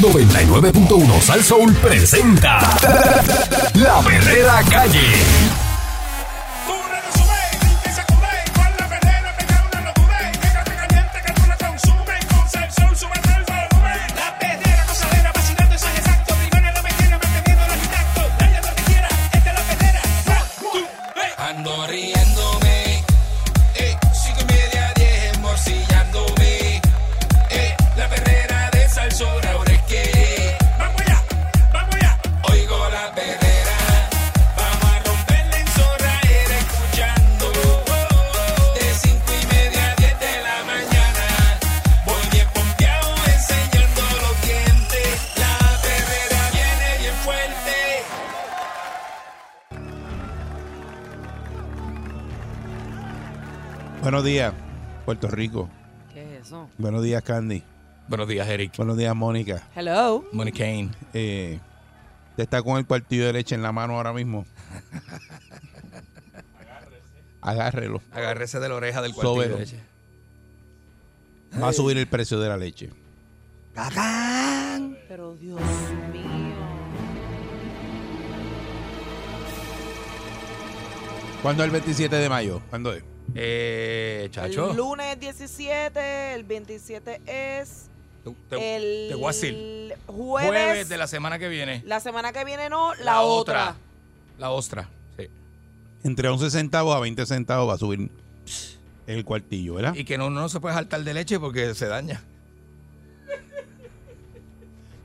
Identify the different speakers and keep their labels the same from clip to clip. Speaker 1: 99.1 Sal Soul presenta La Verdadera Calle.
Speaker 2: eh, eh,
Speaker 3: Buenos días, Puerto Rico.
Speaker 4: ¿Qué es eso?
Speaker 3: Buenos días, Candy.
Speaker 5: Buenos días, Eric.
Speaker 3: Buenos días, Mónica.
Speaker 4: Hello.
Speaker 5: Money Kane.
Speaker 3: Eh, te está con el cuartillo de leche en la mano ahora mismo. Agárrelo.
Speaker 5: Agárrese de la oreja del
Speaker 3: Sóbelo.
Speaker 5: cuartillo de leche.
Speaker 3: Va a subir el precio de la leche.
Speaker 4: Pero Dios mío.
Speaker 3: ¿Cuándo es el 27 de mayo? ¿Cuándo es?
Speaker 5: Eh,
Speaker 4: El
Speaker 5: chacho.
Speaker 4: lunes 17, el 27 es
Speaker 5: Te, te-
Speaker 4: el
Speaker 5: te voy a decir.
Speaker 4: jueves.
Speaker 5: Jueves de la semana que viene.
Speaker 4: la semana que viene no, la, otra.
Speaker 5: La ostra. Sí.
Speaker 3: Entre 11 centavos a 20 centavos va a subir el cuartillo, ¿verdad?
Speaker 5: Y que no, no se puede saltar de leche porque se daña.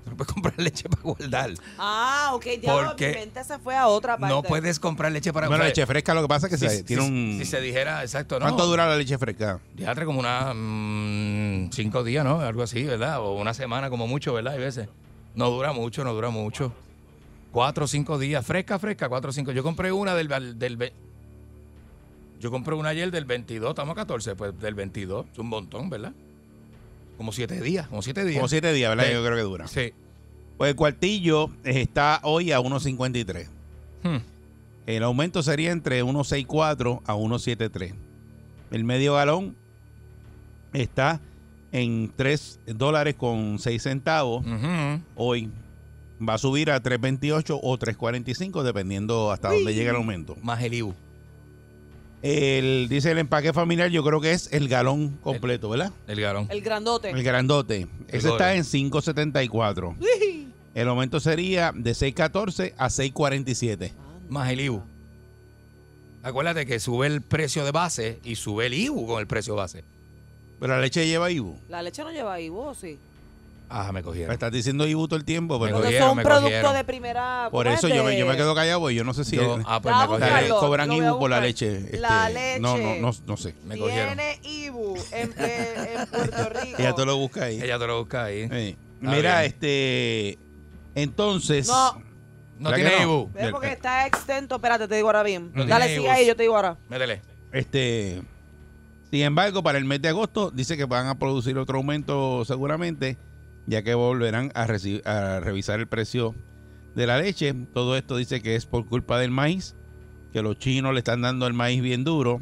Speaker 5: No puedes comprar leche para guardar.
Speaker 4: Ah, ok, ya
Speaker 5: Porque
Speaker 4: mi mente se fue a otra parte.
Speaker 5: No puedes comprar leche para
Speaker 3: Bueno,
Speaker 5: o sea,
Speaker 3: leche fresca lo que pasa es que
Speaker 5: Si,
Speaker 3: se-
Speaker 5: si-
Speaker 3: tiene un...
Speaker 5: si se dijera, exacto, ¿no?
Speaker 3: ¿Cuánto dura la leche fresca?
Speaker 5: Diatre como una mm, cinco días, ¿no? Algo así, ¿verdad? O una semana como mucho, ¿verdad? Hay veces. No dura mucho, no dura mucho. Cuatro o cinco días. Fresca, fresca, cuatro o cinco. Yo compré una del... val- del ve- yo compré una ayer del 22, estamos a 14, pues del 22. Es un montón, ¿verdad? Como siete días, como siete días.
Speaker 3: Como 7 días, ¿verdad?
Speaker 5: Sí.
Speaker 3: Yo creo que dura.
Speaker 5: Sí.
Speaker 3: Pues el cuartillo está hoy a 1.53.
Speaker 5: Hmm.
Speaker 3: El aumento sería entre 1.64 a 1.73. El medio galón está en 3 dólares con 6 centavos
Speaker 5: Ujú.
Speaker 3: hoy. Va a subir a 3.28 o 3.45 dependiendo hasta dónde llegue el aumento.
Speaker 5: Más el IBU.
Speaker 3: El, dice el empaque familiar, yo creo que es el galón completo, ¿verdad?
Speaker 5: El galón.
Speaker 4: El grandote.
Speaker 3: El grandote. Ese
Speaker 5: gordo.
Speaker 3: está en 5.74. El aumento sería de 6.14 a 6.47.
Speaker 5: Más el IBU. Acuérdate que sube el precio de base y sube el IBU con el precio base.
Speaker 3: Pero la leche lleva IBU.
Speaker 4: La leche no lleva ahí, vos sí.
Speaker 5: Ah, me
Speaker 3: Me
Speaker 5: cogieron.
Speaker 3: estás diciendo IBU todo el tiempo, pero
Speaker 5: Me
Speaker 4: Porque
Speaker 5: cogieron,
Speaker 4: son
Speaker 5: me
Speaker 4: productos
Speaker 5: cogieron.
Speaker 4: de primera.
Speaker 3: Por
Speaker 4: ¿cómo
Speaker 3: eso
Speaker 4: es?
Speaker 3: yo me,
Speaker 4: De-
Speaker 3: yo me quedo callado porque yo no sé si
Speaker 5: Yo-
Speaker 3: eh,
Speaker 5: ah, pues
Speaker 4: La
Speaker 5: me
Speaker 4: vamos
Speaker 3: la-
Speaker 4: a
Speaker 5: cogieron.
Speaker 4: buscarlo,
Speaker 3: cobran
Speaker 4: lo voy a
Speaker 3: IBU por la
Speaker 4: buscar.
Speaker 3: leche. este,
Speaker 4: La leche.
Speaker 3: No, no, no, no sé.
Speaker 5: Me cogieron.
Speaker 4: Tiene Ibu en, en Puerto Rico.
Speaker 3: Ella te lo busca ahí.
Speaker 5: Ella te lo busca ahí.
Speaker 3: Eh,
Speaker 5: Está
Speaker 3: Mira,
Speaker 5: bien.
Speaker 3: este. Entonces.
Speaker 4: No.
Speaker 5: No
Speaker 3: ¿Verdad
Speaker 5: tiene
Speaker 3: que no?
Speaker 5: Ibu.
Speaker 4: ¿Ves? Porque está extento. Espérate, te digo ahora bien.
Speaker 5: No
Speaker 4: Dale,
Speaker 5: tiene
Speaker 4: sigue
Speaker 5: voz.
Speaker 4: ahí, yo te digo ahora.
Speaker 5: Métele.
Speaker 3: Este. Sin embargo, para el mes de agosto dice que van a producir otro aumento seguramente, ya que volverán a, reci- a revisar el precio de la leche. Todo esto dice que es por culpa del maíz, que los chinos le están dando el maíz bien duro.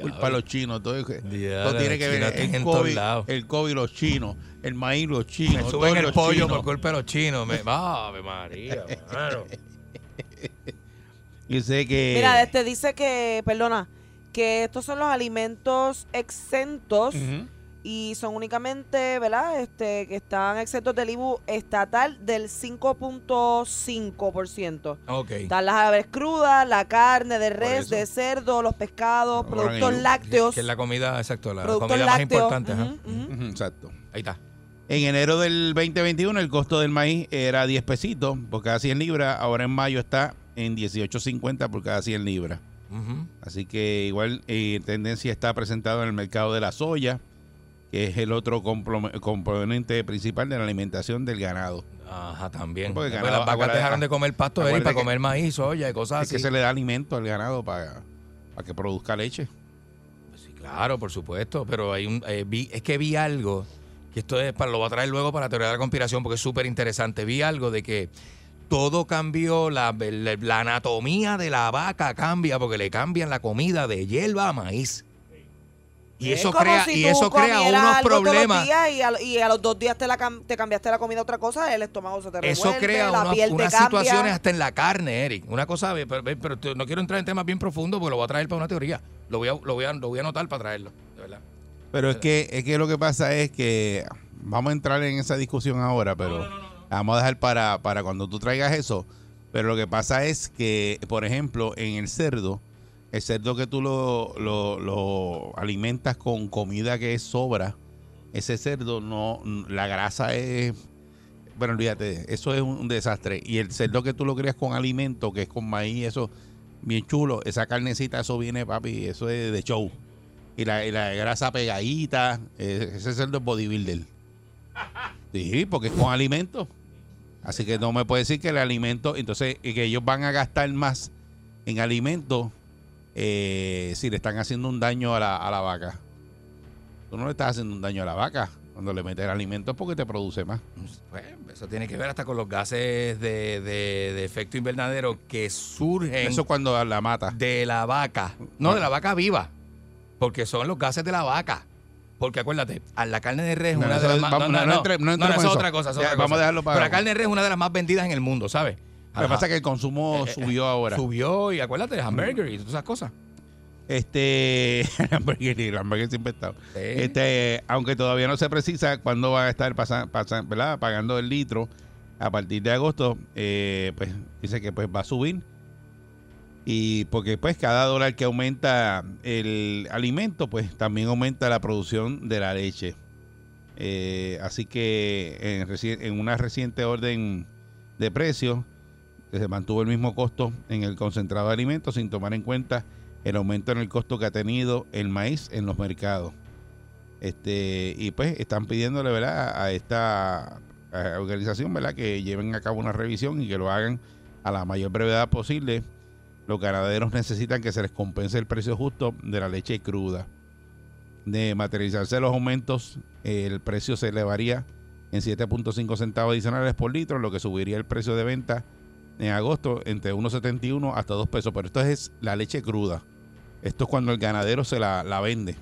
Speaker 3: culpa a los chinos. Todo, todo
Speaker 5: Diablo,
Speaker 3: tiene que ver
Speaker 5: los chinos están
Speaker 3: el
Speaker 5: en todos
Speaker 3: COVID,
Speaker 5: lados.
Speaker 3: el COVID, los chinos, el maíz, los chinos.
Speaker 5: Me
Speaker 3: todos
Speaker 5: suben el
Speaker 3: los
Speaker 5: pollo
Speaker 3: chinos.
Speaker 5: por culpa de los chinos. Me... Ave María, mano.
Speaker 3: Yo sé que
Speaker 5: Eh.
Speaker 4: Mira, este dice que, perdona, que estos son los alimentos exentos
Speaker 3: Ujú.
Speaker 4: y son únicamente, ¿verdad? Este, que están exentos del IBU estatal del 5.5%.
Speaker 5: Ok.
Speaker 4: Están las aves crudas, la carne de res,
Speaker 3: eso.
Speaker 4: de cerdo, los pescados,
Speaker 3: No,
Speaker 4: productos
Speaker 3: ahora en-
Speaker 4: lácteos.
Speaker 5: Que es la comida, exacto, la
Speaker 4: productos
Speaker 5: comida más
Speaker 4: lácteos.
Speaker 5: importante. ajá.
Speaker 4: Ujú, ujú.
Speaker 3: Ujú, exacto.
Speaker 5: Ahí está.
Speaker 3: En enero del 2021 el costo del maíz era 10 pesitos por cada 100 libras, ahora en mayo está en 18.50 por cada 100 libras.
Speaker 5: Ujú.
Speaker 3: Así que igual eh, tendencia está presentada en el mercado de la soya, que es el otro comprom- componente principal de la alimentación del ganado.
Speaker 5: Ajá, también.
Speaker 3: Porque
Speaker 5: Después
Speaker 3: ganaba-
Speaker 5: las vacas
Speaker 3: acuérdate-
Speaker 5: dejaron de comer pasto Eric,
Speaker 3: acuérdate
Speaker 5: para
Speaker 3: que-
Speaker 5: comer maíz, soya y cosas
Speaker 3: Es
Speaker 5: así.
Speaker 3: que se le da alimento al ganado para, para que produzca leche.
Speaker 5: Sí, claro, por supuesto, pero hay un, eh, vi- es que vi algo, que esto es para, lo voy a traer luego para la teoría de la conspiración porque es súper interesante, vi algo de que todo cambió, la, la- la anatomía de la vaca cambia porque le cambian la comida de hierba a maíz. Y
Speaker 4: Es
Speaker 5: eso
Speaker 4: como
Speaker 5: crea,
Speaker 4: si
Speaker 5: y
Speaker 4: tú
Speaker 5: eso crea
Speaker 4: comieras
Speaker 5: unos
Speaker 4: algo todos los
Speaker 5: problemas.
Speaker 4: días y, a, y a los dos días te, la cam- te cambiaste la comida a otra cosa, el estómago se te revuelve,
Speaker 5: Eso crea
Speaker 4: la
Speaker 5: unos-
Speaker 4: piel te
Speaker 5: unas
Speaker 4: cambia.
Speaker 5: situaciones hasta en la carne, Eric. Una cosa, ve- pero, ve- pero tú- no quiero entrar en temas bien profundos porque lo voy a traer para una teoría. Lo voy a, lo voy a, lo voy a anotar para traerlo, de verdad.
Speaker 3: Pero es que, es que lo que pasa es que vamos a entrar en esa discusión ahora, pero vamos a dejar para, para cuando tú traigas eso. Pero lo que pasa es que, por ejemplo, en el cerdo, el cerdo que tú lo, lo- lo alimentas con comida que sobra, ese cerdo no, la grasa es, bueno, olvídate, eso es un, un desastre. Y el cerdo que tú lo creas con alimento, que es con maíz, eso, bien chulo, esa carnecita, eso viene, papi, eso es de show y la, y la grasa pegadita. eh, Ese es el del bodybuilder. Sí, porque es con alimento. Así que no me puede decir que el alimento, entonces, y que ellos van a gastar más en alimentos eh, si le están haciendo un daño a la, a la vaca. Tú no le estás haciendo un daño a la vaca cuando le metes alimentos porque te produce más.
Speaker 5: Pues, eso tiene que ver hasta con los gases de, de- de efecto invernadero que surgen
Speaker 3: Eso cuando la mata. Ah.
Speaker 5: de la vaca. No, de la vaca viva. Porque son los gases de la vaca. Porque acuérdate, a la carne de res es
Speaker 3: No,
Speaker 5: una
Speaker 3: eso
Speaker 5: de las
Speaker 3: es-
Speaker 5: más.
Speaker 3: vamos- no, no entre- no entremos
Speaker 5: eso
Speaker 3: en
Speaker 5: es
Speaker 3: eso.
Speaker 5: otra cosa. eso es
Speaker 3: Ya,
Speaker 5: otra
Speaker 3: vamos
Speaker 5: cosa.
Speaker 3: a dejarlo para-
Speaker 5: Pero la carne de res es una de las más vendidas en el mundo, ¿sabes?
Speaker 3: Lo que
Speaker 5: Ajá.
Speaker 3: pasa es que Mm. el consumo
Speaker 5: Eh, eh,
Speaker 3: subió ahora.
Speaker 5: Subió y acuérdate, hamburger y todas esas cosas.
Speaker 3: Este, el hamburguer, el hamburguer siempre está. Este, aunque todavía no se precisa cuándo van a estar pasan, pasan- ¿verdad? pagando el litro a partir de agosto, eh, pues dice que pues va a subir. Y porque pues cada dólar que aumenta el alimento, pues también aumenta la producción de la leche. Eh, así que en, reci- en una reciente orden de precios, que se mantuvo el mismo costo en el concentrado de alimentos sin tomar en cuenta el aumento en el costo que ha tenido el maíz en los mercados. Este, y pues están pidiéndole ¿verdad? a esta eh, organización ¿verdad? que lleven a cabo una revisión y que lo hagan a la mayor brevedad posible. Los ganaderos necesitan que se les compense el precio justo de la leche cruda. De materializarse los aumentos, eh, el precio se elevaría en 7.5 centavos adicionales por litro, lo que subiría el precio de venta en agosto entre 1.71 hasta 2 pesos. Pero esto es la leche cruda. Esto es cuando el ganadero se la, la vende.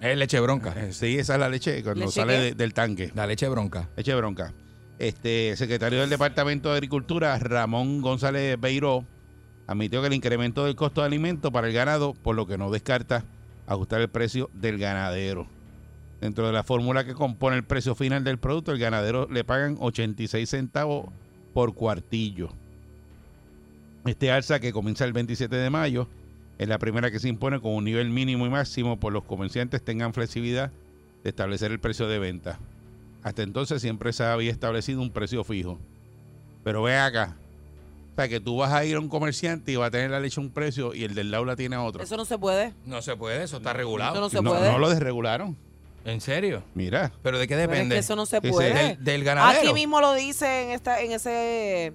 Speaker 5: Es leche bronca.
Speaker 3: Eh, Sí, esa es la leche cuando
Speaker 4: ¿Leche
Speaker 3: sale
Speaker 4: qué?
Speaker 3: de- del tanque.
Speaker 5: La leche bronca.
Speaker 3: Leche bronca. Este secretario del Departamento de Agricultura, Ramón González Beiró, admitió que el incremento del costo de alimento para el ganado, por lo que no descarta ajustar el precio del ganadero. Dentro de la fórmula que compone el precio final del producto, el ganadero le pagan 86 centavos por cuartillo. Este alza que comienza el 27 de mayo es la primera que se impone con un nivel mínimo y máximo, por los comerciantes tengan flexibilidad de establecer el precio de venta. Hasta entonces siempre se había establecido un precio fijo. Pero ve acá. O sea, que tú vas a ir a un comerciante y va a tener la leche a un precio y el del lado la tiene a otro.
Speaker 4: Eso no se puede.
Speaker 5: No se puede, eso está
Speaker 4: Eso
Speaker 5: regulado.
Speaker 4: no se
Speaker 3: no,
Speaker 4: puede.
Speaker 3: no lo desregularon.
Speaker 5: ¿En serio?
Speaker 3: Mira.
Speaker 5: ¿Pero de qué
Speaker 4: Pero es
Speaker 5: depende?
Speaker 4: que eso no se
Speaker 3: Ese-
Speaker 4: puede.
Speaker 5: del, del ganadero.
Speaker 4: Aquí mismo lo dice en esta, en ese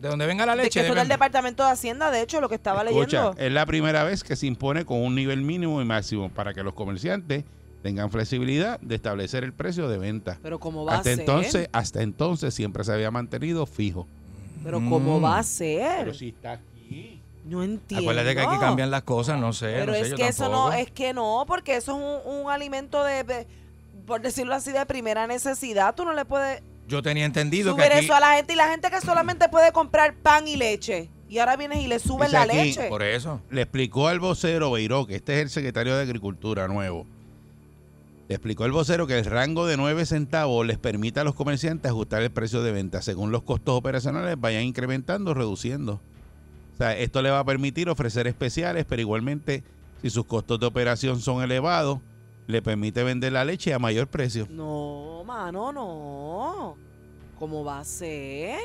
Speaker 5: De donde venga la
Speaker 4: de-
Speaker 5: leche.
Speaker 4: esto del
Speaker 5: depende.
Speaker 4: departamento de Hacienda, de hecho, lo que estaba
Speaker 3: Escucha,
Speaker 4: leyendo.
Speaker 3: es la primera vez que se impone con un nivel mínimo y máximo para que los comerciantes tengan flexibilidad de establecer el precio de venta.
Speaker 4: Pero cómo va
Speaker 3: Hasta
Speaker 4: a ser.
Speaker 3: entonces, hasta entonces siempre se había mantenido fijo.
Speaker 4: Pero cómo
Speaker 5: Mm.
Speaker 4: va a ser.
Speaker 3: si está aquí.
Speaker 4: No entiendo.
Speaker 5: Acuérdate que aquí cambian las cosas, no sé.
Speaker 4: Pero
Speaker 5: no sé,
Speaker 4: es
Speaker 5: yo
Speaker 4: que eso no,
Speaker 5: tampoco.
Speaker 4: es que no, porque eso es un, un alimento de, de- por decirlo así, de primera necesidad. Tú no le puedes
Speaker 5: Yo tenía entendido que
Speaker 4: subir
Speaker 5: aquí.
Speaker 4: eso a la gente y la gente que solamente puede comprar pan y leche. Y ahora vienes y le subes
Speaker 3: Dice
Speaker 4: la
Speaker 3: aquí,
Speaker 4: leche.
Speaker 5: Por e- eso.
Speaker 3: le explicó al vocero Beiró, que este es el secretario de Agricultura nuevo, le explicó al vocero que el rango de 9 centavos les permite a los comerciantes ajustar el precio de venta según los costos operacionales vayan incrementando o reduciendo. O sea, esto le va a permitir ofrecer especiales, pero igualmente, si sus costos de operación son elevados, le permite vender la leche a mayor precio.
Speaker 4: No, mano, no. ¿Cómo va a ser?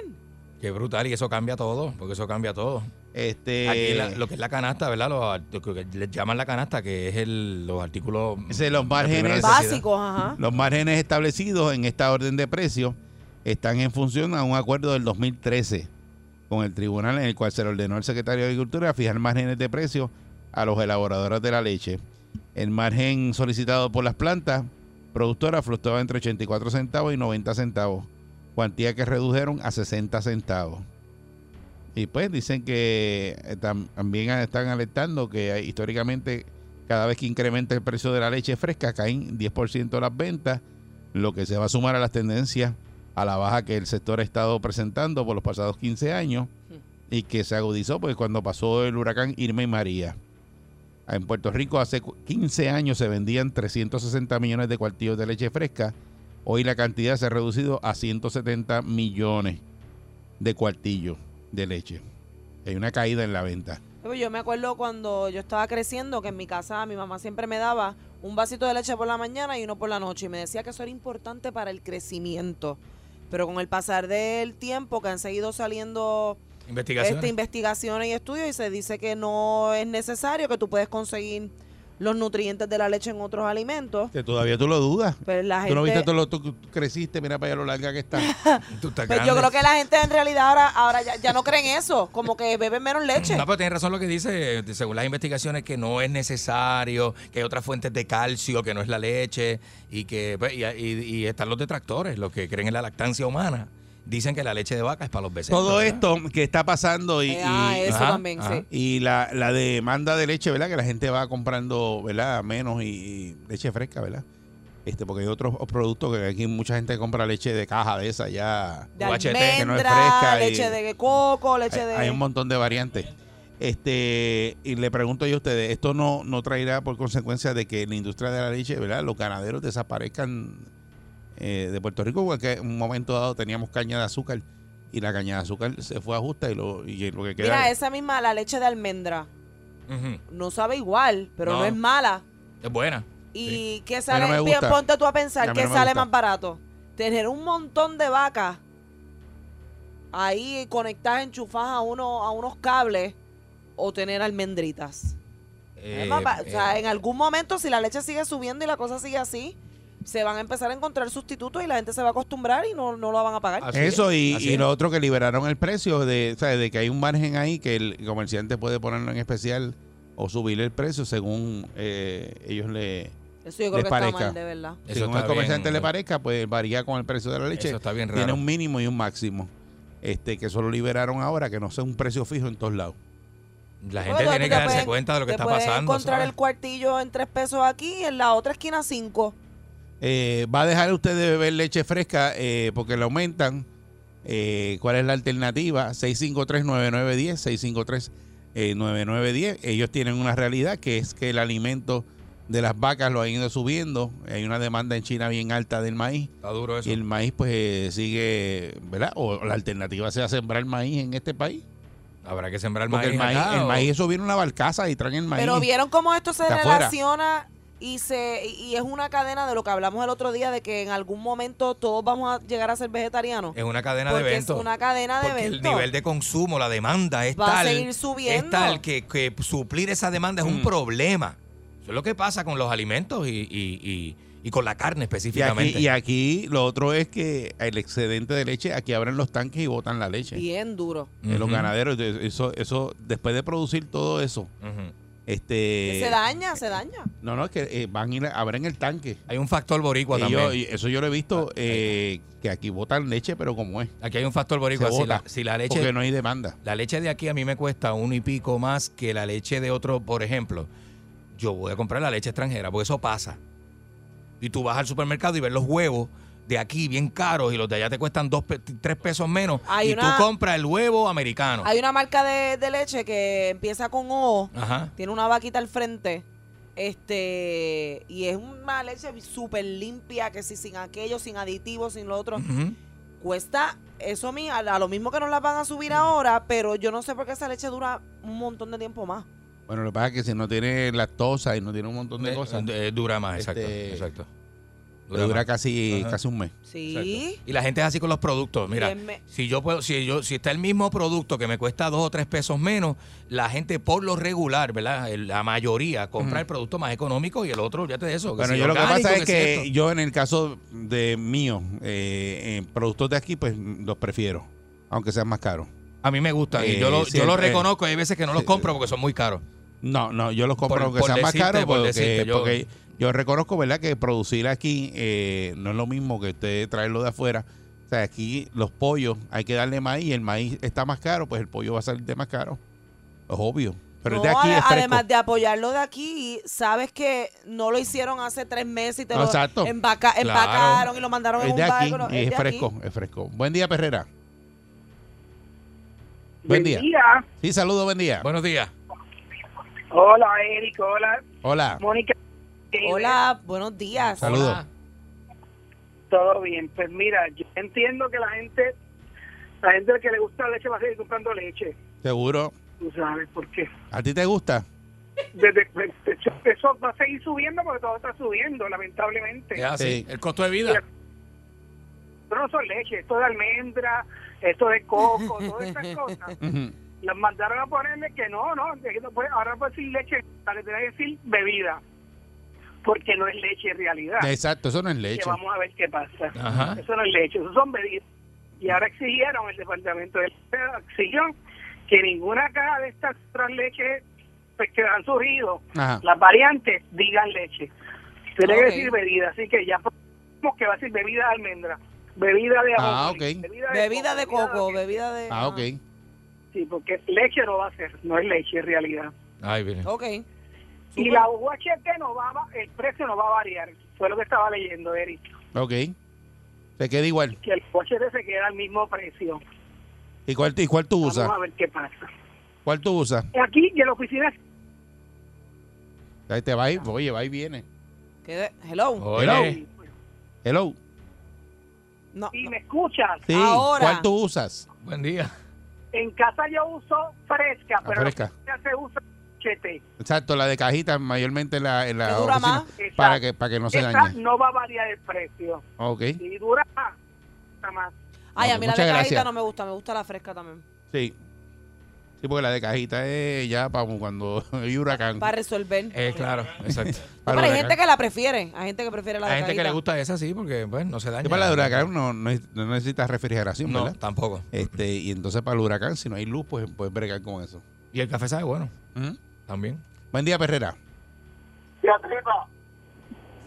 Speaker 5: Qué brutal, y eso cambia todo, porque eso cambia todo.
Speaker 3: Este,
Speaker 5: Aquí la- lo que es la canasta, ¿verdad? Los ar- Lo, que les llaman la canasta, que es el, los artículos.
Speaker 3: Ese, los
Speaker 5: de
Speaker 3: márgenes.
Speaker 5: primera necesidad.
Speaker 4: Básicos, ajá.
Speaker 3: Los márgenes establecidos en esta orden de precios están en función a un acuerdo del 2013 con el tribunal en el cual se le ordenó al secretario de Agricultura fijar márgenes de precios a los elaboradores de la leche. El margen solicitado por las plantas productoras fluctuaba entre 84 centavos y 90 centavos, cuantía que redujeron a 60 centavos. Y pues dicen que eh, tam- también están alertando que hay- históricamente Cada vez que incrementa el precio de la leche fresca, caen 10% las ventas, lo que se va a sumar a las tendencias a la baja que el sector ha estado presentando por los pasados 15 años y que se agudizó pues, cuando pasó el huracán Irma y María. En Puerto Rico hace cu- 15 años se vendían 360 millones de cuartillos de leche fresca. Hoy la cantidad se ha reducido a 170 millones de cuartillos de leche. Hay una caída en la venta.
Speaker 4: Pues Yo me acuerdo cuando yo estaba creciendo que en mi casa mi mamá siempre me daba un vasito de leche por la mañana y uno por la noche y me decía que eso era importante para el crecimiento. Pero con el pasar del tiempo que han seguido saliendo
Speaker 5: Investigaciones.
Speaker 4: este, investigaciones y estudios y se dice que no es necesario, que tú puedes conseguir los nutrientes de la leche en otros alimentos.
Speaker 3: Que todavía tú lo dudas.
Speaker 4: Pero la gente,
Speaker 3: Tú no viste todo lo tú creciste, mira para allá lo larga que está.
Speaker 5: Tú estás
Speaker 4: Pues yo
Speaker 5: grande.
Speaker 4: creo que la gente en realidad ahora, ahora ya, ya no creen eso, como que beben menos leche.
Speaker 5: No, pero tienes razón lo que dice, eh, según las investigaciones, que no es necesario, que hay otras fuentes de calcio, que no es la leche, y que pues, y, y- y están los detractores, los que creen en la lactancia humana. Dicen que la leche de vaca es para los becerros.
Speaker 3: Todo
Speaker 5: ¿verdad?
Speaker 3: esto que está pasando y,
Speaker 4: Eh, ah,
Speaker 3: y-
Speaker 4: eso
Speaker 5: ajá,
Speaker 4: también,
Speaker 5: ajá.
Speaker 4: sí.
Speaker 3: y la, la demanda de leche, ¿verdad? Que la gente va comprando, ¿verdad? Menos y, y leche fresca, ¿verdad? Este, porque hay otros productos que aquí mucha gente compra leche de caja de esa ya.
Speaker 4: De
Speaker 5: UHT, que no
Speaker 3: es
Speaker 4: almendra,
Speaker 3: fresca y-
Speaker 4: leche de coco, leche
Speaker 3: hay,
Speaker 4: de...
Speaker 3: hay un montón de variantes. Este, y le pregunto yo a ustedes, ¿esto no, no traerá por consecuencia de que la industria de la leche, ¿verdad? Los ganaderos desaparezcan eh, de Puerto Rico, porque en un momento dado teníamos caña de azúcar y la caña de azúcar se fue a justa y lo, y lo que queda.
Speaker 4: Mira, esa misma, la leche de almendra,
Speaker 5: Ujú.
Speaker 4: no sabe igual, pero no,
Speaker 5: No.
Speaker 4: es mala.
Speaker 5: Es buena.
Speaker 4: ¿Y
Speaker 5: Sí.
Speaker 4: qué sale?
Speaker 3: A mí no me
Speaker 4: Bien,
Speaker 3: gusta.
Speaker 4: Ponte tú a
Speaker 3: A
Speaker 4: pensar,
Speaker 3: mí
Speaker 4: ¿qué
Speaker 3: no me
Speaker 4: sale
Speaker 3: gusta.
Speaker 4: más barato? Tener un montón de vacas ahí conectadas, enchufadas a, uno, a unos cables o tener almendritas.
Speaker 5: Eh,
Speaker 4: Es más ba- o sea,
Speaker 5: eh,
Speaker 4: en algún momento, si la leche sigue subiendo y la cosa sigue así, se van a empezar a encontrar sustitutos y la gente se va a acostumbrar y no, no la van a pagar.
Speaker 5: Así
Speaker 3: Eso
Speaker 5: es,
Speaker 3: y,
Speaker 5: así
Speaker 3: y
Speaker 5: es.
Speaker 3: lo otro que liberaron el precio de, ¿sabes? de que hay un margen ahí que el comerciante puede ponerlo en especial o subir el precio según eh, ellos le
Speaker 4: Eso yo creo
Speaker 3: les
Speaker 4: que
Speaker 3: parezca.
Speaker 4: está mal, de verdad.
Speaker 5: Eso
Speaker 3: según
Speaker 5: está
Speaker 3: el comerciante
Speaker 5: bien.
Speaker 3: le parezca pues varía con el precio de la leche
Speaker 5: Eso está bien
Speaker 3: tiene
Speaker 5: raro.
Speaker 3: un mínimo y un máximo este que solo liberaron ahora que no sea un precio fijo en todos lados
Speaker 5: La
Speaker 4: Porque pues,
Speaker 5: gente
Speaker 4: tú
Speaker 5: tiene
Speaker 4: te
Speaker 5: que darse
Speaker 4: pueden-
Speaker 5: cuenta de lo que
Speaker 4: te
Speaker 5: está
Speaker 4: pueden
Speaker 5: pasando.
Speaker 4: encontrar
Speaker 5: ¿sabes?
Speaker 4: el cuartillo en tres pesos aquí y en la otra esquina cinco.
Speaker 3: Eh, va a dejar usted de beber leche fresca eh, porque la aumentan Eh, cuál es la alternativa 653-9910 653 eh, 9910 ellos tienen una realidad que es que el alimento de las vacas lo han ido subiendo hay una demanda en China bien alta del maíz
Speaker 5: Está duro eso.
Speaker 3: Y el maíz pues eh, sigue, ¿verdad? O la alternativa sea sembrar maíz en este país.
Speaker 5: Habrá que sembrar
Speaker 3: Porque el maíz,
Speaker 5: acá,
Speaker 3: el
Speaker 5: o-
Speaker 3: maíz eso viene una barcaza y traen el maíz.
Speaker 4: Pero vieron cómo esto se
Speaker 3: De afuera.
Speaker 4: relaciona y se y es una cadena de lo que hablamos el otro día de que en algún momento todos vamos a llegar a ser vegetarianos.
Speaker 5: Es una cadena de
Speaker 4: porque
Speaker 5: eventos.
Speaker 4: es una cadena de
Speaker 5: Porque el
Speaker 4: eventos.
Speaker 5: nivel de consumo, la demanda es
Speaker 4: Va a
Speaker 5: tal.
Speaker 4: seguir subiendo.
Speaker 5: Es tal que, que suplir esa demanda es un
Speaker 3: Mm.
Speaker 5: problema. Eso es lo que pasa con los alimentos y, y- y- y con la carne
Speaker 3: y, aquí,
Speaker 5: específicamente.
Speaker 3: y aquí lo otro es que el excedente de leche, aquí abren los tanques y botan la leche.
Speaker 4: Bien duro.
Speaker 3: De los
Speaker 5: Ujú.
Speaker 3: ganaderos, de- eso, eso, después de producir todo eso,
Speaker 5: Ujú.
Speaker 3: este
Speaker 4: se daña, se daña.
Speaker 3: no, no, es que eh, van y le- abren el tanque.
Speaker 5: Hay un factor boricua
Speaker 3: Y
Speaker 5: también. Ah,
Speaker 3: yo- y eso yo lo he visto, eh, que aquí botan leche, pero como es,
Speaker 5: Aquí hay un factor
Speaker 3: se
Speaker 5: boricua. Si
Speaker 3: bota,
Speaker 5: la, si la leche
Speaker 3: porque no hay demanda.
Speaker 5: La leche de aquí a mí me cuesta uno y pico más que la leche de otro, por ejemplo. Yo voy a comprar la leche extranjera, porque eso pasa. Y tú vas al supermercado y ves los huevos de aquí bien caros y los de allá te cuestan dos, pe- tres pesos menos.
Speaker 4: Hay
Speaker 5: y
Speaker 4: una-
Speaker 5: tú compras el huevo americano.
Speaker 4: Hay una marca de, de leche que empieza con O,
Speaker 5: Ajá.
Speaker 4: tiene una vaquita al frente. Este, y es una leche súper limpia, que si sin aquello, sin aditivos, sin lo otro.
Speaker 5: Ujú.
Speaker 4: cuesta eso mi- a, a lo mismo que nos la van a subir ahora, pero yo no sé por qué esa leche dura un montón de tiempo más.
Speaker 3: Bueno, lo que pasa es que si no tiene lactosa y no tiene un montón de
Speaker 5: Eh,
Speaker 3: cosas,
Speaker 5: eh, dura más, exacto.
Speaker 3: Este-
Speaker 5: exacto.
Speaker 3: Dura, dura
Speaker 5: más,
Speaker 3: casi,
Speaker 5: Ajá.
Speaker 3: casi un mes.
Speaker 4: Sí.
Speaker 5: exacto. Y la gente es así con los productos. Mira,
Speaker 4: Bien me-
Speaker 5: Si yo puedo, si yo, si está el mismo producto que me cuesta dos o tres pesos menos, la gente por lo regular, ¿verdad? El- La mayoría compra el producto más económico y el otro, ya te de eso. que
Speaker 3: Bueno,
Speaker 5: si
Speaker 3: yo lo que
Speaker 5: orgánico,
Speaker 3: pasa es
Speaker 5: si
Speaker 3: que
Speaker 5: esto.
Speaker 3: yo en el caso de mío, eh, en productos de aquí, pues los prefiero, aunque sean más caros.
Speaker 5: a mí me gusta. y
Speaker 3: Eh,
Speaker 5: yo lo, yo lo
Speaker 3: siempre-
Speaker 5: reconozco, hay veces que no los
Speaker 3: Sí.
Speaker 5: compro porque son muy caros.
Speaker 3: No, no, yo los compro
Speaker 5: Por-
Speaker 3: aunque
Speaker 5: por
Speaker 3: sean más
Speaker 5: decirte,
Speaker 3: caros
Speaker 5: por
Speaker 3: porque,
Speaker 5: decirte, yo-
Speaker 3: porque yo reconozco, ¿verdad? Que producir aquí eh, no es lo mismo que usted traerlo de afuera. O sea, aquí los pollos hay que darle maíz y el maíz está más caro, pues el pollo va a salir de más caro. Es obvio. Pero
Speaker 4: No,
Speaker 3: es de aquí,
Speaker 4: ade-
Speaker 3: es fresco.
Speaker 4: además de apoyarlo de aquí, sabes que no lo hicieron hace tres meses y te
Speaker 3: No,
Speaker 4: lo
Speaker 3: exacto.
Speaker 4: empaca-
Speaker 5: Claro.
Speaker 4: empacaron y lo mandaron en
Speaker 3: es
Speaker 4: un
Speaker 3: de aquí,
Speaker 4: barco. no,
Speaker 3: y es,
Speaker 4: de aquí.
Speaker 3: fresco, es fresco. Buen día, Perrera. Buen
Speaker 6: Buen
Speaker 3: día.
Speaker 6: día.
Speaker 3: Sí, saludo, buen día.
Speaker 5: Buenos días.
Speaker 6: Hola, Eric. Hola,
Speaker 3: Hola.
Speaker 6: Mónica.
Speaker 4: Hola, buenos días.
Speaker 3: Salud. Saludos.
Speaker 5: Hola.
Speaker 6: Todo bien. Pues mira, yo entiendo que la gente, la gente que le gusta leche va a seguir comprando leche.
Speaker 3: Seguro.
Speaker 6: Tú sabes, porque
Speaker 3: ¿A ti te gusta?
Speaker 6: desde, desde- eso va a seguir subiendo porque todo está subiendo, lamentablemente.
Speaker 5: Es así.
Speaker 3: Sí.
Speaker 5: El costo de vida.
Speaker 6: Pero no son leche, esto de almendra, esto de coco, todas estas cosas.
Speaker 3: Ujú.
Speaker 6: Las mandaron a ponerme que no, no, que no puede- ahora puede decir leche, le tenés que decir bebida, porque no es leche en realidad.
Speaker 3: Exacto, eso no es leche.
Speaker 6: que vamos a ver qué pasa.
Speaker 5: Ajá.
Speaker 6: Eso no es leche, eso son bebidas. Y ahora exigieron, el departamento de Salud exigió que ninguna caja de estas otras leches pues, que han surgido,
Speaker 3: Ajá.
Speaker 6: las variantes, digan leche. Tiene
Speaker 4: Ok.
Speaker 6: que decir bebida, así que ya probamos que va a decir bebida de almendra, bebida de
Speaker 3: Ah,
Speaker 6: ajonjolí,
Speaker 3: ok.
Speaker 4: Bebida de coco, bebida
Speaker 6: bebida
Speaker 4: de.
Speaker 3: Ah, ok.
Speaker 6: Sí, porque leche no va a ser, no es leche en realidad.
Speaker 5: Ay, mire.
Speaker 4: ajá. Ok.
Speaker 6: Y la UHT no va, a va- el precio no va a variar, fue lo que estaba leyendo, Eric,
Speaker 3: Ok. Te queda igual.
Speaker 6: que el UHT se queda al mismo precio.
Speaker 3: ¿Y cuál, y cuál tú
Speaker 6: Vamos
Speaker 3: usas?
Speaker 6: a ver qué pasa.
Speaker 3: ¿Cuál tú usas?
Speaker 6: Aquí y en la oficina
Speaker 3: Ahí te va y, oye, va y viene.
Speaker 4: ¿Qué de- Hello.
Speaker 5: Oye.
Speaker 3: Hello.
Speaker 4: No,
Speaker 6: y
Speaker 4: no.
Speaker 6: me escuchas.
Speaker 3: Sí.
Speaker 4: Ahora.
Speaker 3: ¿Cuál tú usas?
Speaker 5: Buen día.
Speaker 6: En casa yo uso fresca, pero en
Speaker 3: Ah, fresca.
Speaker 6: la oficina se usa chete.
Speaker 3: Exacto, la de cajita, mayormente en la, en la
Speaker 4: Que dura
Speaker 3: oficina,
Speaker 4: más.
Speaker 3: Para que, para que no se
Speaker 6: Esa
Speaker 3: dañe.
Speaker 6: no va a variar el precio.
Speaker 3: Ok.
Speaker 6: Y dura más. nada más.
Speaker 4: Ay, a mí la
Speaker 3: Muchas
Speaker 4: de
Speaker 3: gracias.
Speaker 4: cajita no me gusta, me gusta la fresca también.
Speaker 3: Sí. Sí, porque la de cajita es ya para cuando hay huracán.
Speaker 4: Para resolver.
Speaker 5: Eh, claro, exacto.
Speaker 4: No, pero
Speaker 3: para
Speaker 4: hay
Speaker 3: huracán.
Speaker 4: gente que la prefiere. Hay gente que prefiere la de
Speaker 5: Hay gente que
Speaker 4: cajita.
Speaker 5: le gusta esa, sí, porque, bueno, no se daña.
Speaker 3: Sí, para la de huracán no, no, es- no necesitas refrigeración,
Speaker 5: No,
Speaker 3: ¿verdad?
Speaker 5: tampoco.
Speaker 3: Este, y entonces para el huracán, si no hay luz, pues puedes bregar con eso.
Speaker 5: Y el café sabe bueno,
Speaker 3: Ujú.
Speaker 5: también.
Speaker 3: Buen día, Perrera.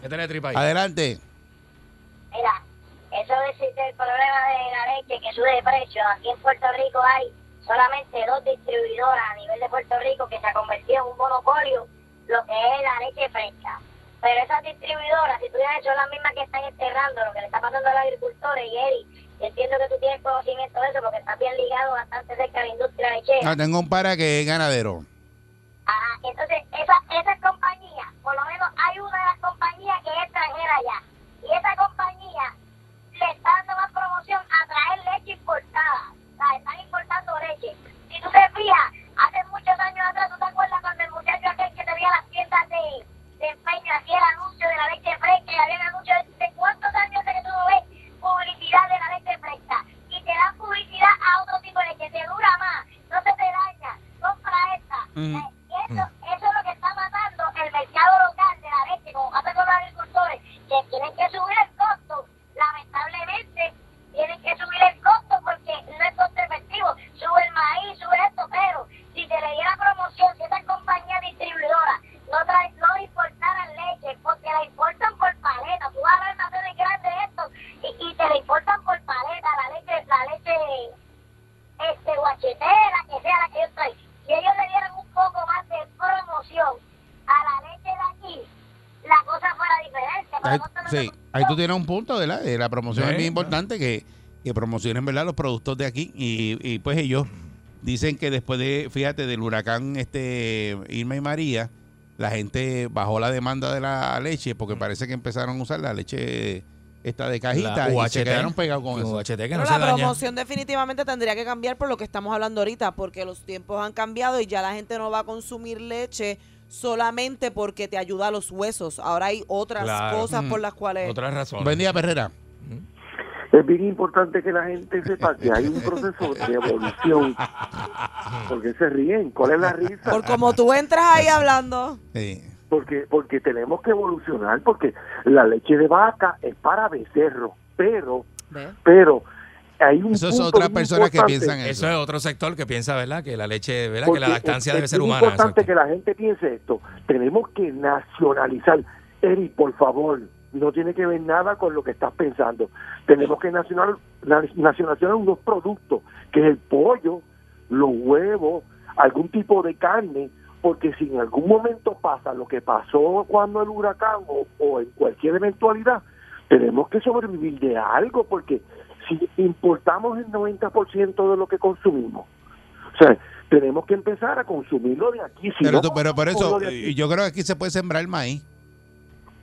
Speaker 5: ¿Qué tal de tripa ahí?
Speaker 3: Adelante.
Speaker 7: Mira, eso existe el problema de la leche que sube de precio. Aquí en Puerto Rico hay solamente dos distribuidoras a nivel de Puerto Rico que se ha convertido en un monopolio, lo que es la leche fresca. Pero esas distribuidoras, si tú hubieras hecho las mismas que están enterrando lo que le está pasando a los agricultores, y Eri, yo entiendo que tú tienes conocimiento de eso porque estás bien ligado bastante cerca a la industria lechera.
Speaker 3: Ah, tengo un para que es ganadero.
Speaker 7: Ajá, entonces, esa- esas compañías, por lo menos hay una de las compañías que es extranjera allá. Y esa compañía le está dando más promoción a traer leche importada. O sea, están importando leche. Si tú te fijas, hace muchos años atrás, ¿tú te acuerdas cuando el muchacho aquel que tenía las tiendas de, de empeño hacía el anuncio de la leche fresca y había el anuncio de, de cuántos años hace que tú no ves publicidad de la leche fresca? Y te dan publicidad a otro tipo de leche. Te dura más, no se te daña. Compra esta.
Speaker 3: Ujú.
Speaker 7: Eh, y eso, eso es lo que está matando el mercado local de la leche, como pasa con los agricultores, que tienen que subir el costo. Lamentablemente, tienen que subir el costo porque no es costo efectivo. Sube el maíz, sube esto, pero si se le diera promoción, si esas compañías distribuidoras no, trae, no importaran leche, porque la importan por paleta, tú vas a ver almacenes grandes estos y, y te la importan por paleta, la leche, la leche este guachetera, que sea la que yo trae, si ellos le dieran un poco más de promoción a la leche de aquí, la cosa fuera diferente. pero
Speaker 3: Ahí,
Speaker 7: no se nos
Speaker 3: sí, ahí tú tienes un punto, ¿verdad? Eh, La promoción
Speaker 5: Sí,
Speaker 3: es bien
Speaker 5: claro.
Speaker 3: importante que, que promocionen, ¿verdad? Los productos de aquí. Y, y, pues ellos dicen que después de, fíjate, del huracán este Irma y María, la gente bajó la demanda de la leche porque
Speaker 5: Mm.
Speaker 3: parece que empezaron a usar la leche esta de cajita
Speaker 5: La
Speaker 3: y se
Speaker 5: UHT.
Speaker 3: quedaron pegados con eso.
Speaker 5: UHT que
Speaker 4: Pero
Speaker 5: no se
Speaker 4: la
Speaker 5: daña.
Speaker 4: promoción definitivamente tendría que cambiar por lo que estamos hablando ahorita, porque los tiempos han cambiado y ya la gente no va a consumir leche solamente porque te ayuda a los huesos. Ahora hay otras
Speaker 5: Claro.
Speaker 4: cosas
Speaker 3: Mm.
Speaker 4: por las cuales...
Speaker 5: Otra razón.
Speaker 3: Buen día, Perrera.
Speaker 8: Es bien importante que la gente sepa que hay un proceso de evolución. Porque se ríen. ¿Cuál es la risa?
Speaker 4: Por como tú entras ahí hablando.
Speaker 3: Sí.
Speaker 8: Porque, porque tenemos que evolucionar. Porque la leche de vaca es para becerro. Pero,
Speaker 4: ¿Ves?
Speaker 8: pero, hay un.
Speaker 3: Eso es
Speaker 8: punto
Speaker 3: otras
Speaker 8: bien
Speaker 3: personas que
Speaker 8: importante,
Speaker 3: piensan eso.
Speaker 5: Eso es otro sector que piensa, ¿verdad? Que la leche, ¿verdad?
Speaker 8: porque
Speaker 5: que la lactancia
Speaker 8: es-
Speaker 5: debe
Speaker 8: es
Speaker 5: ser
Speaker 8: bien
Speaker 5: humana.
Speaker 8: importante
Speaker 5: exacto.
Speaker 8: que la gente piense esto. Tenemos que nacionalizar. Eri, por favor, no tiene que ver nada con lo que estás pensando. Tenemos que nacional, na- nacionalizar unos productos, que es el pollo, los huevos, algún tipo de carne,
Speaker 9: porque si en algún momento pasa lo que pasó cuando el huracán o, o en cualquier eventualidad, tenemos que sobrevivir de algo, porque si importamos el 90% de lo que consumimos, o sea, tenemos que empezar a consumirlo de aquí. Si
Speaker 3: Pero,
Speaker 9: no
Speaker 3: tú- pero por eso,
Speaker 9: consumimos lo de
Speaker 3: eh,
Speaker 9: aquí,
Speaker 3: yo creo que aquí se puede sembrar maíz.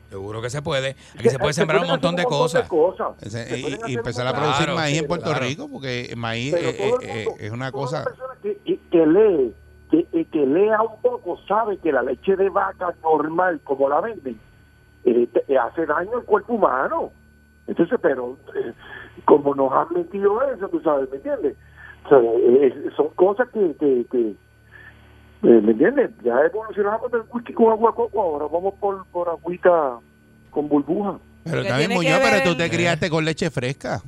Speaker 5: Seguro que se puede. Aquí se puede
Speaker 9: eh,
Speaker 5: sembrar un
Speaker 9: pueden
Speaker 5: montón de
Speaker 9: hacer un
Speaker 5: cosas.
Speaker 3: Ese-
Speaker 9: Se
Speaker 3: y-
Speaker 9: pueden hacer
Speaker 3: y,
Speaker 9: un
Speaker 3: empezar a
Speaker 9: montón
Speaker 5: de
Speaker 3: producir
Speaker 5: cosas.
Speaker 3: maíz en Puerto
Speaker 5: Claro.
Speaker 3: Rico, porque maíz
Speaker 9: Pero
Speaker 3: eh,
Speaker 9: todo el
Speaker 3: eh,
Speaker 9: mundo,
Speaker 3: eh, es una
Speaker 9: toda
Speaker 3: cosa.
Speaker 9: persona que, que- que lee, que, eh, que lea un poco, sabe que la leche de vaca normal, como la venden, eh, te- eh, hace daño al cuerpo humano. Entonces, pero eh, como nos han metido eso, tú sabes, ¿me entiendes? O sea, eh, eh, son cosas que, que- que, eh, ¿me entiendes? Ya evolucionamos del whisky con agua coco, ahora vamos por, por agüita con burbuja.
Speaker 3: Pero
Speaker 4: Que
Speaker 3: también,
Speaker 4: tiene que
Speaker 3: Muñoz, pero tú
Speaker 4: beber-
Speaker 3: te criaste con leche fresca.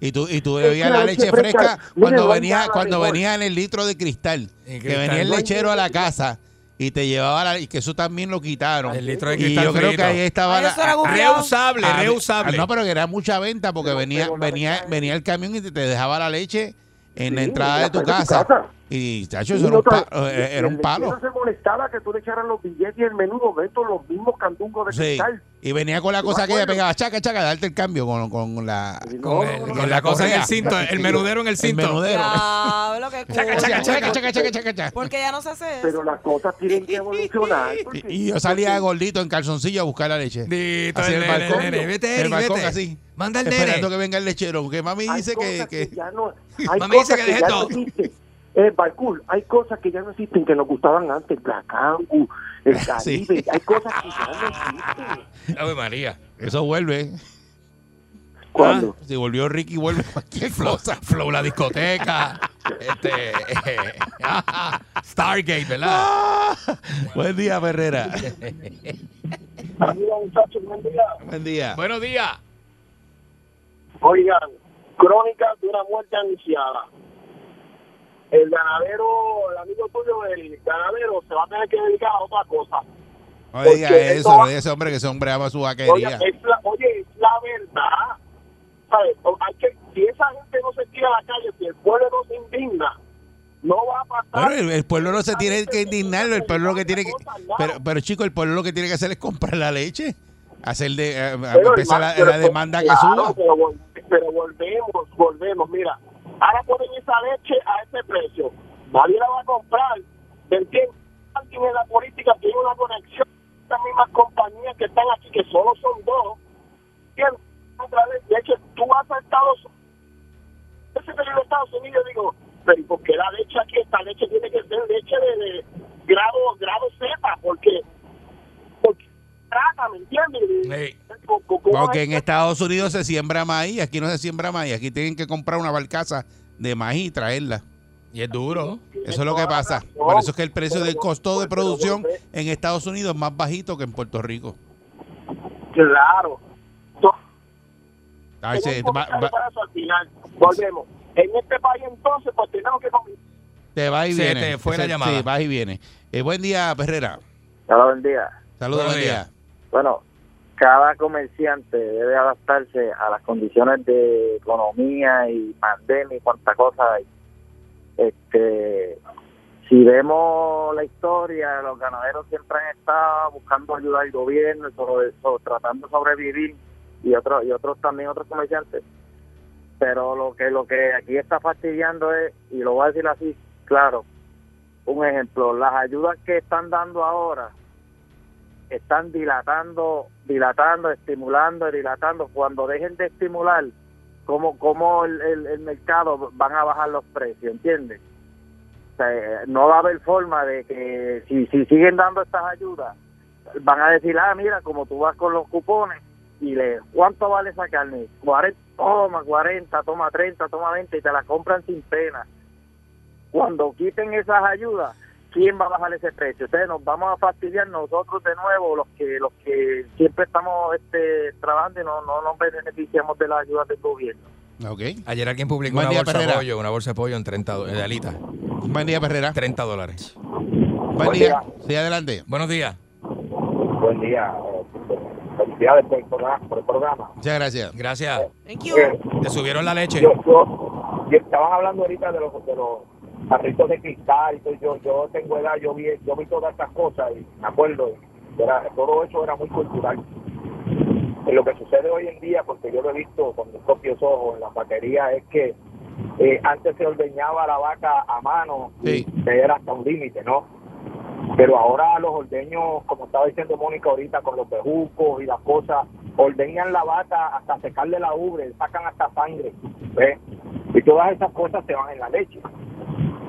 Speaker 3: Y tú, y tú
Speaker 9: Es que
Speaker 3: bebías la leche fresca,
Speaker 9: mire,
Speaker 3: cuando
Speaker 9: no hay
Speaker 3: venía
Speaker 9: nada
Speaker 3: cuando
Speaker 9: mejor.
Speaker 3: venía en el litro de cristal.
Speaker 5: En
Speaker 3: Que
Speaker 5: cristal.
Speaker 3: venía el
Speaker 5: No hay
Speaker 3: lechero a la casa y te llevaba la y que eso también lo quitaron.
Speaker 5: El litro de
Speaker 3: y
Speaker 5: cristal
Speaker 3: yo creo que
Speaker 5: frito.
Speaker 3: ahí estaba
Speaker 4: Ay,
Speaker 3: la-
Speaker 4: eso era
Speaker 3: a-
Speaker 4: gufiado.
Speaker 5: Reusable,
Speaker 3: a-
Speaker 5: reusable.
Speaker 3: Ah, No, pero que era mucha venta porque
Speaker 9: Pero-
Speaker 3: venía
Speaker 9: pero la
Speaker 3: venía
Speaker 9: verdad es-
Speaker 3: venía el camión y te, te dejaba la leche en la
Speaker 9: Sí,
Speaker 3: entrada
Speaker 9: en
Speaker 3: de
Speaker 9: la
Speaker 3: tu
Speaker 9: puerta de tu
Speaker 3: casa.
Speaker 9: casa.
Speaker 3: Y chacho,
Speaker 9: Y
Speaker 3: eso era
Speaker 9: no
Speaker 3: un,
Speaker 9: tra-
Speaker 3: pa- eh,
Speaker 9: el
Speaker 3: era un palo.
Speaker 9: lechero se molestaba que tú le echaras los billetes y el menudo dentro los mismos candungos de
Speaker 3: Sí.
Speaker 9: cristal.
Speaker 3: Y venía con la
Speaker 9: Yo
Speaker 3: cosa
Speaker 9: me
Speaker 3: que ella
Speaker 9: acuerdo.
Speaker 3: pegaba, chaca, chaca, darte el cambio con, con la
Speaker 9: Y no,
Speaker 5: Con,
Speaker 9: no,
Speaker 5: el-
Speaker 9: no,
Speaker 5: con
Speaker 9: no,
Speaker 5: Eh, la cosa en
Speaker 3: correa.
Speaker 5: el cinto, el menudero en el
Speaker 3: el
Speaker 5: cinto.
Speaker 3: menudero.
Speaker 4: Diablo, qué
Speaker 5: Chaca,
Speaker 4: cool.
Speaker 5: chaca, chaca,
Speaker 3: chaca, chaca, chaca, chaca.
Speaker 4: Porque ya no se hace eso.
Speaker 9: pero las cosas tienen que evolucionar. porque-
Speaker 3: Y, y yo salía gordito en calzoncillo a buscar la leche.
Speaker 5: Dito,
Speaker 3: Así
Speaker 5: el,
Speaker 3: el
Speaker 5: nene,
Speaker 3: balcón.
Speaker 5: nene, vete,
Speaker 3: el
Speaker 5: Eric,
Speaker 3: balcón
Speaker 5: vete.
Speaker 3: así.
Speaker 5: Manda el nene.
Speaker 3: Esperando que venga el lechero. Que mami
Speaker 9: hay
Speaker 3: dice que,
Speaker 9: cosas
Speaker 3: que-
Speaker 9: ya no, hay
Speaker 5: Mami dice
Speaker 9: cosas
Speaker 5: que
Speaker 9: que
Speaker 5: deje
Speaker 9: ya
Speaker 5: todo.
Speaker 9: no existen. Eh, Barcool, hay cosas que ya no existen que nos gustaban antes, Blacangu, el
Speaker 3: Sí.
Speaker 9: Caribe, hay cosas que ya no existen.
Speaker 5: Ave María.
Speaker 3: eso vuelve.
Speaker 9: Cuando
Speaker 3: Si volvió Ricky, vuelve cualquier
Speaker 5: Flow,
Speaker 3: cosa.
Speaker 5: Flow la discoteca. este, eh, Stargate, ¿verdad?
Speaker 3: Buen día, Ferrera. Buen día.
Speaker 5: Buenos días.
Speaker 6: Oigan, crónicas de una muerte anunciada. El ganadero, el amigo tuyo, el ganadero, se va a tener que dedicar a otra cosa.
Speaker 3: No diga
Speaker 6: Porque
Speaker 3: eso,
Speaker 6: esto
Speaker 3: no
Speaker 6: va-
Speaker 3: diga ese hombre que ese hombre ama su
Speaker 6: Oye,
Speaker 3: vaquería.
Speaker 6: es la, oye, es la verdad. ¿Sabes? O- Hay que, si esa gente no se tira a la calle, si el pueblo no se indigna, no va a pasar.
Speaker 3: Bueno, el, el pueblo no se tiene Ah, que indignarlo, el pueblo lo que tiene que... Pero, pero chico, el pueblo lo que tiene que hacer es comprar la leche, hacer de, eh,
Speaker 6: Pero,
Speaker 3: empezar la,
Speaker 6: hermano,
Speaker 3: la
Speaker 6: pero-
Speaker 3: demanda que
Speaker 6: claro,
Speaker 3: suba.
Speaker 6: Pero, vol- pero volvemos, volvemos. Mira, ahora ponen esa leche a ese precio. Nadie la va a comprar. ¿Me entiendes? Alguien en la política tiene una conexión con estas mismas compañías que están aquí, que solo son dos. ¿Entiendes? Otra vez, de hecho, tú vas a Estados Unidos. Yo siempre digo Estados Unidos, digo, pero ¿y por qué la leche aquí? Esta leche tiene que ser leche de, de grado, grado Z, porque, porque trata, ¿me entiendes?
Speaker 5: Ey.
Speaker 6: Con- con- con-
Speaker 3: Porque en Estados Unidos se siembra maíz, aquí no se siembra maíz, aquí tienen que comprar una barcaza de maíz y traerla.
Speaker 5: Y es duro.
Speaker 3: Eso es lo que pasa. Por eso es que el precio del costo de producción en Estados Unidos es más bajito que en Puerto Rico.
Speaker 6: Claro. To-
Speaker 3: Ay, se-
Speaker 6: tenemos que
Speaker 3: Eh, va-
Speaker 6: comenzar
Speaker 3: va-
Speaker 6: para eso al final. Volvemos. En este país entonces, pues tenemos que comenzar.
Speaker 3: te va y
Speaker 5: Se
Speaker 3: viene.
Speaker 5: te fue la
Speaker 3: Se-
Speaker 5: llamada.
Speaker 3: Sí, vas y viene. Eh, buen día, Perrera.
Speaker 10: Hola, buen día.
Speaker 3: Saludos,
Speaker 5: Buenos
Speaker 3: buen día.
Speaker 10: Bueno, cada comerciante debe adaptarse a las condiciones de economía y pandemia y cuánta cosa hay. Este, si vemos la historia, los ganaderos siempre han estado buscando ayudar al gobierno, sobre- so- tratando de sobrevivir y otros y otros también otros comerciantes. Pero lo que lo que aquí está fastidiando es y lo voy a decir así, claro. Un ejemplo, las ayudas que están dando ahora están dilatando, dilatando, estimulando, dilatando. Cuando dejen de estimular, como como el, el- el mercado van a bajar los precios, ¿entiendes? O sea, eh, no va a haber forma de que si, si siguen dando estas ayudas, van a decir, ah, mira, como tú vas con los cupones y le, eh, ¿cuánto vale esa carne? 40, toma 40, toma 30, toma 20 y te la compran sin pena. Cuando quiten esas ayudas, ¿quién va a bajar ese precio? Ustedes nos vamos a fastidiar nosotros de nuevo, los que los que siempre estamos este, trabajando y no, no nos beneficiamos de las ayudas del gobierno.
Speaker 3: Ok.
Speaker 5: Ayer alguien publicó
Speaker 3: Buen
Speaker 5: una
Speaker 3: día,
Speaker 5: bolsa
Speaker 3: Perrera.
Speaker 5: de pollo, una bolsa de pollo en 30 do- de alita,
Speaker 3: Buen día, Perrera.
Speaker 5: 30 dólares.
Speaker 3: Buen día. Sí, adelante.
Speaker 5: Buenos días.
Speaker 6: Buen día. eh, Felicidades por el programa. Por el programa. Eh,
Speaker 3: Muchas gracias.
Speaker 5: Gracias.
Speaker 4: Thank you.
Speaker 5: Te subieron la leche.
Speaker 6: Yo, yo- yo- estaban hablando ahorita de los, de los carritos de cristal, y yo, yo tengo edad, yo vi, yo vi todas estas cosas y me acuerdo, y era- todo eso era muy cultural. Y lo que sucede hoy en día, porque yo lo he visto con mis propios ojos en las vaquerías, es que eh, antes se ordeñaba la vaca a mano
Speaker 3: Sí.
Speaker 5: Hmm.
Speaker 6: que era hasta un límite, ¿no? Pero ahora los ordeños, como estaba diciendo Mónica ahorita, con los bejucos y las cosas, ordeñan la vaca hasta secarle la ubre, sacan hasta sangre,
Speaker 11: Eh,
Speaker 6: ¿ves? Y todas esas cosas se van en la leche.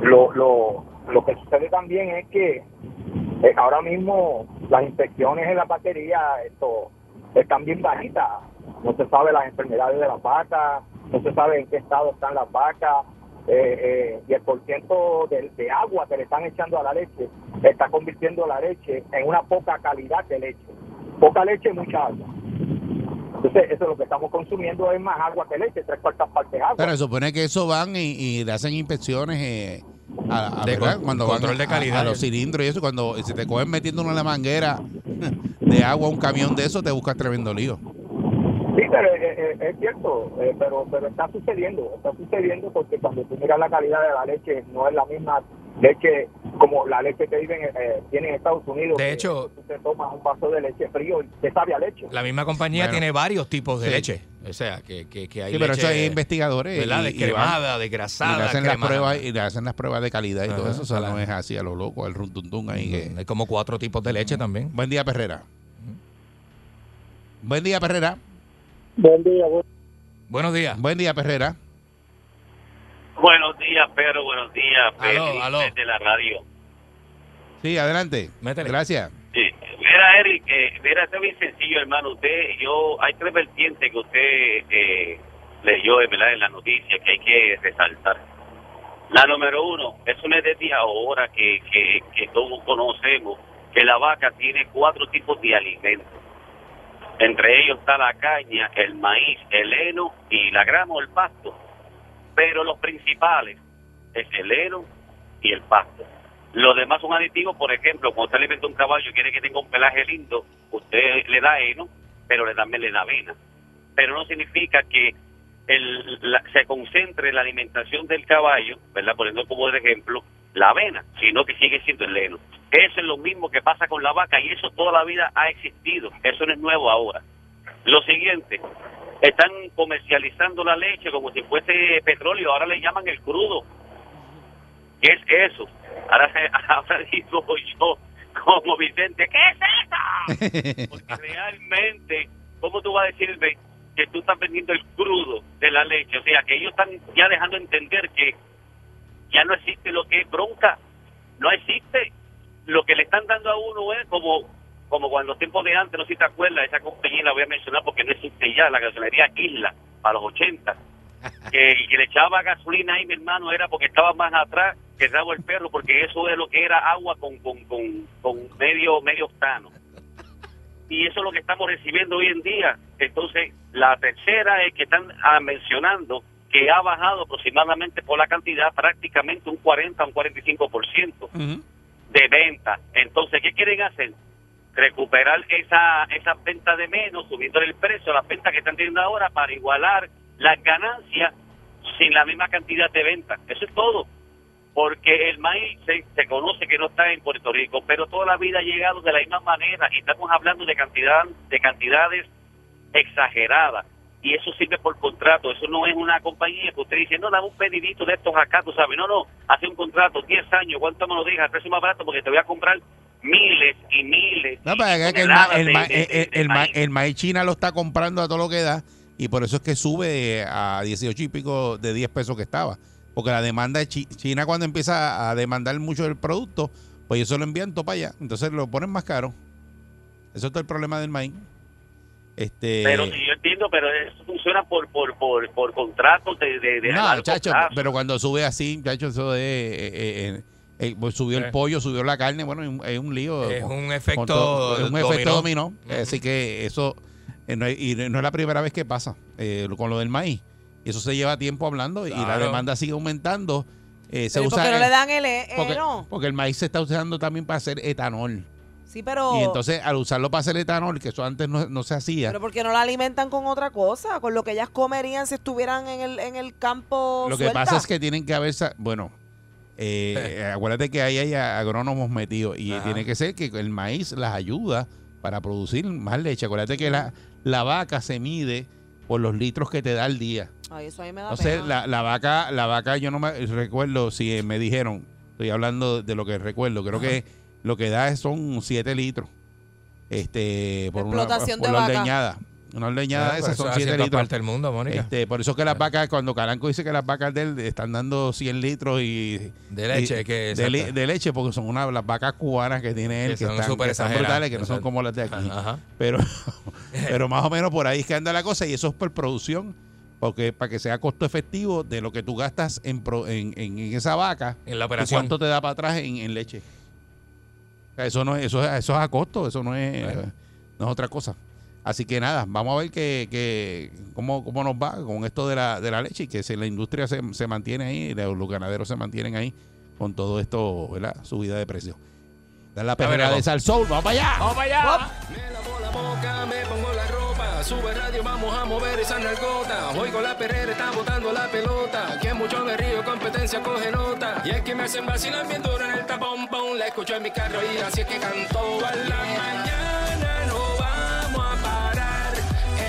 Speaker 6: Lo, lo, lo que sucede también es que eh, ahora mismo las infecciones en la vaquería esto, están bien bajitas. No se sabe las enfermedades de las vacas, no se sabe en qué estado están las vacas, eh, eh, y el porciento de, de agua que le están echando a la leche está convirtiendo la leche en una poca calidad de leche. Poca leche, mucha agua. Entonces, eso es lo que estamos consumiendo es más agua que leche, tres cuartas partes agua.
Speaker 3: Claro, se supone que eso van y, y le hacen inspecciones eh, a, a-
Speaker 5: De
Speaker 3: ¿verdad?
Speaker 5: con-
Speaker 3: cuando
Speaker 5: control
Speaker 3: van
Speaker 5: de
Speaker 3: a-
Speaker 5: calidad.
Speaker 3: A, los cilindros y eso, cuando se te cogen metiendo una manguera de agua a un camión de eso, te buscas tremendo lío.
Speaker 6: Sí, pero eh, eh, es cierto, eh, pero pero está sucediendo, está sucediendo porque cuando tú miras la calidad de la leche no es la misma leche como la leche que viven, eh, tiene en Estados Unidos.
Speaker 5: De
Speaker 6: que
Speaker 5: hecho-
Speaker 6: tú te tomas un vaso de leche frío y te sabe a leche.
Speaker 5: La misma compañía
Speaker 3: Bueno.
Speaker 5: tiene varios tipos de
Speaker 3: Sí.
Speaker 5: leche. O sea, que, que, que hay
Speaker 3: Sí, pero
Speaker 5: leche,
Speaker 3: eso hay investigadores.
Speaker 5: ¿verdad?
Speaker 3: y- y van-
Speaker 5: descremada,
Speaker 3: y le
Speaker 5: desgrasada,
Speaker 3: hacen las
Speaker 5: cremada.
Speaker 3: pruebas y le hacen las pruebas de calidad y todo
Speaker 5: Ajá,
Speaker 3: eso. O sea, no
Speaker 5: ojalá.
Speaker 3: es así a lo loco, el runtuntún ahí que-
Speaker 5: Hay como cuatro tipos de leche también.
Speaker 3: Buen día, Perrera. Buen día, Perrera.
Speaker 9: Buen día,
Speaker 5: Buenos días.
Speaker 3: Buen día, Perrera.
Speaker 12: Buenos días, Pedro. Buenos días,
Speaker 5: Aló,
Speaker 12: Pedro.
Speaker 5: aló.
Speaker 12: Desde la radio.
Speaker 3: Sí, adelante.
Speaker 5: Métele.
Speaker 3: Gracias.
Speaker 12: Sí. Mira, Eric, eh, mira, esto es bien sencillo, hermano. Usted, yo, hay tres vertientes que usted eh, leyó ¿verdad? en la noticia que hay que resaltar. La número uno, es una desde ahora que, que, que todos conocemos que la vaca tiene cuatro tipos de alimentos. Entre ellos está la caña, el maíz, el heno y la grama o el pasto. Pero los principales es el heno y el pasto. Los demás son aditivos, por ejemplo, cuando usted le mete un caballo y quiere que tenga un pelaje lindo, usted le da heno, pero le también le da avena. Pero no significa que el- la- se concentre la alimentación del caballo, ¿verdad? Poniendo como de ejemplo la avena, sino que sigue siendo el heno. Eso es lo mismo que pasa con la vaca y eso toda la vida ha existido. Eso no es nuevo ahora. Lo siguiente, están comercializando la leche como si fuese petróleo, ahora le llaman el crudo. ¿Qué es eso? Ahora, ahora digo yo, como Vicente, ¿qué es eso? Porque realmente, ¿cómo tú vas a decirme que tú estás vendiendo el crudo de la leche? O sea, que ellos están ya dejando entender que ya no existe lo que es bronca, no existe. Lo que le están dando a uno es como como cuando los tiempos de antes, no sé si te acuerdas, esa compañía la voy a mencionar porque no existe ya, la gasolinería Isla, para los 80 que, y que le echaba gasolina ahí, mi hermano, era porque estaba más atrás que el rabo el perro, porque eso es lo que era agua con, con, con, con medio, medio octano. Y eso es lo que estamos recibiendo hoy en día. Entonces, la tercera es que están ah, mencionando que ha bajado aproximadamente por la cantidad prácticamente un 40 o un 45%
Speaker 3: Ujú.
Speaker 12: de venta. Entonces, ¿qué quieren hacer? Recuperar esa, esa venta de menos, subiendo el precio, las ventas que están teniendo ahora para igualar las ganancias sin la misma cantidad de ventas. Eso es todo. Porque el maíz se, se conoce que no está en Puerto Rico, pero toda la vida ha llegado de la misma manera y estamos hablando de cantidad de cantidades exagerada. Y eso sirve por contrato, eso no es una compañía que usted dice, no, dame un pedidito de estos acá, tú sabes, no, no, hace un contrato, 10 años, ¿cuánto me lo dejas? El precio más barato porque te voy a comprar miles y miles.
Speaker 3: No,
Speaker 12: y
Speaker 3: para que el, ma-
Speaker 12: toneladas
Speaker 3: el, ma- eh,
Speaker 12: de- de- de-
Speaker 3: el-
Speaker 12: de
Speaker 3: el ma-
Speaker 12: maíz.
Speaker 3: el maíz China lo está comprando a todo lo que da y por eso es que sube a 18 y pico de 10 pesos que estaba. Porque la demanda de Chi- China cuando empieza a demandar mucho del producto, pues eso lo envían todo para allá. Entonces lo ponen más caro. Eso es todo el problema del maíz. Este,
Speaker 12: Pero sí, yo entiendo, pero eso funciona por por por, por contratos de, de, de a
Speaker 3: No,
Speaker 12: largo
Speaker 3: chacho,
Speaker 12: plazo.
Speaker 3: pero cuando sube así, muchacho, eso de... eh, eh, eh, pues subió el
Speaker 5: Sí.
Speaker 3: pollo, subió la carne, bueno, es un, es un lío.
Speaker 5: Es
Speaker 3: Con-
Speaker 5: un
Speaker 3: con
Speaker 5: efecto.
Speaker 3: todo- es un efecto
Speaker 5: dominó.
Speaker 3: dominó.
Speaker 5: Ujú.
Speaker 3: Así que eso, eh, no, es- y no es la primera vez que pasa eh, con lo del maíz. Eso se lleva tiempo hablando y la
Speaker 5: Claro.
Speaker 3: demanda sigue aumentando. Eh, se
Speaker 4: Pero ¿y por
Speaker 3: usa
Speaker 4: qué no
Speaker 3: el-
Speaker 4: le dan el e-
Speaker 3: porque,
Speaker 4: heno?
Speaker 3: porque el maíz se está usando también para hacer etanol.
Speaker 4: Sí, pero.
Speaker 3: Y entonces, al usarlo para hacer etanol, que eso antes no, no se hacía,
Speaker 4: Pero ¿por qué no la alimentan con otra cosa? Con lo que ellas comerían si estuvieran en el, en el campo
Speaker 3: lo que
Speaker 4: suelta.
Speaker 3: pasa es que tienen que haber. sa- Bueno, Eh, acuérdate que ahí hay a- agrónomos metidos y
Speaker 13: Ajá.
Speaker 3: tiene que ser que el maíz las ayuda para producir más leche. Acuérdate que la, la vaca se mide por los litros que te da al día.
Speaker 4: Ay, eso a mí me da
Speaker 3: Entonces,
Speaker 4: pena.
Speaker 3: la, la vaca, la vaca, yo no me recuerdo si eh, me dijeron, estoy hablando de lo que recuerdo, creo que lo que da es- son 7 litros. Este, por una, por
Speaker 4: Explotación de
Speaker 3: la
Speaker 4: vaca.
Speaker 3: ordeñada. Una ordeñada
Speaker 13: Ah,
Speaker 3: de
Speaker 13: pero
Speaker 3: esas
Speaker 13: eso
Speaker 3: son
Speaker 13: es así en
Speaker 3: 7
Speaker 13: todas
Speaker 3: litros.
Speaker 13: partes del mundo, Mónica.
Speaker 3: Este, por eso es que las vacas, cuando Caranco dice que las vacas de él están dando 100 litros y.
Speaker 13: De leche,
Speaker 3: y-
Speaker 13: que-
Speaker 3: de, le-
Speaker 13: exacto.
Speaker 3: de leche, porque son una, las vacas cubanas que tiene él,
Speaker 13: Que
Speaker 3: que,
Speaker 13: son
Speaker 3: están,
Speaker 13: súper
Speaker 3: que están
Speaker 13: exageradas,
Speaker 3: brutales, que no son
Speaker 13: exacto.
Speaker 3: como las de aquí.
Speaker 13: Ajá.
Speaker 3: Pero, pero más o menos por ahí es que anda la cosa y eso es por producción, porque para que sea costo efectivo de lo que tú gastas en, pro- en, en- en esa vaca, eh,
Speaker 13: En la
Speaker 3: ¿tú
Speaker 13: operación.
Speaker 3: ¿cuánto te da para atrás en, en leche? O sea, Eso no es, eso, es- eso es a costo, eso no es, no es otra cosa. Así que nada, vamos a ver que, que- cómo, cómo nos va con esto de la, de la leche y que si la industria se, se mantiene ahí, los los ganaderos se mantienen ahí con todo esto, ¿verdad? Subida de precios. Da la perrera
Speaker 13: veremos.
Speaker 3: de Salsoul, vamos para allá.
Speaker 13: ¡Vamos para allá!
Speaker 2: boca, me pongo la ropa. Sube radio, vamos a mover esa narcota. Hoy con la perrera está botando la pelota. Que mucho me río, competencia coge nota. Y es que me hacen vacilar bien duro en el tapón, pon. La escucho en mi carro y así es que cantó. A la mañana no vamos a parar.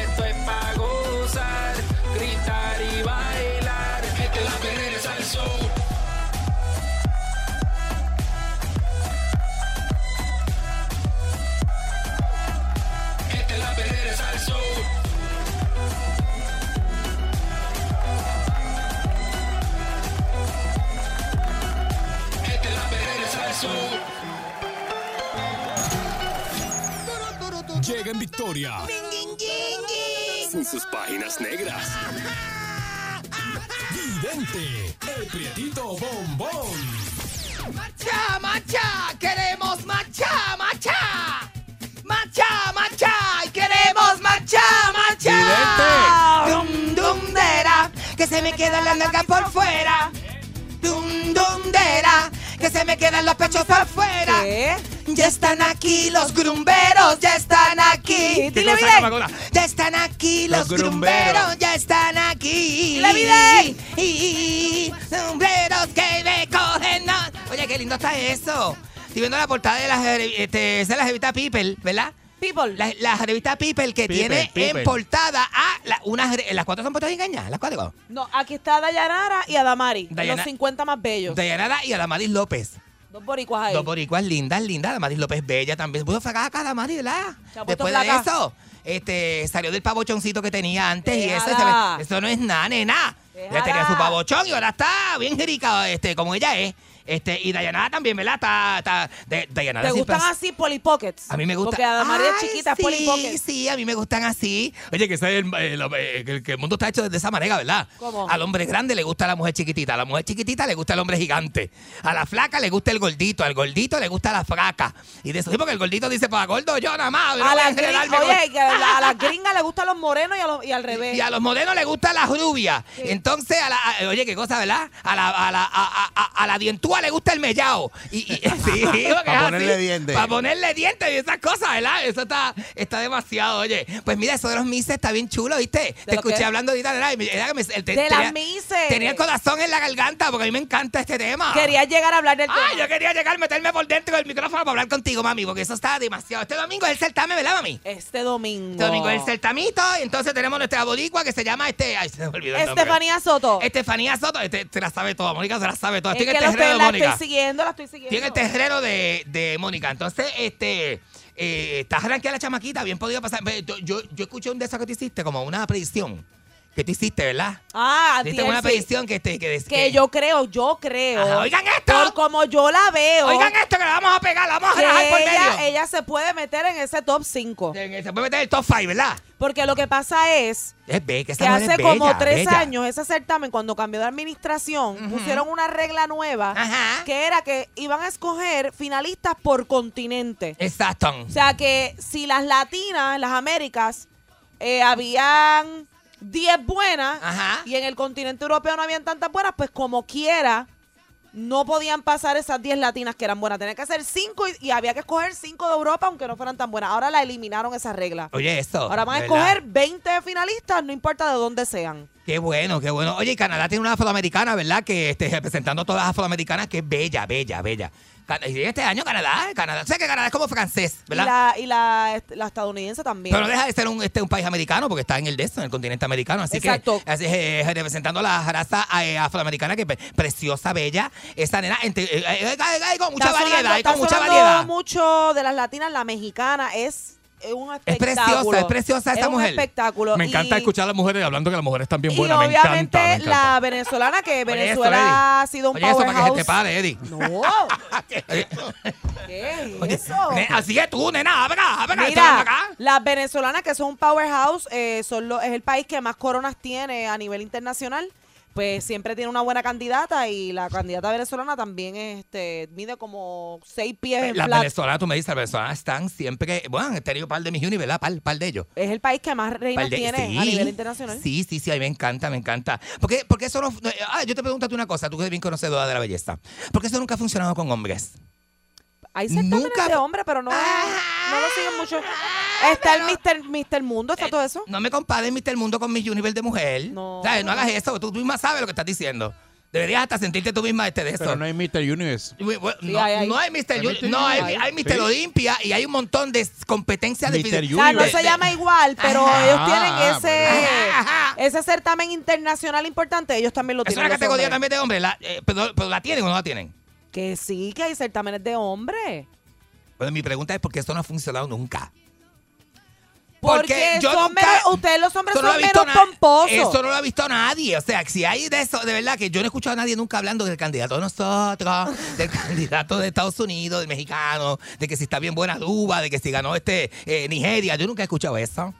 Speaker 2: Esto es pa' gozar, gritar y bailar. Esta es la perrera, es al show. Esta es la perrera, es al show. Esta es la perrera, es al show.
Speaker 1: Llega en victoria. Con sus páginas negras. Vidente, el prietito bombón.
Speaker 5: ¡Macha, macha! ¡Queremos macha, macha! ¡Macha, macha! ¡Queremos macha, macha! ¡Dum, dum, dera! ¡Que se me quedan las nalgas por fuera! ¡Dum, dum, dera! ¡Que se me quedan los pechos por fuera! Ya están aquí los grumberos, ya están aquí.
Speaker 13: Dile cosa,
Speaker 5: bien.
Speaker 13: Coca-Cola?
Speaker 5: Ya están aquí
Speaker 13: Los
Speaker 5: los,
Speaker 13: grumberos.
Speaker 5: grumberos, ya están aquí.
Speaker 13: Dile,
Speaker 5: bien. Y sombreros que me cogen. no. Oye, qué lindo está eso. Estoy viendo la portada de la, este, esa es la revista People, ¿verdad? People. La, la revista People que
Speaker 4: People,
Speaker 5: tiene
Speaker 4: People.
Speaker 5: en portada a la- unas. re- Las cuatro son puertorriqueñas, las cuatro.
Speaker 4: No, aquí está Dayanara y Adamari,
Speaker 5: Dayana-
Speaker 4: los 50 más bellos.
Speaker 5: Dayanara y Adamaris López.
Speaker 4: Dos boricuas ahí.
Speaker 5: Dos boricuas lindas, lindas. Adamaris López bella también. Puso flaca Adamaris, ¿verdad?
Speaker 4: Se ha puesto
Speaker 5: Después
Speaker 4: flaca.
Speaker 5: de eso, este, salió del pavochoncito que tenía antes y eso,
Speaker 4: Déjala.
Speaker 5: se- eso no es nada, nena. Ya
Speaker 4: Déjala.
Speaker 5: tenía su pavochón y ahora está bien jerica, este, como ella es. Este, y Dayanara también, ¿verdad? Está, está, de- Dayanara
Speaker 4: ¿Te
Speaker 5: pues, siempre
Speaker 4: gustan
Speaker 5: ha-
Speaker 4: así Polly Pockets?
Speaker 5: A mí me gusta.
Speaker 4: Porque Adamari es
Speaker 5: Ay,
Speaker 4: chiquita, es Polly
Speaker 5: sí,
Speaker 4: Pockets.
Speaker 5: Sí, a mí me gustan así. Oye, que, ese es el, eh, lo- eh, que el- que el mundo está hecho de esa manera, ¿verdad?
Speaker 4: ¿Cómo?
Speaker 5: Al hombre grande le gusta la mujer chiquitita, a la mujer chiquitita le gusta el hombre gigante, a la flaca le gusta el gordito, al gordito le gusta la flaca. Y de eso sí, porque el gordito dice, para gordo yo nada más. no
Speaker 4: A
Speaker 5: voy
Speaker 4: las
Speaker 5: enredarme
Speaker 4: gringas,
Speaker 5: con-
Speaker 4: oye, que a la- a las gringas les gustan los morenos y, a los- y al revés.
Speaker 5: y a los modelos les gusta la rubia. Entonces, a la, a- oye, qué cosa, ¿verdad? A la, a la, a, a- a la dientúa le gusta el mellao. Y, y- sí, porque es
Speaker 3: Pa' ponerle
Speaker 5: así.
Speaker 3: dientes.
Speaker 5: Pa' ponerle dientes y esas cosas, ¿verdad? Eso está, está demasiado, oye. Pues mira, eso de los mises está bien chulo, ¿viste? Te
Speaker 4: lo
Speaker 5: escuché
Speaker 4: qué?
Speaker 5: hablando ahorita, ¿verdad? Y me- era que me- el- te-
Speaker 4: De
Speaker 5: tenía-
Speaker 4: las mises.
Speaker 5: Tenía el corazón en la garganta porque a mí me encanta este tema.
Speaker 4: Quería llegar a hablar del
Speaker 5: Ah, yo quería llegar, meterme por dentro del micrófono para hablar contigo, mami, porque eso está demasiado. Este domingo es el certamen, ¿verdad, mami?
Speaker 4: Este domingo.
Speaker 5: Este domingo es el certamito, y entonces tenemos nuestra boricua que se llama este. Ay, se me olvidó el nombre.
Speaker 4: Estefanía Soto.
Speaker 5: Estefanía Soto, este, te la sabe toda, Mónica se la sabe toda.
Speaker 4: es
Speaker 5: Estoy
Speaker 4: que
Speaker 5: en
Speaker 4: lo
Speaker 5: el terreno
Speaker 4: estoy,
Speaker 5: de
Speaker 4: la estoy
Speaker 5: Mónica.
Speaker 4: siguiendo, la estoy siguiendo.
Speaker 5: Estoy en este el terreno de, de Mónica. Entonces, este. Eh, estás arranqueada la chamaquita, bien podido pasar. Ve, Yo, yo, yo escuché un de esos que tú hiciste, como una predicción que tú hiciste, ¿verdad?
Speaker 4: Ah,
Speaker 5: Hiciste
Speaker 4: antier, sí.
Speaker 5: una predicción que, este, que,
Speaker 4: Que yo creo, yo creo.
Speaker 5: Ajá, oigan esto.
Speaker 4: Por como yo la veo.
Speaker 5: Oigan esto que la vamos a pegar, la vamos a
Speaker 4: que
Speaker 5: relajar por medio.
Speaker 4: ella, ella se puede meter en ese top 5.
Speaker 5: Se puede meter en el top 5, ¿verdad?
Speaker 4: Porque lo que pasa es
Speaker 5: Es bella, esa
Speaker 4: que
Speaker 5: mujer es
Speaker 4: hace como
Speaker 5: bella,
Speaker 4: tres
Speaker 5: bella.
Speaker 4: años ese certamen, cuando cambió de administración, pusieron una regla nueva que era que iban a escoger finalistas por continente.
Speaker 5: Exacto.
Speaker 4: O sea que si las latinas, las Américas, eh, habían 10 buenas y en el continente europeo no habían tantas buenas, pues como quiera no podían pasar esas 10 latinas que eran buenas. Tenía que hacer 5 y, y había que escoger 5 de Europa, aunque no fueran tan buenas. Ahora la eliminaron esa regla.
Speaker 5: Oye, esto,
Speaker 4: Ahora van a
Speaker 5: ¿verdad?
Speaker 4: escoger 20 finalistas, no importa de dónde sean.
Speaker 5: Qué bueno, qué bueno. Oye, y Canadá tiene una afroamericana, ¿verdad? Que esté representando a todas las afroamericanas, que es bella, bella, bella. Can- y Este año Canadá, Canadá. Sé que Canadá es como francés,
Speaker 4: Y
Speaker 5: ¿verdad?
Speaker 4: la, y la, est- la estadounidense también.
Speaker 5: Pero no deja de ser un, este, un país americano porque está en el de esto, en el continente americano. Así
Speaker 4: Exacto.
Speaker 5: que así, eh, representando a la raza eh, afroamericana, que pre- preciosa, bella. Esta nena, entre- eh, eh, eh, eh, con mucha
Speaker 4: Está sonando-
Speaker 5: variedad, eh,
Speaker 4: está
Speaker 5: con mucha
Speaker 4: sonando
Speaker 5: variedad.
Speaker 4: mucho de las latinas, la mexicana es eh, un espectáculo.
Speaker 5: Preciosa, es preciosa esta
Speaker 4: es
Speaker 5: mujer.
Speaker 4: Un espectáculo.
Speaker 14: Me encanta
Speaker 4: Y-
Speaker 14: escuchar a las mujeres hablando que las mujeres están bien
Speaker 4: Y
Speaker 14: buenas. Me
Speaker 4: obviamente
Speaker 14: encanta, me encanta.
Speaker 4: la venezolana, que
Speaker 14: Oye,
Speaker 4: Venezuela
Speaker 14: esto, Eddie.
Speaker 4: ha sido un
Speaker 14: Oye, eso
Speaker 4: powerhouse.
Speaker 14: para que se te pare, Eddie.
Speaker 4: No. ¿Qué es eso?
Speaker 5: Ne- así que tú, nena, abra, abra. esto
Speaker 4: Mira,
Speaker 5: ven acá.
Speaker 4: las venezolanas que son un powerhouse, eh, son lo- es el país que más coronas tiene a nivel internacional. Pues siempre tiene una buena candidata y la candidata venezolana también este, mide como seis pies en
Speaker 5: Pues, Las
Speaker 4: flat.
Speaker 5: venezolanas, tú me dices, las venezolanas están siempre, bueno, han tenido par de mis uni, ¿verdad? Par, par de ellos.
Speaker 4: Es el país que más reinas
Speaker 5: Par de-
Speaker 4: tiene a
Speaker 5: sí,
Speaker 4: nivel internacional.
Speaker 5: Sí, sí, sí, a mí me encanta, me encanta. Porque, porque eso no, no- Ah, yo te pregunto a ti una cosa, tú que eres bien conocedora de la belleza. Porque eso nunca ha funcionado con hombres. Ah,
Speaker 4: Hay certámenes de hombres, pero no, no lo siguen mucho. Está el Mr. Mister Mundo, está todo eso.
Speaker 5: eh, No me compares Mr. Mundo con mi Universe de mujer. No. ¿Sabes? No hagas eso, tú, tú misma sabes lo que estás diciendo. Deberías hasta sentirte tú misma este de eso.
Speaker 3: Pero no hay Mr. Universe.
Speaker 5: no, no hay Mr.
Speaker 3: Hay
Speaker 5: Uni-
Speaker 3: Mr.
Speaker 5: no, hay,
Speaker 3: Universe.
Speaker 5: hay Mr.
Speaker 3: Sí.
Speaker 5: Olimpia y hay un montón de competencias de
Speaker 3: Mr.
Speaker 5: fide-
Speaker 4: O sea, Ah, no
Speaker 5: de-
Speaker 4: se llama igual, pero
Speaker 5: Ajá,
Speaker 4: ellos tienen ese,
Speaker 5: bueno.
Speaker 4: ese certamen internacional importante, ellos también lo
Speaker 5: Es
Speaker 4: tienen.
Speaker 5: una
Speaker 4: los
Speaker 5: categoría
Speaker 4: hombres.
Speaker 5: también de hombres, la- eh, pero, pero la tienen o no la tienen.
Speaker 4: Que sí, que hay certámenes de hombres.
Speaker 5: Pero mi pregunta es por qué esto no ha funcionado nunca.
Speaker 4: Porque
Speaker 5: yo
Speaker 4: son
Speaker 5: nunca-
Speaker 4: menos- ustedes los hombres
Speaker 5: Eso
Speaker 4: son
Speaker 5: no lo ha
Speaker 4: menos
Speaker 5: visto na-
Speaker 4: pomposos.
Speaker 5: Eso no lo ha visto nadie. O sea, si hay de eso, de verdad que yo no he escuchado a nadie nunca hablando del candidato de nosotros, del candidato de Estados Unidos, del mexicano, de que si está bien buena Duba, de que si ganó este eh, Nigeria. Yo nunca he escuchado eso.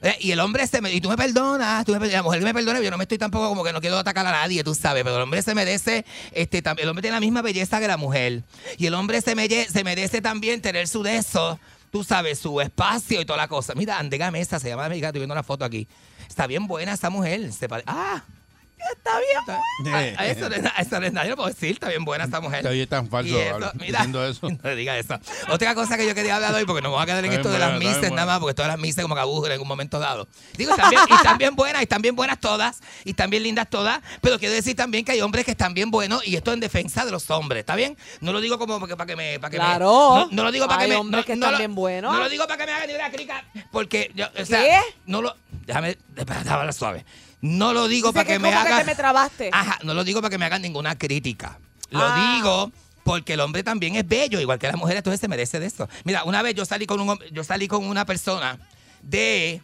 Speaker 5: Eh, y el hombre se me, y tú me perdonas, tú me perdonas, la mujer me perdona, yo no me estoy tampoco como que no quiero atacar a nadie, tú sabes, pero el hombre se merece, este, tam- el hombre tiene la misma belleza que la mujer. Y el hombre se, melle- se merece también tener su de eso, tú sabes, su espacio y toda la cosa. Mira, Andega Mesa se llama la mexicana, estoy viendo una foto aquí. Está bien buena esa mujer. Se pare- ah,
Speaker 4: Está bien. pues.
Speaker 5: a- a eso, no es, na- a eso no es nada, yo lo puedo decir, está bien buena esa mujer.
Speaker 3: Te oye Mm, tan falso,
Speaker 5: Y eso,
Speaker 3: habla-
Speaker 5: mira.
Speaker 3: diciendo eso.
Speaker 5: No le diga eso. Otra cosa que yo quería hablar hoy, porque no me voy a quedar en
Speaker 3: Está
Speaker 5: esto
Speaker 3: bien
Speaker 5: de las
Speaker 3: buena, está
Speaker 5: mises
Speaker 3: bien
Speaker 5: nada más, porque todas las mises como que aburren en un momento dado. Digo, están bien, y están bien buenas, y están bien buenas todas, y están bien lindas todas, pero quiero decir también que hay hombres que están bien buenos, y esto en defensa de los hombres, ¿está bien? No lo digo como porque- para que me... Para que me-
Speaker 4: Claro.
Speaker 5: no, no lo digo para
Speaker 4: Hay
Speaker 5: que me...
Speaker 4: hombres
Speaker 5: no-
Speaker 4: que
Speaker 5: no
Speaker 4: están
Speaker 5: lo-
Speaker 4: bien buenos.
Speaker 5: No lo digo para que me hagan ni una crica, porque... Yo, o sea,
Speaker 4: ¿Qué?
Speaker 5: No lo... Déjame... Déjame hablar suave. No lo digo
Speaker 4: Dice
Speaker 5: para que,
Speaker 4: que
Speaker 5: me
Speaker 4: como que
Speaker 5: hagan...
Speaker 4: te me trabaste.
Speaker 5: Ajá, no lo digo para que me hagan ninguna crítica. Lo
Speaker 4: Ah.
Speaker 5: digo porque el hombre también es bello, igual que la mujer, entonces se merece de eso. Mira, una vez yo salí con un hom- yo salí con una persona de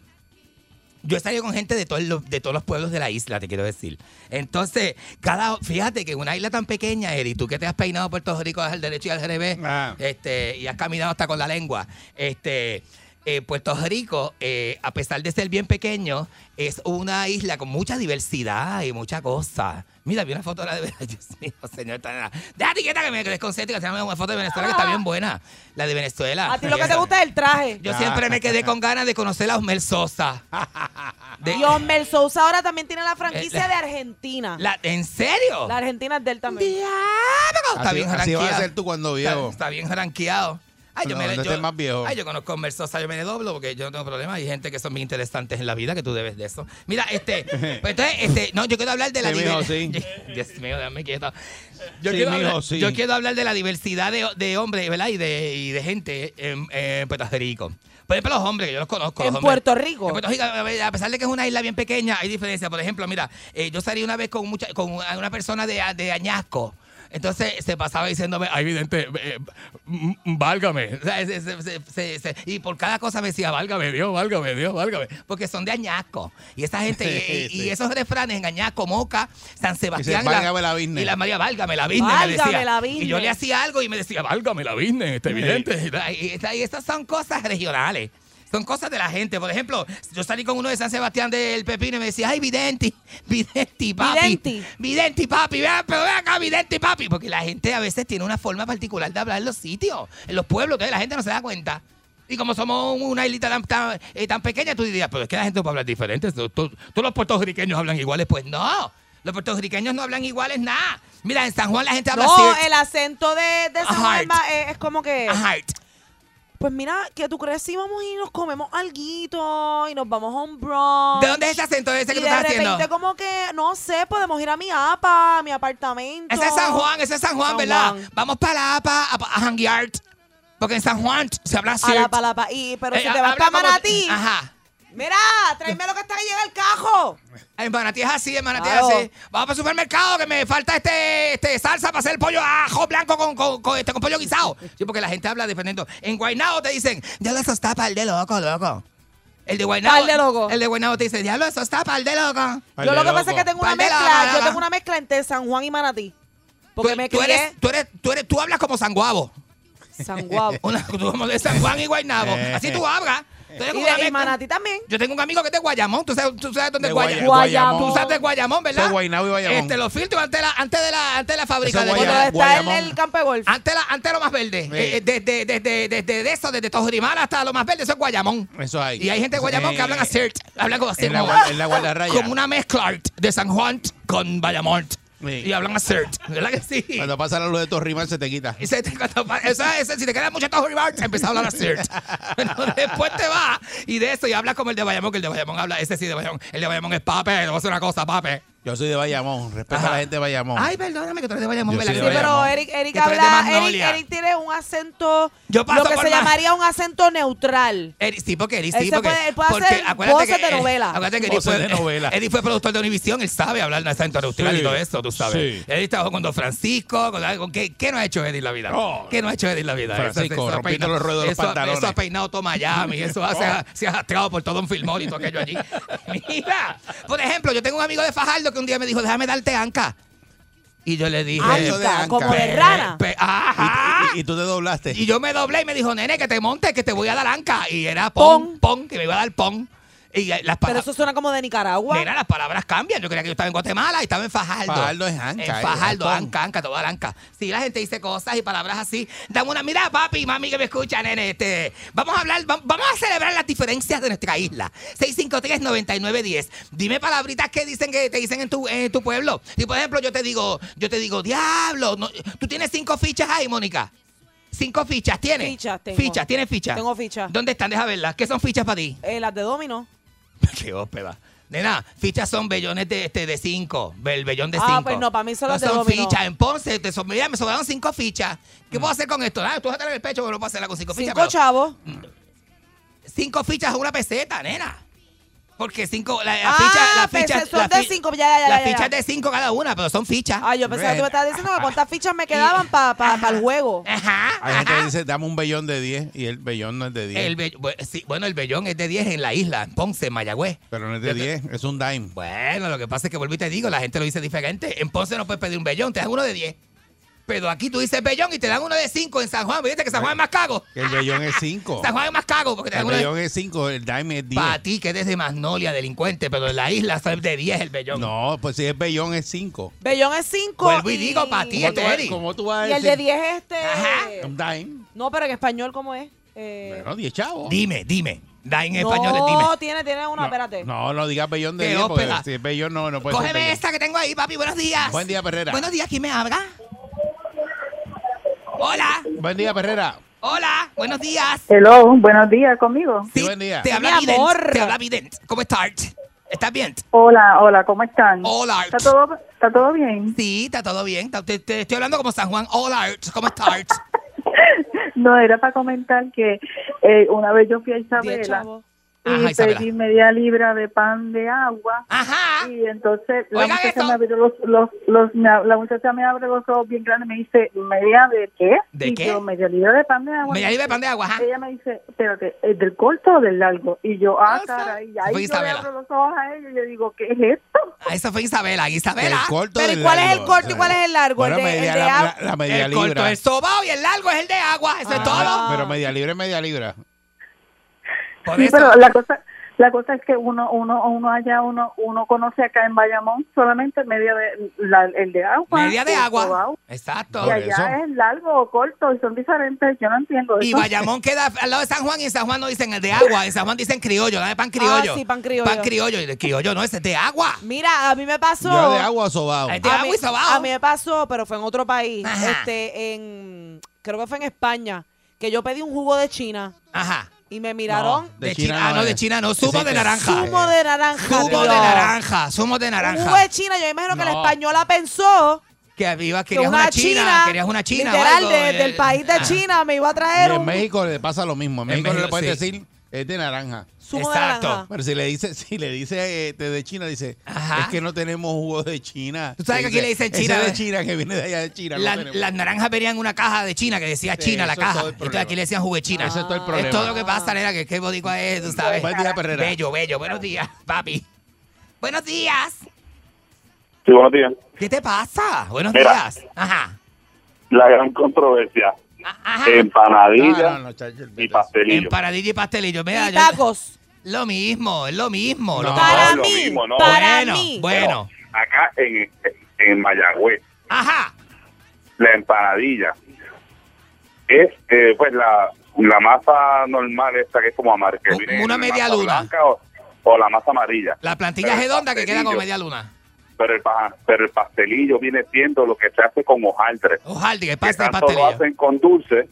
Speaker 5: yo he salido con gente de todos los, de todos los pueblos de la isla, te quiero decir. Entonces, cada fíjate que en una isla tan pequeña, Eri, tú que te has peinado a Puerto Rico al derecho y al revés, este, y has caminado hasta con la lengua, este eh, Puerto Rico, eh, a pesar de ser bien pequeño, es una isla con mucha diversidad y mucha cosa. Mira, vi una foto de la de Dios mío, señor, está nada. Déjate quieta que me desconcentre, que se llama una foto de Venezuela que está bien buena. La de Venezuela.
Speaker 4: A ti lo que te gusta es el traje.
Speaker 5: Yo siempre me quedé con ganas de conocer a Osmel Sosa. De-
Speaker 4: Y Osmel Sousa ahora también tiene la
Speaker 5: Eh,
Speaker 4: franquicia
Speaker 5: la-
Speaker 4: de Argentina.
Speaker 5: La- ¿En serio?
Speaker 4: La Argentina es del también.
Speaker 5: Está
Speaker 3: Así-
Speaker 5: bien
Speaker 3: así
Speaker 5: ranqueado.
Speaker 3: vas a ser tú cuando
Speaker 5: Está-
Speaker 3: viejo.
Speaker 5: Está, bien ranqueado. Ay, yo
Speaker 3: No,
Speaker 5: me
Speaker 3: no
Speaker 5: yo-
Speaker 3: estés más viejo.
Speaker 5: Ay, yo conozco a Osmel Sosa, yo me le doblo porque yo no tengo problema. Hay gente que son muy interesantes en la vida que tú debes de eso. Mira, este, pues entonces, este, no, yo quiero hablar de la
Speaker 3: Sí, mijo,
Speaker 5: diver-
Speaker 3: sí.
Speaker 5: Dios mío, déjame quieto. Yo,
Speaker 3: Sí,
Speaker 5: quiero,
Speaker 3: mijo,
Speaker 5: hablar,
Speaker 3: sí.
Speaker 5: yo quiero hablar de la diversidad de, de hombres, ¿verdad? Y de, y de gente en, en Puerto Rico. Por ejemplo, los hombres, que yo los conozco.
Speaker 4: En
Speaker 5: los hombres.
Speaker 4: Puerto Rico.
Speaker 5: En Puerto Rico, a pesar de que es una isla bien pequeña, hay diferencias. Por ejemplo, mira, eh, yo salí una vez con, mucha, con una una persona de, de Añasco. Entonces se pasaba diciéndome, ay, vidente, eh, m- m- válgame. O sea, se- se- se- se- se- y por cada cosa me decía, válgame Dios, válgame Dios, válgame. Porque son de Añasco. Y esa gente, y, y
Speaker 3: Sí.
Speaker 5: esos refranes en Añasco, Moca, San Sebastián. y
Speaker 3: válgame la business.
Speaker 5: Y la María, válgame la business. me
Speaker 4: Válgame
Speaker 5: decía.
Speaker 4: la
Speaker 5: Y yo le
Speaker 4: business.
Speaker 5: hacía algo y me decía, válgame la business, este vidente. Y, y- y esas son cosas regionales. Son cosas de la gente. Por ejemplo, yo salí con uno de San Sebastián del Pepino y me decía, ay, vidente, vidente, papi.
Speaker 4: Videnti.
Speaker 5: Videnti, papi, vean, pero vean acá, Videnti, papi. Porque la gente a veces tiene una forma particular de hablar en los sitios, en los pueblos, entonces la gente no se da cuenta. Y como somos una islita tan, tan, eh, tan pequeña, tú dirías, pero es que la gente puede hablar diferente. Tú- tú- Todos los puertorriqueños hablan iguales. Pues no. Los puertorriqueños no hablan iguales nada. Mira, en San Juan la gente habla
Speaker 4: no,
Speaker 5: así.
Speaker 4: el acento de, de San Juan
Speaker 5: heart.
Speaker 4: va- es, es como que. Pues mira, que tú crees si vamos y nos comemos alguito y nos vamos a un brunch.
Speaker 5: ¿De dónde es ese acento ese que
Speaker 4: Y
Speaker 5: tú estás
Speaker 4: De repente
Speaker 5: haciendo?
Speaker 4: como que, no sé, podemos ir a mi APA, a mi apartamento.
Speaker 5: Ese es San Juan, ese es San Juan, ¿verdad?
Speaker 4: Juan.
Speaker 5: Vamos para la APA a, a hanguear. Porque en San Juan se habla así.
Speaker 4: A la palapa. Y, pero
Speaker 5: Eh,
Speaker 4: si te vas
Speaker 5: habla
Speaker 4: para
Speaker 5: como-
Speaker 4: Manatí.
Speaker 5: Ajá.
Speaker 4: Mira, tráeme lo que está que llega el cajo.
Speaker 5: En Manatí es así, en Manatí
Speaker 4: Claro.
Speaker 5: es así. Vamos para el supermercado que me falta este, este salsa para hacer el pollo ajo blanco con, con, con este, con pollo guisado. Sí, porque la gente habla dependiendo. En Guaynao te dicen, ya lo eso está pa'l de loco, loco. El de Guaynao.
Speaker 4: Pa'l de loco.
Speaker 5: El de Guaynao te dice, ya lo eso está pa'l de loco.
Speaker 4: Yo lo que pasa es que tengo una
Speaker 5: Pa'l de loco,
Speaker 4: mezcla, yo
Speaker 5: loco.
Speaker 4: tengo una mezcla entre San Juan y Manatí. Porque
Speaker 5: tú,
Speaker 4: me
Speaker 5: tú
Speaker 4: crié-
Speaker 5: eres, tú eres, tú eres, tú hablas como sanguavo.
Speaker 4: San Guabo.
Speaker 5: Una, tú como de San Juan y Guaynabo.
Speaker 4: Eh,
Speaker 5: Así tú hablas. Tú eres
Speaker 4: Y,
Speaker 5: como
Speaker 4: de-
Speaker 5: una
Speaker 4: y
Speaker 5: mezcla.
Speaker 4: Manatí también.
Speaker 5: Yo tengo un amigo que es de Guayamón. ¿Tú sabes, tú sabes dónde
Speaker 3: De
Speaker 5: es
Speaker 3: Guaya-
Speaker 5: Guayamón?
Speaker 3: Guayamón.
Speaker 5: Tú sabes de Guayamón, ¿verdad?
Speaker 3: Eso es Guaynabo y Guayamón.
Speaker 5: Este, los filtros antes de la, antes de la, antes de la fábrica.
Speaker 3: Eso es
Speaker 5: de
Speaker 3: Guaya- Cuando está el- Guayamón. el
Speaker 4: campo de golf.
Speaker 5: Antes, la, antes lo más verde. Eh, eh, Desde desde- desde- desde eso, desde Tojurimar hasta lo más verde, eso es Guayamón.
Speaker 3: Eso hay. Eh,
Speaker 5: Y hay gente de Guayamón que hablan así, hablan como así.
Speaker 3: en la
Speaker 5: como-
Speaker 3: guarda- en la guardarraya.
Speaker 5: Como una mezcla de San Juan con Bayamón. Y hablan así, ¿verdad que sí?
Speaker 3: Cuando pasa la luz de Torrimal se te quita.
Speaker 5: Y se te- cuando pa- esa- esa- si te quedan muchos tojos rival, te empieza a hablar así. Pero después te va y de eso y hablas como el de Bayamón, que el de Bayamón habla, ese sí de Bayamón, el de Bayamón es pape, te voy a hacer una cosa, pape.
Speaker 3: Yo soy de Bayamón, respeto a la gente de Bayamón.
Speaker 5: Ay, perdóname que tú eres de Bayamón,
Speaker 3: Yo
Speaker 5: ¿verdad?
Speaker 3: soy
Speaker 5: que
Speaker 3: de
Speaker 5: sí?
Speaker 4: Pero
Speaker 3: Bayamón.
Speaker 4: Eric, Eric
Speaker 5: Que tú eres de
Speaker 4: habla, Eric,
Speaker 5: Magnolia.
Speaker 4: Eric tiene un acento,
Speaker 5: Yo paso
Speaker 4: lo que
Speaker 5: por
Speaker 4: se
Speaker 5: Ma-
Speaker 4: llamaría un acento neutral.
Speaker 5: Eric, sí, porque Eric,
Speaker 4: Él
Speaker 5: sí,
Speaker 4: se
Speaker 5: porque,
Speaker 4: puede- él puede
Speaker 5: porque
Speaker 4: hacer
Speaker 5: acuérdate
Speaker 4: voces
Speaker 5: que,
Speaker 4: de novela.
Speaker 5: Acuérdate que Eric
Speaker 3: Voces
Speaker 5: fue,
Speaker 3: de novela.
Speaker 5: Eric fue productor de Univisión, él sabe hablar en acento neutral
Speaker 3: Sí.
Speaker 5: y todo eso, tú sabes.
Speaker 3: Sí.
Speaker 5: Eric trabajó con Don Francisco, con, con- ¿qué, qué no ha hecho Eric en la vida?
Speaker 3: Oh.
Speaker 5: ¿Qué no ha hecho Eric en la vida?
Speaker 3: Francisco,
Speaker 5: ha
Speaker 3: rompiendo
Speaker 5: peinado-
Speaker 3: los ruedos de los
Speaker 5: eso ha-
Speaker 3: pantalones.
Speaker 5: Eso ha peinado todo Miami, eso ha- se, ha, se ha jastrado por todo un filmón y todo aquello allí. Mira, por ejemplo, yo tengo un amigo de Fajardo que un día me dijo, déjame darte anca. Y yo le dije,
Speaker 3: Anca, como de
Speaker 5: "Pe-
Speaker 3: rana".
Speaker 5: pe- ajá.
Speaker 3: Y, y tú te doblaste.
Speaker 5: Y yo me doblé y me dijo, nene, que te montes, que te voy a dar anca. Y era pon, pon, que me iba a dar pon. Y eh, las
Speaker 4: Pero
Speaker 5: palabras,
Speaker 4: eso suena como de Nicaragua.
Speaker 5: nena, las palabras cambian. Yo creía que yo estaba en Guatemala y estaba en Fajardo.
Speaker 3: Fajardo es anca,
Speaker 5: En
Speaker 3: eh,
Speaker 5: Fajardo,
Speaker 3: es pon.
Speaker 5: anca, anca, te voy a dar anca. Si la gente dice cosas y palabras así, dame una mirada, papi y mami, que me escucha, nene. Este, vamos a hablar, vam- vamos a celebrar las diferencias de nuestra isla. 653-9910. Dime palabritas que dicen que te dicen en tu, en tu pueblo. Y por ejemplo, yo te digo, yo te digo, diablo, no- tú tienes cinco fichas ahí, Mónica. Cinco fichas, ¿tienes?
Speaker 4: Fichas tengo.
Speaker 5: Fichas, ¿tienes fichas?
Speaker 4: Tengo fichas.
Speaker 5: ¿Dónde están? Deja verlas. ¿Qué son fichas para ti?
Speaker 4: Eh, las de Domino.
Speaker 5: Qué ópera. Nena, fichas son bellones de, este, de cinco. El bellón de
Speaker 4: Ah,
Speaker 5: cinco.
Speaker 4: pues no, para mí son los de
Speaker 5: son
Speaker 4: dominó. Mm.
Speaker 5: fichas. En Ponce, te son- mira, me sobraron cinco fichas. ¿Qué puedo hacer con esto? Nada, tú vas a tener el pecho, pero no puedo hacerla con cinco fichas.
Speaker 4: Cinco
Speaker 5: pero Mm.
Speaker 4: chavos.
Speaker 5: cinco fichas es una peseta, nena. Porque cinco, la, la
Speaker 4: Ah,
Speaker 5: ficha, la
Speaker 4: pues,
Speaker 5: ficha,
Speaker 4: son
Speaker 5: la
Speaker 4: de
Speaker 5: fi-
Speaker 4: cinco, ya, ya, ya,
Speaker 5: Las
Speaker 4: ya, ya.
Speaker 5: fichas de cinco cada una, pero son fichas.
Speaker 4: Ah, yo pensaba que tú me estabas diciendo que cuántas fichas me quedaban para el juego.
Speaker 3: Hay gente que dice, dame un bellón de 10 y el bellón no es de 10.
Speaker 5: El be- bu- sí, bueno, el bellón es de 10 en la isla, en Ponce, en Mayagüez.
Speaker 3: Pero no es de 10, es un dime.
Speaker 5: Bueno, lo que pasa es que vuelvo y te digo, la gente lo dice diferente. En Ponce no puedes pedir un bellón, te dan uno de 10. Pero aquí tú dices bellón y te dan uno de 5 en San Juan. Viste que San Juan es más cago.
Speaker 3: Que el bellón es 5.
Speaker 5: San Juan es más cago porque te
Speaker 3: El
Speaker 5: dan uno de
Speaker 3: bellón es 5, el dime es 10.
Speaker 5: Para ti que eres de Magnolia, delincuente, pero en la isla es de 10 el bellón.
Speaker 3: No, pues si es bellón es 5.
Speaker 4: Bellón es cinco.
Speaker 5: Vuelvo y digo para ti,
Speaker 3: ¿Cómo tú vas-
Speaker 5: Terry.
Speaker 3: cómo tú vas a
Speaker 4: Y el
Speaker 3: decir?
Speaker 4: de diez es este.
Speaker 3: Un dime.
Speaker 4: No, pero en español, ¿cómo es? Eh,
Speaker 3: Bueno, 10 chavos.
Speaker 5: Dime, dime. Da en
Speaker 4: no,
Speaker 5: español, dime.
Speaker 4: tiene, tiene una,
Speaker 3: No,
Speaker 4: espérate.
Speaker 3: No, pues, no digas bellón de
Speaker 5: Qué
Speaker 3: 10 porque
Speaker 5: ópera.
Speaker 3: si es bellón no, no puede ser
Speaker 5: Cógeme
Speaker 3: bellón.
Speaker 5: esta que tengo ahí, papi. Buenos días.
Speaker 3: Buen día, Perrera.
Speaker 5: Buenos días, ¿quién me habla? Hola,
Speaker 3: Buen día, Perrera.
Speaker 5: hola, buenos días.
Speaker 15: Hello, buenos días conmigo.
Speaker 3: Sí, buen día.
Speaker 5: Te habla
Speaker 15: Mi
Speaker 5: Vident,
Speaker 15: amor.
Speaker 5: Te habla Vident. ¿Cómo estás? ¿Estás bien?
Speaker 15: Hola, hola, ¿cómo están?
Speaker 5: Hola.
Speaker 15: ¿Está todo, está todo bien?
Speaker 5: Sí, está todo bien. Está- Te, te estoy hablando como San Juan. Hola, ¿cómo estás?
Speaker 15: No, era para comentar que eh, una vez yo fui a Isabela
Speaker 4: chavos.
Speaker 15: y
Speaker 5: Ajá, Isabela.
Speaker 15: pedí media libra de pan de agua. Y entonces la
Speaker 5: Oigan
Speaker 15: muchacha,
Speaker 5: esto.
Speaker 15: me abrió los, los, los- me ab- la muchacha me abre los ojos bien grandes y me dice, ¿media de qué?
Speaker 5: ¿De
Speaker 15: y
Speaker 5: qué?
Speaker 15: yo, media libra de pan de agua.
Speaker 5: Media libra de pan de agua, ajá.
Speaker 15: Ella me dice, espérate, ¿es del corto o del largo? Y yo, ah,
Speaker 5: Eso.
Speaker 15: caray. Y
Speaker 5: Fue
Speaker 15: ahí yo le
Speaker 5: Isabela.
Speaker 15: abro los ojos a ella y le digo, ¿qué es esto?
Speaker 5: Ah, Esa fue Isabela. Isabela.
Speaker 3: El corto
Speaker 4: Pero ¿y
Speaker 3: del
Speaker 4: cuál es
Speaker 3: largo,
Speaker 4: el corto y
Speaker 5: Eh.
Speaker 3: o sea,
Speaker 4: cuál es el largo?
Speaker 3: bueno,
Speaker 4: el de, el
Speaker 3: media-
Speaker 4: de
Speaker 3: la,
Speaker 4: agua.
Speaker 3: la- la media
Speaker 5: el
Speaker 3: libra.
Speaker 5: corto es sobao y el largo es el
Speaker 4: Ah.
Speaker 5: de agua. Eso es todo.
Speaker 3: Pero media libra es media libra.
Speaker 5: Por
Speaker 15: Sí,
Speaker 5: eso-
Speaker 15: pero la cosa, La cosa es que uno, uno, uno allá, uno, uno conoce acá en Bayamón solamente media de, la- el de agua.
Speaker 5: Media de
Speaker 15: o
Speaker 5: agua.
Speaker 15: Cobao.
Speaker 16: Exacto.
Speaker 15: Y allá es largo o corto y son diferentes, yo no entiendo eso.
Speaker 5: Y Bayamón queda al lado de San Juan y en San Juan no dicen el de agua, en San Juan dicen criollo, dame pan criollo.
Speaker 4: Ah, sí, pan criollo.
Speaker 5: Pan criollo, y de criollo no, ese es de agua.
Speaker 4: Mira, a mí me pasó.
Speaker 5: Yo de
Speaker 3: agua sobao.
Speaker 5: Es de
Speaker 4: a
Speaker 5: agua
Speaker 4: mí,
Speaker 5: y sobao.
Speaker 4: a mí me pasó, pero fue en otro país.
Speaker 5: Ajá.
Speaker 4: Este, en. Creo que fue en España. Que yo pedí un jugo de China.
Speaker 5: Ajá.
Speaker 4: Y me miraron.
Speaker 5: de, China, ah, no, de China no,
Speaker 16: Ese
Speaker 5: zumo
Speaker 16: es
Speaker 5: de
Speaker 16: el
Speaker 5: naranja.
Speaker 4: Zumo de naranja.
Speaker 5: Zumo de
Speaker 4: tío.
Speaker 5: naranja, zumo de naranja.
Speaker 4: Jugo de China. Yo imagino que la
Speaker 5: No.
Speaker 4: española pensó.
Speaker 5: Que viva,
Speaker 4: que
Speaker 5: querías una, china, querías una china. o
Speaker 4: Literal,
Speaker 5: algo,
Speaker 4: de-
Speaker 5: eh,
Speaker 4: del país de
Speaker 5: ah.
Speaker 4: China me iba a
Speaker 3: Y
Speaker 4: traer
Speaker 3: en
Speaker 4: un.
Speaker 3: México le pasa lo mismo. En México, no le
Speaker 16: México,
Speaker 3: puedes
Speaker 16: sí.
Speaker 3: decir es de naranja.
Speaker 4: Zumo de Exacto. naranja.
Speaker 3: Pero si le dice, si le dice este de China, dice, es que no tenemos jugo de China.
Speaker 5: Tú sabes que aquí le dicen
Speaker 3: "Ese
Speaker 5: China,
Speaker 3: de
Speaker 5: ¿ves?
Speaker 3: China que viene de allá de China.
Speaker 5: La- las naranjas venían en una caja de China que decía
Speaker 3: Sí,
Speaker 5: China la
Speaker 3: eso es
Speaker 5: caja.
Speaker 3: todo el
Speaker 5: Entonces aquí le decían jugo de China.
Speaker 3: Ese es todo el problema.
Speaker 5: Es todo lo que pasa, nena, que qué boricua es, tú sabes.
Speaker 3: Buen día, Perrera.
Speaker 5: Bello, bello. Buenos días, papi. Buenos días.
Speaker 11: Sí, buenos días.
Speaker 5: ¿Qué te pasa? Ah, Buenos
Speaker 11: Mira.
Speaker 5: días. Ajá.
Speaker 11: La gran controversia.
Speaker 3: Ah,
Speaker 11: Empanadilla y pastelillo.
Speaker 5: Paradilla y pastelillo. Mira, yo- Lo mismo, es lo mismo.
Speaker 11: No,
Speaker 5: lo-
Speaker 11: Para es lo mí, mismo, no. para
Speaker 5: bueno,
Speaker 11: mí.
Speaker 5: Bueno.
Speaker 11: Acá en, en Mayagüez,
Speaker 5: Ajá.
Speaker 11: la empanadilla es eh, pues la, la masa normal esta que es como amarilla. que viene
Speaker 5: una
Speaker 11: en la
Speaker 5: media
Speaker 11: masa
Speaker 5: luna.
Speaker 11: blanca O, o la masa amarilla.
Speaker 5: La plantilla
Speaker 11: Pero el
Speaker 5: redonda que queda con
Speaker 11: pastelillo-
Speaker 5: media luna.
Speaker 11: Pero el, pa- pero el pastelillo viene siendo lo que se hace con hojaldre.
Speaker 5: Ojalá que pase el
Speaker 11: tanto lo
Speaker 5: pastelillo.
Speaker 11: hacen con dulce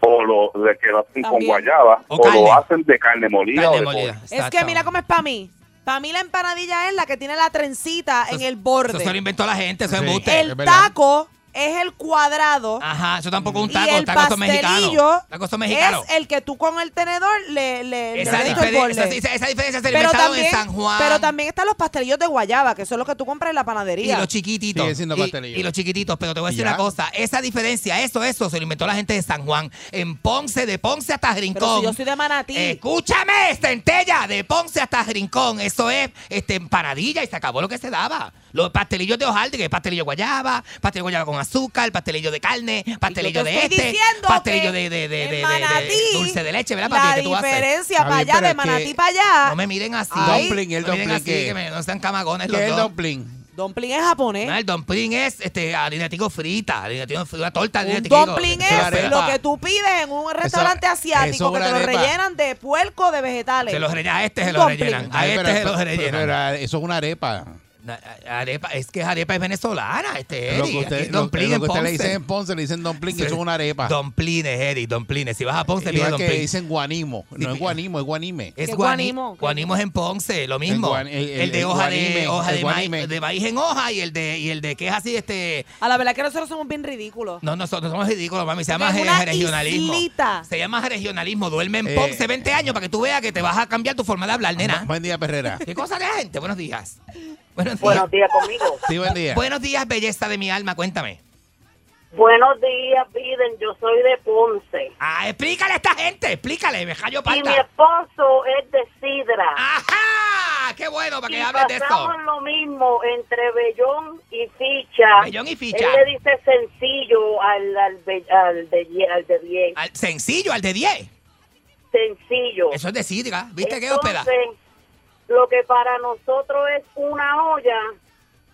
Speaker 11: o lo de que lo hacen con
Speaker 4: También.
Speaker 11: guayaba
Speaker 5: O
Speaker 11: o,
Speaker 5: carne.
Speaker 11: lo hacen de carne molida
Speaker 5: Carne
Speaker 11: o de
Speaker 5: molida.
Speaker 11: pollo.
Speaker 4: Es que mira cómo es para mí. Para mí la empanadilla es la que tiene la trencita en el
Speaker 5: Eso se lo
Speaker 4: borde.
Speaker 5: inventó la gente, eso es
Speaker 16: Sí,
Speaker 5: embuste.
Speaker 16: es
Speaker 4: El
Speaker 16: verdad.
Speaker 4: taco es el cuadrado.
Speaker 5: Ajá, eso tampoco es un
Speaker 4: Y
Speaker 5: taco,
Speaker 4: el
Speaker 5: tacos son mexicanos.
Speaker 4: pastelillo
Speaker 5: Tacos son mexicanos.
Speaker 4: es el que tú con el tenedor le, le,
Speaker 5: Esa
Speaker 4: le metes el
Speaker 5: diferen-
Speaker 4: borde.
Speaker 5: esa- esa- esa diferencia se inventaron en San Juan.
Speaker 4: Pero también están los pastelillos de guayaba, que son los que tú compras en la
Speaker 5: Y
Speaker 4: panadería.
Speaker 5: los chiquititos.
Speaker 3: Sigue siendo
Speaker 5: Y-
Speaker 3: pastelillo.
Speaker 5: Y, los chiquititos, pero te voy a decir
Speaker 3: Ya.
Speaker 5: una cosa. Esa diferencia, eso, eso, se lo inventó la gente de San Juan. En Ponce, de Ponce hasta Rincón.
Speaker 4: Pero si yo soy de Manatí.
Speaker 5: Eh, Escúchame, centella, de Ponce hasta Rincón. Eso es este, empanadilla y se acabó lo que se daba. Los pastelillos de hojalde, que es pastelillo guayaba, pastelillo guayaba con azúcar, pastelillo de carne, pastelillo de
Speaker 4: estoy
Speaker 5: este,
Speaker 4: diciendo
Speaker 5: pastelillo
Speaker 4: que
Speaker 5: de, de- de- de-
Speaker 4: en
Speaker 5: de- de-
Speaker 4: Manatí,
Speaker 5: dulce de leche, ¿verdad, papi?
Speaker 4: La
Speaker 5: ¿Qué tú haces?
Speaker 4: diferencia para allá, de Manatí para allá.
Speaker 5: No me miren así.
Speaker 4: Ay,
Speaker 3: Dumpling, el
Speaker 5: No miren
Speaker 3: dumpling,
Speaker 5: así,
Speaker 3: ¿qué?
Speaker 5: que me- no sean camagones los
Speaker 3: ¿Qué es el
Speaker 5: dos.
Speaker 3: dumpling?
Speaker 4: Dumpling es japonés.
Speaker 5: No, el dumpling es este, harina de tico frita, harina de tico frita, una torta de harina
Speaker 4: Un
Speaker 5: de tico.
Speaker 4: dumpling
Speaker 5: Eso
Speaker 4: es
Speaker 5: arepa.
Speaker 4: lo que tú pides en un restaurante
Speaker 5: eso
Speaker 4: asiático
Speaker 5: es
Speaker 4: que
Speaker 5: una
Speaker 4: te lo
Speaker 5: arepa.
Speaker 4: rellenan de puerco de vegetales.
Speaker 5: Se los rellenan, a este se
Speaker 4: Un
Speaker 5: lo
Speaker 4: dumpling.
Speaker 5: rellenan, a este se lo rellenan.
Speaker 3: eso es una arepa.
Speaker 5: Na- Arepa, es que arepa es venezolana, este
Speaker 3: Lo que
Speaker 5: Eddie.
Speaker 3: usted,
Speaker 5: Aquí
Speaker 3: lo, lo que
Speaker 5: dumpling en
Speaker 3: usted le dice
Speaker 5: Ponce.
Speaker 3: en Ponce, le dicen dumpling, que
Speaker 5: Sí.
Speaker 3: eso es una arepa.
Speaker 5: Dumplines, Eddie, dumplines. Si vas a Ponce, pide
Speaker 3: Igual que
Speaker 5: dumpling.
Speaker 3: dicen guanimo. No es guanimo, es guanime.
Speaker 5: Es
Speaker 3: ¿Qué
Speaker 5: guanimo. Guanimo es en Ponce, lo mismo.
Speaker 3: El guan- el-
Speaker 5: el,
Speaker 3: el-
Speaker 5: de
Speaker 3: el
Speaker 5: hoja de
Speaker 3: guanime,
Speaker 5: hoja
Speaker 3: el
Speaker 5: de maíz,
Speaker 3: guanime.
Speaker 5: de maíz en hoja y el de y el de que es así este
Speaker 4: A la verdad que nosotros somos bien ridículos.
Speaker 5: No, nosotros somos ridículos, mami. Se llama
Speaker 4: Porque es
Speaker 5: re-
Speaker 4: una
Speaker 5: regionalismo.
Speaker 4: islita.
Speaker 5: Se llama regionalismo. Duerme en
Speaker 3: Eh, Ah,
Speaker 5: Ponce 20 años para que tú veas que te vas a cambiar tu forma de hablar, nena.
Speaker 3: Buen día, Perrera.
Speaker 5: ¿Qué cosa de la gente? Buenos días. Buenos días.
Speaker 17: Buenos días conmigo.
Speaker 3: Sí, buen día.
Speaker 5: Buenos días, belleza de mi alma. Cuéntame.
Speaker 17: Buenos días, Biden. Yo soy de Ponce.
Speaker 5: Ah, explícale a esta gente. Explícale. Me callo
Speaker 17: Y mi
Speaker 5: palta.
Speaker 17: esposo es de Sidra.
Speaker 5: ¡Ajá! ¡Qué bueno para que
Speaker 17: y
Speaker 5: hables de esto!
Speaker 17: pasamos lo mismo entre Bellón y Ficha.
Speaker 5: Bellón y Ficha.
Speaker 17: Él le dice sencillo al, al, be- al de, al de bien.
Speaker 5: Al- sencillo, al de 10.
Speaker 17: Sencillo.
Speaker 5: Eso es de sidra. ¿Viste qué
Speaker 17: Entonces,
Speaker 5: hospeda?
Speaker 17: Lo que para nosotros es una olla,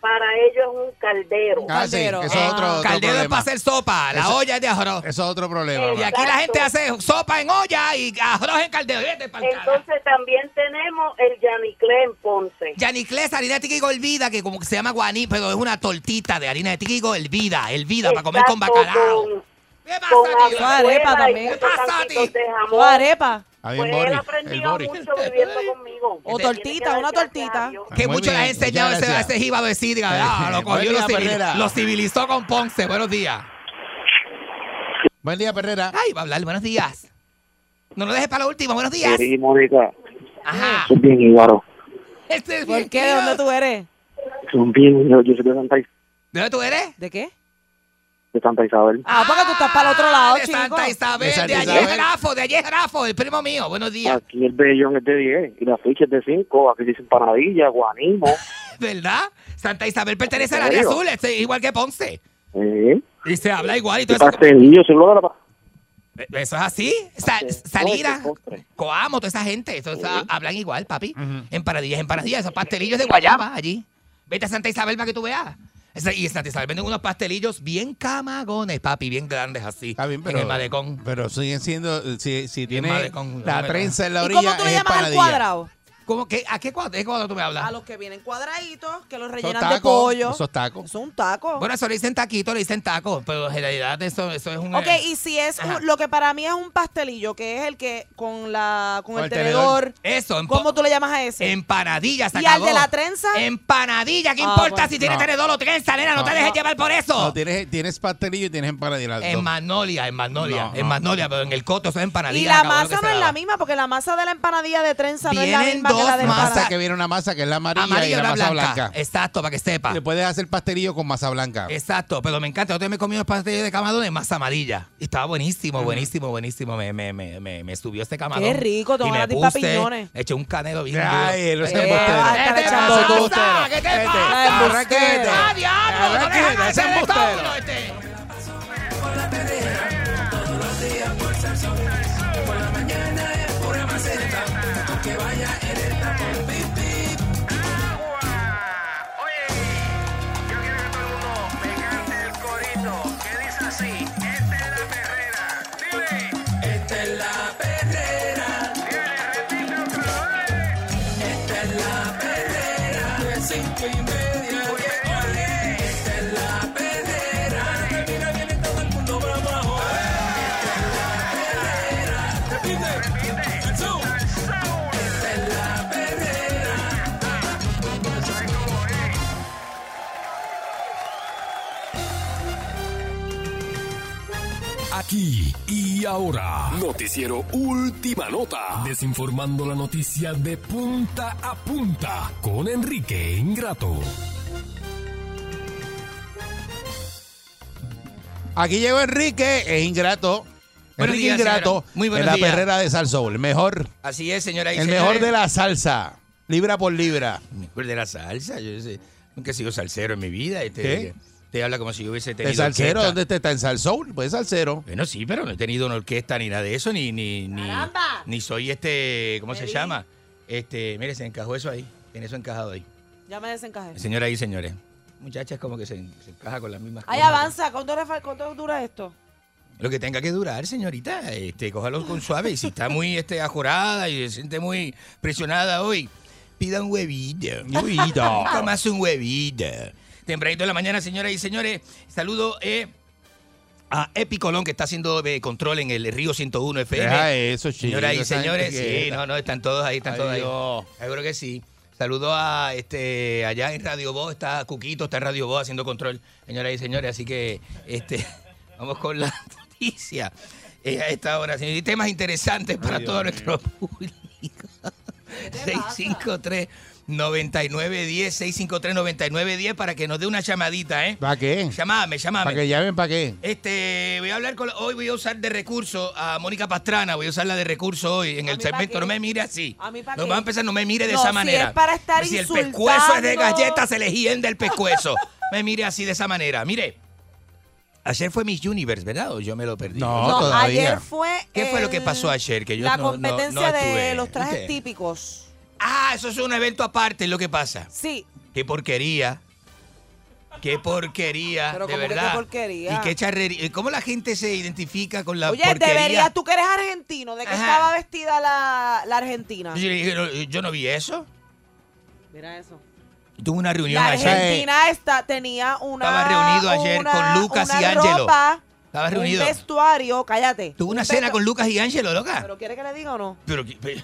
Speaker 17: para ellos es un caldero.
Speaker 3: Ah, sí, eso es otro, otro
Speaker 5: Caldero es
Speaker 3: problema.
Speaker 5: para hacer sopa. La
Speaker 3: Eso-
Speaker 5: olla es de arroz.
Speaker 3: Eso es otro problema.
Speaker 5: Y
Speaker 3: mamá.
Speaker 5: aquí la gente hace sopa en olla y arroz en caldero. Vete pa'l carajo.
Speaker 17: Entonces también tenemos el Yaniclé en Ponce.
Speaker 5: Yaniclé, es harina de tiquigo hervida, que como que se llama guaní, pero es una tortita de harina de tiquigo hervida, hervida, para comer con
Speaker 17: Exacto, pues,
Speaker 5: bacalao.
Speaker 17: con-
Speaker 5: ¿Qué pasa,
Speaker 17: con
Speaker 5: tío?
Speaker 17: habichuela
Speaker 4: arepa
Speaker 17: y
Speaker 4: también.
Speaker 17: muchos
Speaker 4: ¿Qué
Speaker 5: Ah,
Speaker 4: pasa,
Speaker 17: taquitos
Speaker 5: tío?
Speaker 17: de jamón.
Speaker 4: O arepa.
Speaker 3: Ah, bien,
Speaker 17: Pues
Speaker 3: Boris,
Speaker 17: él
Speaker 3: el
Speaker 17: aprendió
Speaker 3: Boris.
Speaker 17: mucho viviendo conmigo.
Speaker 4: O
Speaker 17: Te tiene que
Speaker 4: tortita,
Speaker 17: dar
Speaker 4: una
Speaker 17: gracias a
Speaker 4: tortita.
Speaker 17: Dios.
Speaker 5: Que
Speaker 3: Muy
Speaker 5: mucho le
Speaker 3: bien,
Speaker 5: ha enseñado
Speaker 3: muchas
Speaker 5: ese,
Speaker 3: gracias. Eh,
Speaker 5: ese jíbaro de sidra, ¿verdad? Lo
Speaker 3: Buen día,
Speaker 5: cogió, "Ah, lo, civil-
Speaker 3: Perrera.
Speaker 5: lo civilizó con Ponce. Buenos días.
Speaker 3: Buen día, Perrera.
Speaker 5: Ay, va a hablar, buenos días. No lo dejes para la última, buenos días.
Speaker 6: Sí, Mónica,
Speaker 5: Ajá.
Speaker 6: son bien íbaros.
Speaker 5: Este es
Speaker 4: ¿Por
Speaker 5: bien
Speaker 4: qué? ¿De
Speaker 5: tío.
Speaker 4: dónde tú eres?
Speaker 6: Son bien íbaros. Yo soy de Santa, Is-
Speaker 5: ¿De dónde tú eres?
Speaker 4: ¿De qué?
Speaker 6: de Santa Isabel.
Speaker 4: Ah, porque tú estás para el otro lado,
Speaker 5: de
Speaker 4: chico.
Speaker 5: Santa Isabel,
Speaker 6: De
Speaker 5: de,
Speaker 6: Santa
Speaker 5: allí es
Speaker 6: Isabel.
Speaker 5: Grafo, de allí es Grafo, el primo mío. Buenos días.
Speaker 6: Aquí el vellón es de 10 y la ficha es de 5. Aquí dicen panadilla, guanimo.
Speaker 5: ¿Verdad? Santa Isabel pertenece al
Speaker 6: ¿En
Speaker 5: área
Speaker 6: serio?
Speaker 5: azul, este, igual que Ponce.
Speaker 6: ¿Eh?
Speaker 5: Y se habla igual y
Speaker 6: ¿Qué
Speaker 5: todo eso.
Speaker 6: pastelillo? ¿Se lo de la pa-
Speaker 5: Eso es así. Sa- salida, Coamo, toda esa gente. Eso, eso,
Speaker 18: Sí.
Speaker 5: hablan igual, papi. En paradillas, en paradillas. Esos pastelillos de guayaba allí. Vete a Santa Isabel para que tú veas. Esa- Y en Santa Isabel venden unos pastelillos bien camagones, papi, bien grandes así.
Speaker 3: pero-
Speaker 5: en el malecón.
Speaker 3: Pero siguen siendo, si, si tiene
Speaker 5: malecón,
Speaker 3: la
Speaker 5: malecón.
Speaker 3: trenza en la
Speaker 5: ¿Y
Speaker 3: orilla.
Speaker 5: cómo tú le
Speaker 3: es
Speaker 5: llamas al
Speaker 3: empanadilla.
Speaker 5: cuadrado? ¿Cómo que, ¿A qué cuadro, de qué cuadro tú me hablas?
Speaker 4: A los que vienen cuadraditos, que los
Speaker 5: Son
Speaker 4: rellenan de
Speaker 5: tacos,
Speaker 4: pollo.
Speaker 5: Esos tacos.
Speaker 4: Son tacos.
Speaker 5: Bueno, eso le dicen taquito, le dicen taco, pero en realidad eso, eso es un... eh,
Speaker 4: Ok, y si es un-
Speaker 5: Ajá.
Speaker 4: lo que para mí es un pastelillo, que es el que con la con
Speaker 5: Con
Speaker 4: el,
Speaker 5: el
Speaker 4: tenedor.
Speaker 5: tenedor. Eso, en
Speaker 4: ¿Cómo
Speaker 5: po-
Speaker 4: tú le llamas a ese?
Speaker 5: Empanadilla, se
Speaker 4: ¿Y
Speaker 5: acabó.
Speaker 4: al de la trenza? Ah,
Speaker 5: Empanadilla, ¿qué importa si tiene
Speaker 3: No.
Speaker 5: tenedor o trenza, nena? No, te dejes llevar por eso.
Speaker 3: No, tienes, tienes pastelillo y tienes empanadilla. las
Speaker 5: en
Speaker 3: dos.
Speaker 5: Magnolia, en Magnolia,
Speaker 3: No,
Speaker 5: en
Speaker 3: no.
Speaker 5: Magnolia, pero en el Coto eso es empanadilla.
Speaker 4: Y la
Speaker 5: cabrón, que
Speaker 4: masa
Speaker 5: se
Speaker 4: no es
Speaker 5: daba.
Speaker 4: la misma, porque la masa de la empanadilla de trenza no es la
Speaker 5: Vienen
Speaker 4: misma que la
Speaker 5: dos
Speaker 4: de
Speaker 3: masa
Speaker 4: empanada.
Speaker 3: que viene una masa que es la amarilla,
Speaker 5: Amarilla
Speaker 3: y la
Speaker 5: o la
Speaker 3: masa blanca.
Speaker 5: blanca. Exacto, para que sepa.
Speaker 3: Le puedes hacer pastelillo con masa blanca.
Speaker 5: Exacto, pero me encanta. Yo también me comí unos pasteles de camarón en masa amarilla. Y estaba buenísimo, buenísimo, buenísimo. Me, me, me, me, me subió este camarón.
Speaker 4: Qué rico, te
Speaker 5: Y
Speaker 4: van a
Speaker 5: me
Speaker 4: dar para
Speaker 5: puse,
Speaker 4: piñones.
Speaker 5: eché un canelo bien
Speaker 3: Ay,
Speaker 5: duro.
Speaker 3: no seas
Speaker 5: Eh,
Speaker 3: embustero.
Speaker 5: va a estar
Speaker 3: ¿Qué te
Speaker 5: echando
Speaker 3: pasa?
Speaker 5: tú, Tero.
Speaker 3: ¿Qué te
Speaker 5: Este,
Speaker 3: pasa?
Speaker 5: este,
Speaker 3: Arranquete.
Speaker 5: ¡Ah, diablo! No
Speaker 3: Arranquete,
Speaker 5: dejan
Speaker 3: ese
Speaker 5: hacer el
Speaker 3: embustero.
Speaker 5: cálculo, este.
Speaker 18: Esta es la perrera. Esta es la perrera. De cinco y media. Olé. Esta es la perrera. Mira, viene todo el mundo para abajo. Esta es la perrera. Repite. Al sur. Esta es la perrera.
Speaker 1: Aquí y ahora, Noticiero Última Nota. Desinformando la noticia de punta a punta con Enrique Ingrato.
Speaker 3: Aquí llegó Enrique, es ingrato.
Speaker 5: Buenos
Speaker 3: Enrique
Speaker 5: días,
Speaker 3: Ingrato,
Speaker 5: señora. Muy
Speaker 3: en
Speaker 5: buenos
Speaker 3: la
Speaker 5: días.
Speaker 3: perrera de Sal Soul, el mejor,
Speaker 5: Así es, señora. y
Speaker 3: el mejor
Speaker 5: señores.
Speaker 3: de la salsa, libra por libra.
Speaker 5: Mejor de la salsa. Yo sé, nunca he sido salsero en mi vida. Este,
Speaker 3: ¿Qué?
Speaker 5: Te habla como si yo hubiese tenido.
Speaker 3: ¿El salsero?
Speaker 5: orquesta.
Speaker 3: ¿Dónde te está? ¿En Sal Soul? Pues salsero.
Speaker 5: Bueno, sí, pero no he tenido una orquesta ni nada de eso, ni ni ni, ni soy este, ¿cómo se
Speaker 4: Eddie.
Speaker 5: llama? Este, mire, se encajó eso ahí, tiene eso encajado ahí.
Speaker 4: Ya me desencajé.
Speaker 5: Señoras y señores, muchachas como que se, se encaja con las mismas
Speaker 4: Ahí
Speaker 5: cosas.
Speaker 4: avanza. ¿Cuánto, le fal- cuánto dura esto?
Speaker 5: Lo que tenga que durar, señorita, este, cójalo con suave. Y si está muy este, ajorada y se siente muy presionada hoy, pida un huevito.
Speaker 3: Huevito.
Speaker 5: Tomás un huevito. Tempranito de la mañana, señoras y señores. Saludo eh, a Epi Colón, que está haciendo eh, control en el Río 101 FM.
Speaker 3: Deja eso, chico,
Speaker 5: Señoras y
Speaker 3: esa gente
Speaker 5: señores,
Speaker 3: que-
Speaker 5: sí, no, no, están todos ahí, están
Speaker 3: Ay,
Speaker 5: todos ahí.
Speaker 3: Dios.
Speaker 5: Seguro que sí. Saludo a este allá en Radio Voz, está Cuquito, está en Radio Voz haciendo control, señoras y señores. Así que este vamos con la noticia. Eh, a esta hora, señores, y temas interesantes para
Speaker 18: Dios mío.
Speaker 5: todo nuestro público. 653 9910 653 9910 para que nos dé una llamadita, ¿eh?
Speaker 3: ¿Para qué?
Speaker 5: Llamame, llamame.
Speaker 3: ¿Para que llamen? ¿Para qué?
Speaker 5: Este, voy a hablar con. Hoy voy a usar de recurso a Mónica Pastrana, voy a usarla de recurso hoy en el
Speaker 4: pa'
Speaker 5: segmento.
Speaker 4: qué?
Speaker 5: No me mire así.
Speaker 4: A mí pa'
Speaker 5: No
Speaker 4: qué.
Speaker 5: va a empezar, no me mire de
Speaker 4: No,
Speaker 5: esa
Speaker 4: si
Speaker 5: manera.
Speaker 4: es para estar
Speaker 5: Si el
Speaker 4: insultando.
Speaker 5: pescuezo es de galleta, se le hiende el pescuezo. me mire así de esa manera. Mire, ayer fue Miss Universe, ¿verdad? O yo me lo perdí.
Speaker 3: No,
Speaker 4: No, ayer fue.
Speaker 5: ¿Qué fue lo que
Speaker 4: el-
Speaker 5: pasó ayer? Que yo
Speaker 4: la
Speaker 5: no- no- no
Speaker 4: competencia de
Speaker 5: estuve.
Speaker 4: los trajes
Speaker 5: ¿Viste?
Speaker 4: típicos.
Speaker 5: Ah, eso es un evento aparte, es lo que pasa.
Speaker 4: Sí.
Speaker 5: Qué porquería. Qué porquería,
Speaker 4: Pero
Speaker 5: de
Speaker 4: ¿cómo que qué
Speaker 5: verdad.
Speaker 4: porquería?
Speaker 5: Y qué charrería. ¿Cómo la gente se identifica con la
Speaker 4: Oye,
Speaker 5: porquería?
Speaker 4: deberías, tú que eres argentino, ¿de qué estaba vestida la, la argentina?
Speaker 5: Yo le dije, "No, yo no vi eso.
Speaker 4: Mira eso.
Speaker 5: Tuve una reunión
Speaker 4: la
Speaker 5: ayer.
Speaker 4: Argentina está, tenía una.
Speaker 5: Estaba reunido ayer
Speaker 4: una-
Speaker 5: con Lucas
Speaker 4: una
Speaker 5: y Ángelo.
Speaker 4: ropa,
Speaker 5: Estaba reunido.
Speaker 4: Un vestuario, cállate.
Speaker 5: Tuve una
Speaker 4: Un
Speaker 5: cena
Speaker 4: vestu-
Speaker 5: con Lucas y Ángelo, loca.
Speaker 4: ¿Pero quiere que le diga o no?
Speaker 5: Pero, que- pero-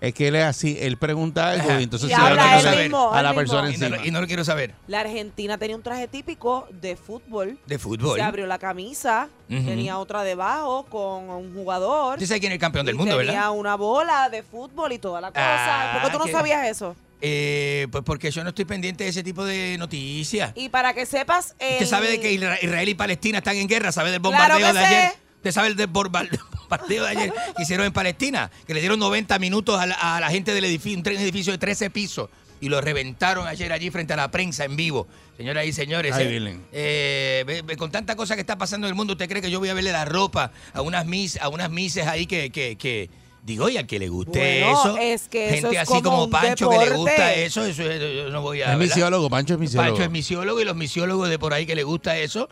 Speaker 3: Es que él es así, él pregunta algo y entonces
Speaker 4: Y
Speaker 3: se
Speaker 4: habla
Speaker 3: lo
Speaker 4: él
Speaker 3: quiere saber
Speaker 4: mismo,
Speaker 3: a
Speaker 4: él
Speaker 3: la
Speaker 4: mismo.
Speaker 3: persona
Speaker 5: y, no,
Speaker 3: encima.
Speaker 5: lo- y no lo quiero saber.
Speaker 4: La Argentina tenía un traje típico de fútbol.
Speaker 5: De fútbol.
Speaker 4: Se abrió la camisa,
Speaker 5: Ujú.
Speaker 4: tenía otra debajo con un jugador.
Speaker 5: Usted sabe quién es el campeón del
Speaker 4: y
Speaker 5: mundo,
Speaker 4: tenía
Speaker 5: ¿verdad?
Speaker 4: una bola de fútbol y toda la cosa.
Speaker 5: Ah,
Speaker 4: ¿Por qué tú no
Speaker 5: que-
Speaker 4: sabías eso?
Speaker 5: Eh, pues porque yo no estoy pendiente de ese tipo de noticias.
Speaker 4: Y para que sepas. El...
Speaker 5: Usted sabe de que Isra- Israel y Palestina están en guerra, sabe del
Speaker 4: Claro
Speaker 5: bombardeo
Speaker 4: que
Speaker 5: de
Speaker 4: sé.
Speaker 5: ayer. Usted sabe del bombal- bombardeo de ayer que hicieron en Palestina, que le dieron 90 minutos a la, a la gente del edificio, un tren- edificio de 13 pisos. y lo reventaron ayer allí frente a la prensa en vivo. Señoras y señores,
Speaker 3: Ay,
Speaker 5: eh,
Speaker 3: Belén.
Speaker 5: eh, ve- ve- con tanta cosa que está pasando en el mundo, ¿usted cree que yo voy a verle la ropa a unas mis, a unas mises ahí que, que, que- digo, y al que le guste
Speaker 4: Bueno,
Speaker 5: eso,
Speaker 4: es que eso
Speaker 5: gente
Speaker 4: es
Speaker 5: así
Speaker 4: como
Speaker 5: como,
Speaker 4: un
Speaker 5: Pancho que le gusta
Speaker 4: deporte.
Speaker 5: eso, eso es- yo no voy a
Speaker 3: Es
Speaker 5: ¿verdad?
Speaker 3: misiólogo, Pancho es misiólogo.
Speaker 5: Pancho es misiólogo y los misiólogos de por ahí que le gusta eso,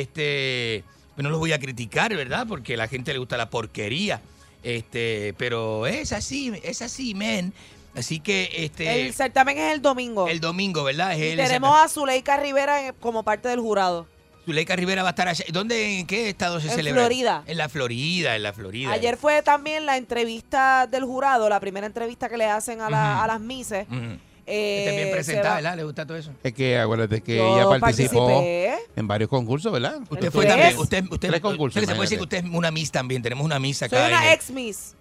Speaker 5: este, pues no los voy a criticar, ¿verdad? Porque a la gente le gusta la porquería. Este, pero es así, es así, men. Así que este
Speaker 4: El certamen es el domingo.
Speaker 5: el domingo, ¿verdad? Es
Speaker 4: Y
Speaker 5: el-
Speaker 4: tenemos a Zuleika Rivera en- como parte del jurado.
Speaker 5: Zuleika Rivera va a estar allá. ¿Dónde, en qué estado se
Speaker 4: En
Speaker 5: celebra?
Speaker 4: Florida.
Speaker 5: En la Florida, en la Florida.
Speaker 4: Ayer fue también la entrevista del jurado, la primera entrevista que le hacen a, la-
Speaker 5: Ujú.
Speaker 4: a las mises.
Speaker 5: Ujú.
Speaker 4: Eh,
Speaker 5: Está bien
Speaker 4: se
Speaker 5: presentada,
Speaker 4: va-
Speaker 5: ¿verdad? ¿Le gusta todo eso?
Speaker 3: Es que acuérdate que
Speaker 4: Yo
Speaker 3: ella participó
Speaker 4: participé.
Speaker 3: en varios concursos, ¿verdad?
Speaker 5: Usted fue también. Usted, usted,
Speaker 3: Tres
Speaker 5: usted
Speaker 3: concursos.
Speaker 5: que se puede decir que
Speaker 3: imagínate.
Speaker 5: usted es una Miss también. Tenemos una Miss acá.
Speaker 4: Soy
Speaker 5: en
Speaker 4: una
Speaker 5: el-
Speaker 4: ex miss.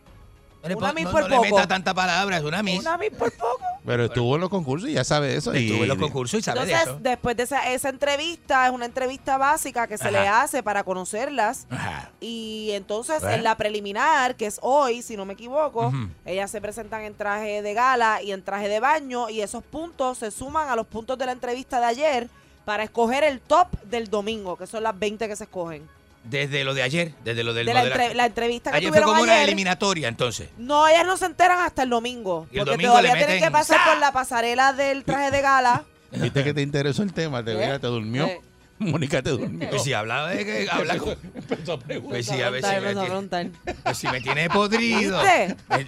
Speaker 5: no le
Speaker 4: una
Speaker 5: pon-
Speaker 4: Miss
Speaker 5: no-
Speaker 4: por
Speaker 5: no
Speaker 4: poco.
Speaker 5: le meta tanta palabra, es una Miss.
Speaker 4: Una Miss por poco.
Speaker 3: Pero estuvo en los concursos y ya sabe eso. y-
Speaker 5: Estuvo en los concursos y sabe de
Speaker 4: Entonces,
Speaker 5: eso.
Speaker 4: después de esa, esa entrevista, es una entrevista básica que se
Speaker 5: Ajá.
Speaker 4: le hace para conocerlas.
Speaker 5: Ajá.
Speaker 4: Y entonces,
Speaker 5: Bueno.
Speaker 4: en la preliminar, que es hoy, si no me equivoco,
Speaker 5: Ujú.
Speaker 4: ellas se presentan en traje de gala y en traje de baño. Y esos puntos se suman a los puntos de la entrevista de ayer para escoger el top del domingo, que son las 20 que se escogen.
Speaker 5: Desde lo de ayer, desde lo del.
Speaker 4: de la,
Speaker 5: lo de la-
Speaker 4: entre- la entrevista que
Speaker 5: ayer fue
Speaker 4: tuvieron
Speaker 5: como una
Speaker 4: ayer.
Speaker 5: eliminatoria, entonces.
Speaker 4: No, ellas no se enteran hasta el domingo.
Speaker 5: Y el
Speaker 4: porque
Speaker 5: domingo le
Speaker 4: todavía tienen
Speaker 5: meten
Speaker 4: que pasar
Speaker 5: ¡za!
Speaker 4: por la pasarela del traje de gala.
Speaker 3: Viste que te interesó el tema, te,
Speaker 4: ¿Eh?
Speaker 3: mira, te durmió.
Speaker 4: Eh.
Speaker 3: Mónica te durmió.
Speaker 5: Pues si hablaba de que- habla con- Pues si
Speaker 4: Preguntar,
Speaker 5: a veces me
Speaker 4: vamos a
Speaker 5: tiene-
Speaker 4: preguntar.
Speaker 5: pues si me tiene podrido.
Speaker 4: ¿Viste?
Speaker 5: Me-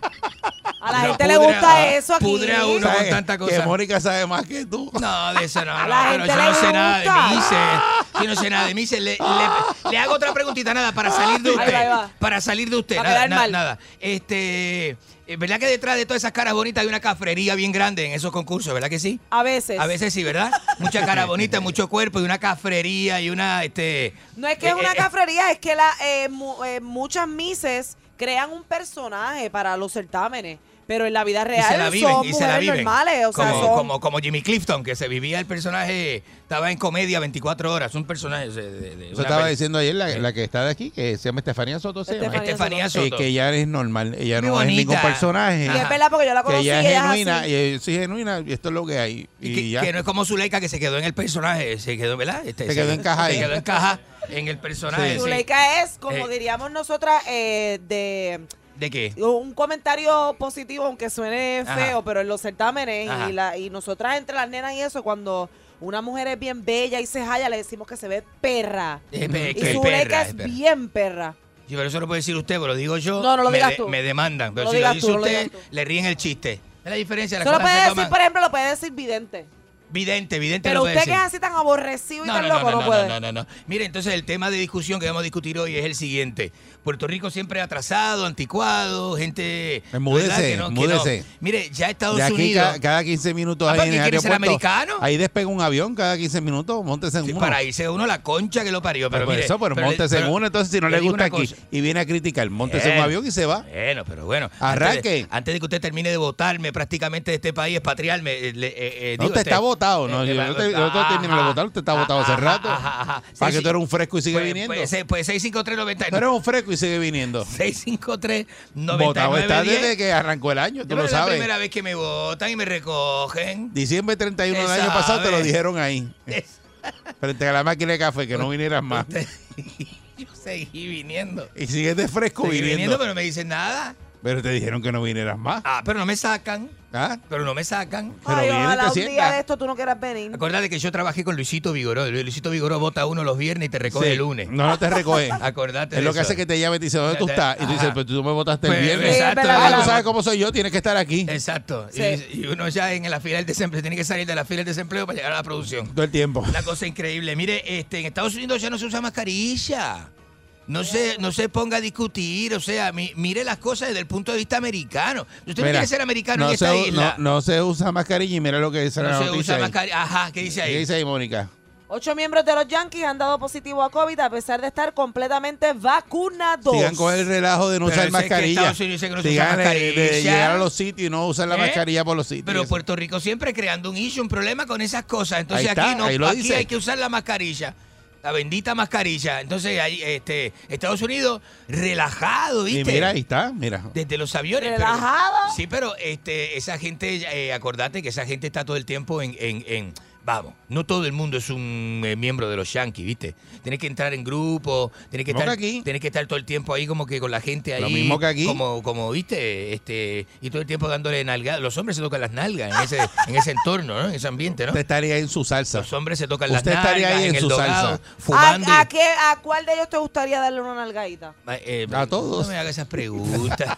Speaker 4: A la
Speaker 5: Lo
Speaker 4: gente le
Speaker 5: pudre
Speaker 4: gusta
Speaker 5: a-
Speaker 4: eso aquí.
Speaker 5: Pudre a uno con
Speaker 3: ¿Sabes?
Speaker 5: tanta cosa.
Speaker 3: Que Mónica sabe más que tú.
Speaker 5: No, de eso no.
Speaker 4: A
Speaker 5: no,
Speaker 4: la
Speaker 5: pero
Speaker 4: gente
Speaker 5: yo
Speaker 4: le
Speaker 5: no sé nada de
Speaker 4: gusta.
Speaker 5: Mises. Yo no sé nada de Mises. Le, le- le hago otra preguntita, nada, para salir de
Speaker 4: Ahí va,
Speaker 5: usted.
Speaker 4: ahí va.
Speaker 5: Para salir de usted.
Speaker 4: Para
Speaker 5: nada,
Speaker 4: quedar
Speaker 5: nada,
Speaker 4: mal.
Speaker 5: nada. Este, eh, ¿Verdad que detrás de todas esas caras bonitas hay una cafrería bien grande en esos concursos? ¿Verdad que sí?
Speaker 4: A veces.
Speaker 5: A veces sí, ¿verdad? Mucha cara bonita, mucho cuerpo y una cafrería y una... este
Speaker 4: No es que es
Speaker 5: eh,
Speaker 4: una
Speaker 5: eh,
Speaker 4: cafrería, es que la, eh, mu- eh, muchas mises crean un personaje para los certámenes. Pero en la vida
Speaker 5: Y se
Speaker 4: real
Speaker 5: la viven,
Speaker 4: son
Speaker 5: y se la
Speaker 4: mujeres
Speaker 5: viven.
Speaker 4: normales. O sea,
Speaker 5: como,
Speaker 4: son-
Speaker 5: como, como Jimmy Clifton, que se vivía el personaje, estaba en comedia 24 horas, un personaje... o sea, de- de- de
Speaker 3: Eso
Speaker 5: una
Speaker 3: estaba
Speaker 5: pe-
Speaker 3: diciendo ayer la, la que está de aquí, que se llama Estefanía Soto. Se llama.
Speaker 5: Estefanía Soto.
Speaker 3: Eh, que ella es normal, ella
Speaker 5: Muy
Speaker 3: no es ningún
Speaker 5: bonita.
Speaker 3: personaje.
Speaker 4: Y
Speaker 5: Ajá.
Speaker 4: es verdad porque yo la
Speaker 3: Que
Speaker 4: conocí.
Speaker 3: ella
Speaker 4: ella
Speaker 3: es
Speaker 4: es
Speaker 3: genuina,
Speaker 4: así.
Speaker 3: y yo soy genuina, y esto es lo que hay. Y,
Speaker 5: Y que,
Speaker 3: ya.
Speaker 5: que no es como Zuleika que se quedó en el personaje, se quedó, ¿verdad? Este,
Speaker 3: Se quedó en caja
Speaker 5: Se
Speaker 3: ahí.
Speaker 5: quedó en caja en el personaje. sí.
Speaker 4: Zuleika es, como
Speaker 5: Eh.
Speaker 4: diríamos nosotras, eh, de
Speaker 5: ¿De qué?
Speaker 4: un comentario positivo, aunque suene
Speaker 5: Ajá.
Speaker 4: feo, pero en los certámenes
Speaker 5: Ajá.
Speaker 4: y, la, y nosotras entre las nenas y eso, cuando una mujer es bien bella y se jalla, le decimos que se ve perra.
Speaker 5: Es Eh, pe- es
Speaker 4: y
Speaker 5: que es
Speaker 4: Zuleika
Speaker 5: perra,
Speaker 4: es,
Speaker 5: es perra.
Speaker 4: bien perra.
Speaker 5: Sí, pero eso lo puede decir usted, pero lo digo yo.
Speaker 4: No, no lo
Speaker 5: me
Speaker 4: digas
Speaker 5: de-
Speaker 4: tú.
Speaker 5: Me demandan. Pero
Speaker 4: No lo
Speaker 5: si
Speaker 4: digas
Speaker 5: lo dice
Speaker 4: tú, no lo
Speaker 5: usted,
Speaker 4: digas tú.
Speaker 5: le ríen el chiste. Es la diferencia. Las
Speaker 4: Eso lo
Speaker 5: cosas
Speaker 4: puede
Speaker 5: se
Speaker 4: decir,
Speaker 5: toman-
Speaker 4: por ejemplo, lo puede decir vidente.
Speaker 5: Vidente, vidente
Speaker 4: Pero
Speaker 5: lo puede
Speaker 4: usted que es
Speaker 5: decir.
Speaker 4: así tan aborrecido y
Speaker 5: No,
Speaker 4: tan
Speaker 5: no,
Speaker 4: loco,
Speaker 5: no,
Speaker 4: no,
Speaker 5: no,
Speaker 4: puede.
Speaker 5: no, no, no. Mire, entonces el tema de discusión que vamos a discutir hoy es el siguiente. Puerto Rico siempre atrasado, anticuado, gente...
Speaker 3: Enmúdese,
Speaker 5: ¿verdad? Que que
Speaker 3: enmúdese.
Speaker 5: Mire, ya Estados
Speaker 3: De aquí
Speaker 5: Unidos...
Speaker 3: ca- cada 15 minutos
Speaker 5: Ah,
Speaker 3: ahí
Speaker 5: ¿pero
Speaker 3: en
Speaker 5: qué
Speaker 3: el
Speaker 5: quiere ser
Speaker 3: aeropuerto.
Speaker 5: americano?
Speaker 3: Ahí despega un avión cada 15 minutos, montese en
Speaker 5: Sí,
Speaker 3: uno.
Speaker 5: para irse uno la concha que lo parió. Pero,
Speaker 3: Pero por
Speaker 5: mire,
Speaker 3: eso, pero,
Speaker 5: pero le-
Speaker 3: montese en
Speaker 5: pero
Speaker 3: uno, entonces si no
Speaker 5: le
Speaker 3: le
Speaker 5: digo
Speaker 3: gusta
Speaker 5: una
Speaker 3: aquí
Speaker 5: cosa. Eh,
Speaker 3: y viene a criticar, montese en
Speaker 5: Bueno.
Speaker 3: un avión y se va.
Speaker 5: Bueno, pero bueno.
Speaker 3: Arranque.
Speaker 5: Antes de, antes de que usted termine de votarme prácticamente de este país, expatriarme. eh, le- eh, eh,
Speaker 3: No,
Speaker 5: digo,
Speaker 3: usted
Speaker 5: este-
Speaker 3: está votado,
Speaker 5: eh,
Speaker 3: no,
Speaker 5: eh, ah,
Speaker 3: yo no te, yo
Speaker 5: va-
Speaker 3: te termino de
Speaker 5: ajá.
Speaker 3: votar, usted está votado hace
Speaker 5: Ajá,
Speaker 3: rato.
Speaker 5: ajá, ajá.
Speaker 3: Para que
Speaker 5: Sí, sí.
Speaker 3: tú eres un fresco y sigue
Speaker 5: Pues-
Speaker 3: viniendo.
Speaker 5: Pues, eh, pues 653
Speaker 3: Tú eres un fresco y sigue viniendo.
Speaker 5: 653
Speaker 3: Votado está
Speaker 5: 10.
Speaker 3: desde que arrancó el año, tú
Speaker 5: Yo
Speaker 3: lo
Speaker 5: Es la
Speaker 3: sabes.
Speaker 5: primera vez que me votan y me recogen.
Speaker 3: Diciembre 31 del
Speaker 5: Usted
Speaker 3: año pasado te lo
Speaker 5: sabe.
Speaker 3: dijeron ahí, frente a la máquina de café, que no vinieras más.
Speaker 5: Yo seguí viniendo.
Speaker 3: Y sigues de fresco
Speaker 5: Seguí viniendo,
Speaker 3: viniendo.
Speaker 5: pero no me dicen nada.
Speaker 3: Pero te dijeron que no vinieras más.
Speaker 5: Ah, pero no me sacan.
Speaker 3: ¿Ah?
Speaker 5: Pero no me sacan.
Speaker 3: Pero
Speaker 4: Ay,
Speaker 3: viene y
Speaker 4: ojalá
Speaker 3: te
Speaker 4: un día
Speaker 3: sienta.
Speaker 4: de esto tú no quieras venir.
Speaker 5: Acuérdate que yo trabajé con Luisito Vigoró. Luisito Vigoró vota uno los viernes y te recoge
Speaker 3: Sí.
Speaker 5: el lunes.
Speaker 3: No, no te recogen.
Speaker 5: Acordate
Speaker 3: Es
Speaker 5: de
Speaker 3: lo que
Speaker 5: eso.
Speaker 3: hace que te llame y te dice, ¿dónde tú
Speaker 5: Te-
Speaker 3: estás? Y tú dices,
Speaker 5: ajá.
Speaker 3: pero tú me votaste el
Speaker 5: Pues,
Speaker 3: viernes.
Speaker 5: exacto.
Speaker 3: Ah, tú
Speaker 5: Exacto.
Speaker 3: sabes cómo soy yo, tienes que estar aquí
Speaker 5: Exacto. Y-
Speaker 4: Sí.
Speaker 5: Y, uno ya en la fila del desempleo tiene que salir de la fila del desempleo para llegar a la producción.
Speaker 3: todo el tiempo.
Speaker 5: Una cosa increíble. Mire, este, en Estados Unidos ya no se usa mascarilla. No se, no se ponga a discutir, o sea, mi- mire las cosas desde el punto de vista americano. Usted no
Speaker 3: Mira,
Speaker 5: quiere ser americano
Speaker 3: no
Speaker 5: en esta
Speaker 3: se,
Speaker 5: isla.
Speaker 3: No, no se usa mascarilla y mira lo que dice la
Speaker 5: No se
Speaker 3: noticia
Speaker 5: usa
Speaker 3: ahí.
Speaker 5: mascarilla. Ajá, ¿qué dice
Speaker 3: ¿Qué
Speaker 5: ahí?
Speaker 3: dice ahí, Mónica?
Speaker 4: Ocho miembros de los Yankees han dado positivo a COVID a pesar de estar completamente vacunados.
Speaker 3: Sigan con el relajo de no
Speaker 5: Pero
Speaker 3: usar
Speaker 5: eso es que
Speaker 3: mascarilla.
Speaker 5: Estados Unidos dice que no se usa
Speaker 3: Sigan de,
Speaker 5: mascarilla.
Speaker 3: de llegar a los sitios y no usar la
Speaker 5: ¿Eh?
Speaker 3: mascarilla por los sitios.
Speaker 5: Pero Puerto Rico siempre creando un issue, un problema con esas cosas. Entonces
Speaker 3: Ahí está,
Speaker 5: aquí no,
Speaker 3: ahí lo
Speaker 5: aquí
Speaker 3: dice.
Speaker 5: hay que usar la mascarilla. La bendita mascarilla. Entonces, ahí, este, Estados Unidos relajado,
Speaker 3: Y
Speaker 5: ¿viste?
Speaker 3: mira, ahí está, mira.
Speaker 5: Desde los aviones. pero-
Speaker 4: Relajado.
Speaker 5: sí, pero este, esa gente, eh, acordate que esa gente está todo el tiempo en, en- en- Vamos, no todo el mundo es un eh, miembro de los Yankees, ¿viste? Tienes que entrar en grupo, tienes que,
Speaker 3: Como
Speaker 5: estar,
Speaker 3: que aquí.
Speaker 5: tienes que estar todo el tiempo ahí como que con la gente ahí.
Speaker 3: Lo mismo que aquí.
Speaker 5: Como, como ¿viste? Este, y todo el tiempo dándole nalgadas. Los hombres se tocan las nalgas en ese, en ese entorno, ¿no? En ese ambiente, ¿no?
Speaker 3: Usted estaría en su salsa.
Speaker 5: Los hombres se tocan
Speaker 3: Usted
Speaker 5: las nalgas
Speaker 3: estaría ahí en,
Speaker 5: el
Speaker 3: su
Speaker 5: dogado,
Speaker 3: salsa.
Speaker 5: fumando. y-
Speaker 4: ¿A, qué, ¿A cuál de ellos te gustaría darle una nalgadita?
Speaker 5: Eh, a todos. No me haga esas preguntas.